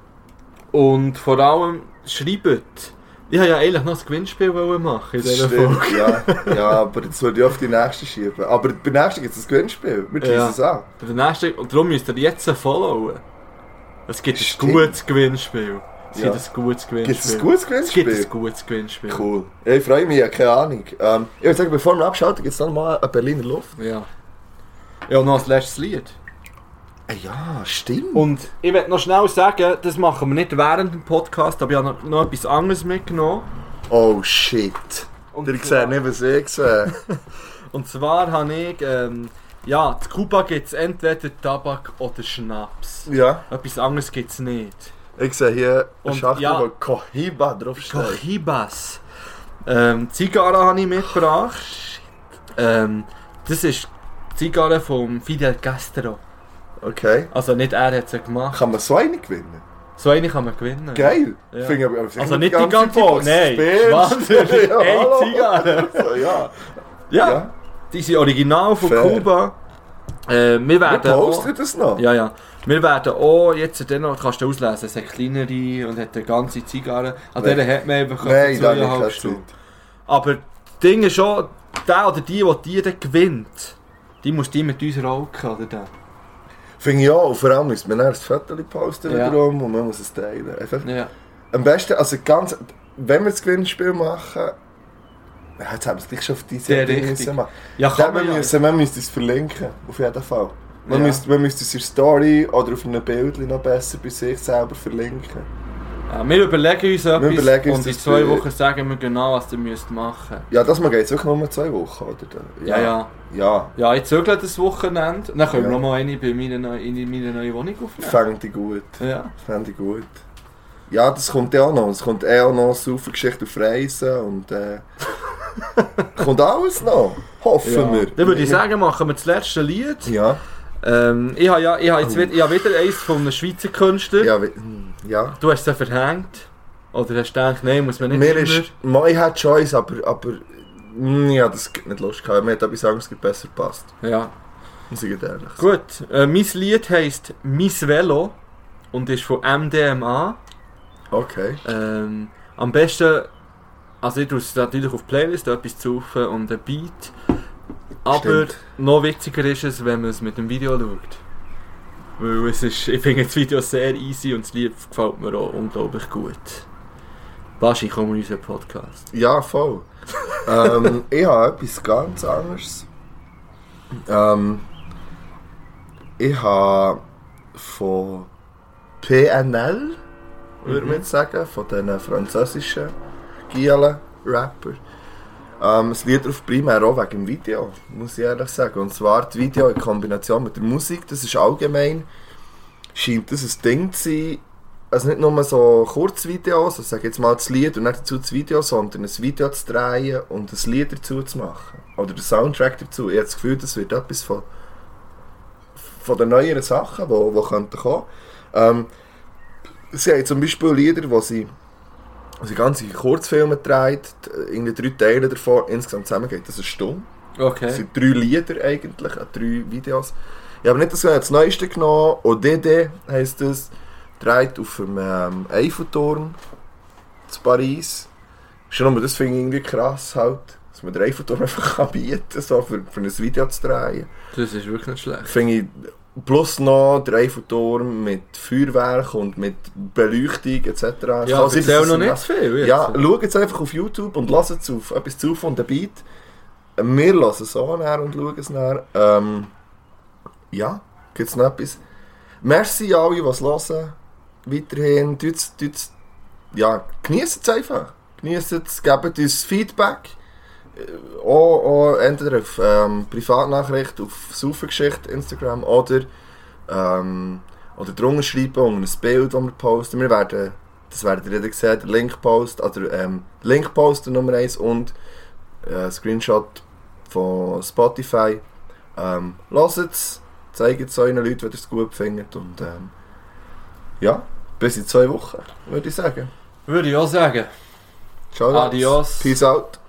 A: und vor allem, schreibt. Ich wollte ja eigentlich noch ein Gewinnspiel wollen machen in
B: Das
A: dieser Folge.
B: stimmt. Ja. ja, aber das würde ich auf die nächste schieben. Aber bei der nächsten gibt es ein Gewinnspiel. Wir schließen
A: Ja.
B: es an.
A: Bei der nächsten, und darum müsst ihr jetzt followen. Es gibt
B: Stimmt.
A: ein gutes Gewinnspiel. Es
B: Ja.
A: gibt ein gutes Gewinnspiel.
B: Gibt es ein gutes
A: Es gibt
B: Gewinnspiel?
A: ein gutes Gewinnspiel.
B: Cool. Ja, ich freue mich, ja, keine Ahnung. Ähm, ich würde sagen, bevor wir abschalten, gibt es noch mal eine Berliner Luft.
A: Ja. Ja, noch als letztes Lied.
B: Ah Ja, stimmt.
A: Und ich werde noch schnell sagen, das machen wir nicht während dem Podcast, aber ich habe noch, noch etwas anderes mitgenommen.
B: oh shit.
A: Und
B: Ihr
A: zwar-
B: seht nicht, was ich sehe.
A: Und zwar habe ich, ähm, ja, in Kuba gibt es entweder Tabak oder Schnaps.
B: ja,
A: Etwas anderes gibt es nicht.
B: ich sehe hier eine
A: Und
B: Schachtel,
A: ja.
B: wo Cohiba draufsteht.
A: Cojibas. Ähm, Zigarre habe ich
B: Oh,
A: mitgebracht. Ähm, das ist die Zigarre von Fidel Castro.
B: Okay.
A: Also nicht er hat sie gemacht.
B: Kann man so eine gewinnen?
A: So eine kann man gewinnen.
B: Geil.
A: Ja.
B: Finde ich aber aber
A: Also nicht die ganze Box, nein.
B: Spielst.
A: Wahnsinn,
B: Ja,
A: eine
B: hallo.
A: Zigarre.
B: So, ja.
A: Ja,
B: ja.
A: die sind original von
B: Fair.
A: Kuba. Äh, wir
B: Wir
A: werden auch,
B: posten das noch.
A: ja, ja. Wir werden auch jetzt den noch, kannst du auslesen, es hat kleinere und hat eine ganze Zigarre. An
B: Nein.
A: der hat man einfach
B: Nein, da
A: zweieinhalb
B: habe ich keine
A: Stunden.
B: Zeit.
A: Aber das Ding ist schon, der oder die, die die dann gewinnt, die muss die mit uns rauchen, oder der?
B: Finde ich auch. Und vor allem müssen wir dann ein Foto posten
A: Ja.
B: wiederum und man muss es teilen. Einfach
A: Ja.
B: Am besten, also ganz, wenn wir das Gewinnspiel machen, ja, jetzt haben wir es gleich schon auf diese
A: Sehr
B: Idee
A: richtig.
B: müssen machen.
A: Ja,
B: Dann
A: kann
B: wir
A: man ja.
B: müssen, wir müssen es verlinken, auf jeden Fall. Man
A: Ja.
B: müsste man müsste es in der Story oder auf einem Bild noch besser bei sich selber verlinken.
A: ja. Äh, Wir überlegen uns etwas
B: überlegen uns
A: und in
B: das
A: zwei
B: für-
A: Wochen sagen wir genau, was ihr müsst machen
B: Ja, das mal geht es wirklich nur zwei Wochen, oder? Dann-
A: müsst. Ja, ja.
B: Ja,
A: Ja, ich zögle das Wochenende. Dann können
B: Ja.
A: wir noch mal eine bei meiner, neu- in meiner neuen Wohnung aufnehmen.
B: fände ich gut.
A: Ja.
B: Fände ich gut. Ja, das kommt eh auch noch. Es kommt eh auch noch super Geschichte auf Reisen und äh, kommt alles noch. Hoffen wir.
A: Dann würde ich sagen, machen wir das letzte Lied.
B: Ja.
A: Ähm, ich habe ja, ich habe jetzt wieder, ich habe wieder eins von einem Schweizer Künstler.
B: Oh. Ja, wie- hm, ja.
A: Du hast es verhängt. Oder hast du gedacht, nein, muss man nicht
B: Mir
A: immer.
B: ist, man, ich hatte Choice, aber, aber hm, ja, das gibt nicht Lust gehabt. Mir hat etwas anderes besser gepasst.
A: Ja.
B: Muss ich dir ehrlich sagen.
A: Gut, äh, mein Lied heisst Miss Velo und ist von MDMA.
B: Okay.
A: Ähm, am besten, also ich tue es natürlich auf die Playlist, etwas zu rufen und ein Beat. Aber
B: Stimmt.
A: noch witziger ist es, wenn man es mit dem Video schaut. Weil es ist, ich finde das Video sehr easy und das Lied gefällt mir auch unglaublich gut. Baschi, komm in unseren Podcast.
B: Ja, voll. ähm, ich habe etwas ganz anderes. Ähm, ich habe von PNL, würde man jetzt sagen, von diesen französischen Gielen-Rapper. Ähm, das Lied auf primär auch wegen dem Video, muss ich ehrlich sagen. Und zwar das Video in Kombination mit der Musik, das ist allgemein, scheint das ein Ding zu sein, also nicht nur so Kurzvideos, ich sage jetzt mal das Lied und nicht dazu das Video, sondern ein Video zu drehen und ein Lied dazu zu machen. Oder den Soundtrack dazu. Ich habe das Gefühl, das wird etwas von, von den neueren Sachen, die wo, wo könnten kommen. Ähm, sie haben zum Beispiel Lieder, wo sie, wo sie ganze Kurzfilme dreht, äh, irgendwie drei Teile davon, insgesamt zusammengeht. Das ist stumm. Es
A: Okay.
B: sind drei Lieder eigentlich, äh, drei Videos. Ich habe nicht das, ich habe das neueste genommen. ODD heisst es. Dreht auf dem ähm, Eiffelturm zu Paris. Schon nur das finde ich irgendwie krass halt. Dass man den Eiffelturm einfach kann bieten kann, so für, für ein Video zu drehen.
A: Das ist wirklich nicht schlecht.
B: Finde ich plus noch der Eiffelturm mit Feuerwerk und mit Beleuchtung etc.
A: Ja, also
B: Kann sein,
A: ich
B: dass
A: zähle
B: es
A: noch
B: im
A: nicht zu viel. Jetzt.
B: ja, schaut jetzt einfach auf YouTube und lasst es auf etwas zu von der Beat. Wir lassen es auch näher und schauen es näher. Ähm, ja, gibt es noch etwas? Merci alle, die es hören. Weiterhin, tut's, tut's, ja, genießt es einfach. Genießt es, gebt uns Feedback. Äh, Auch, auch entweder auf ähm, Privatnachricht, auf Saufengeschichte, Instagram oder, ähm, oder drunter schreiben und ein Bild, das wir posten. Wir werden das werdet ihr dann sehen, der Link-Post, also ähm, Link-Post der Nummer 1 und äh, Screenshot von Spotify. Ähm, Lasst es, zeigt es euren Leuten, wenn ihr es gut findet und ähm, ja, bis in zwei Wochen, würde ich sagen.
A: Würde ich auch sagen.
B: Ciao,
A: Adios.
B: Peace out.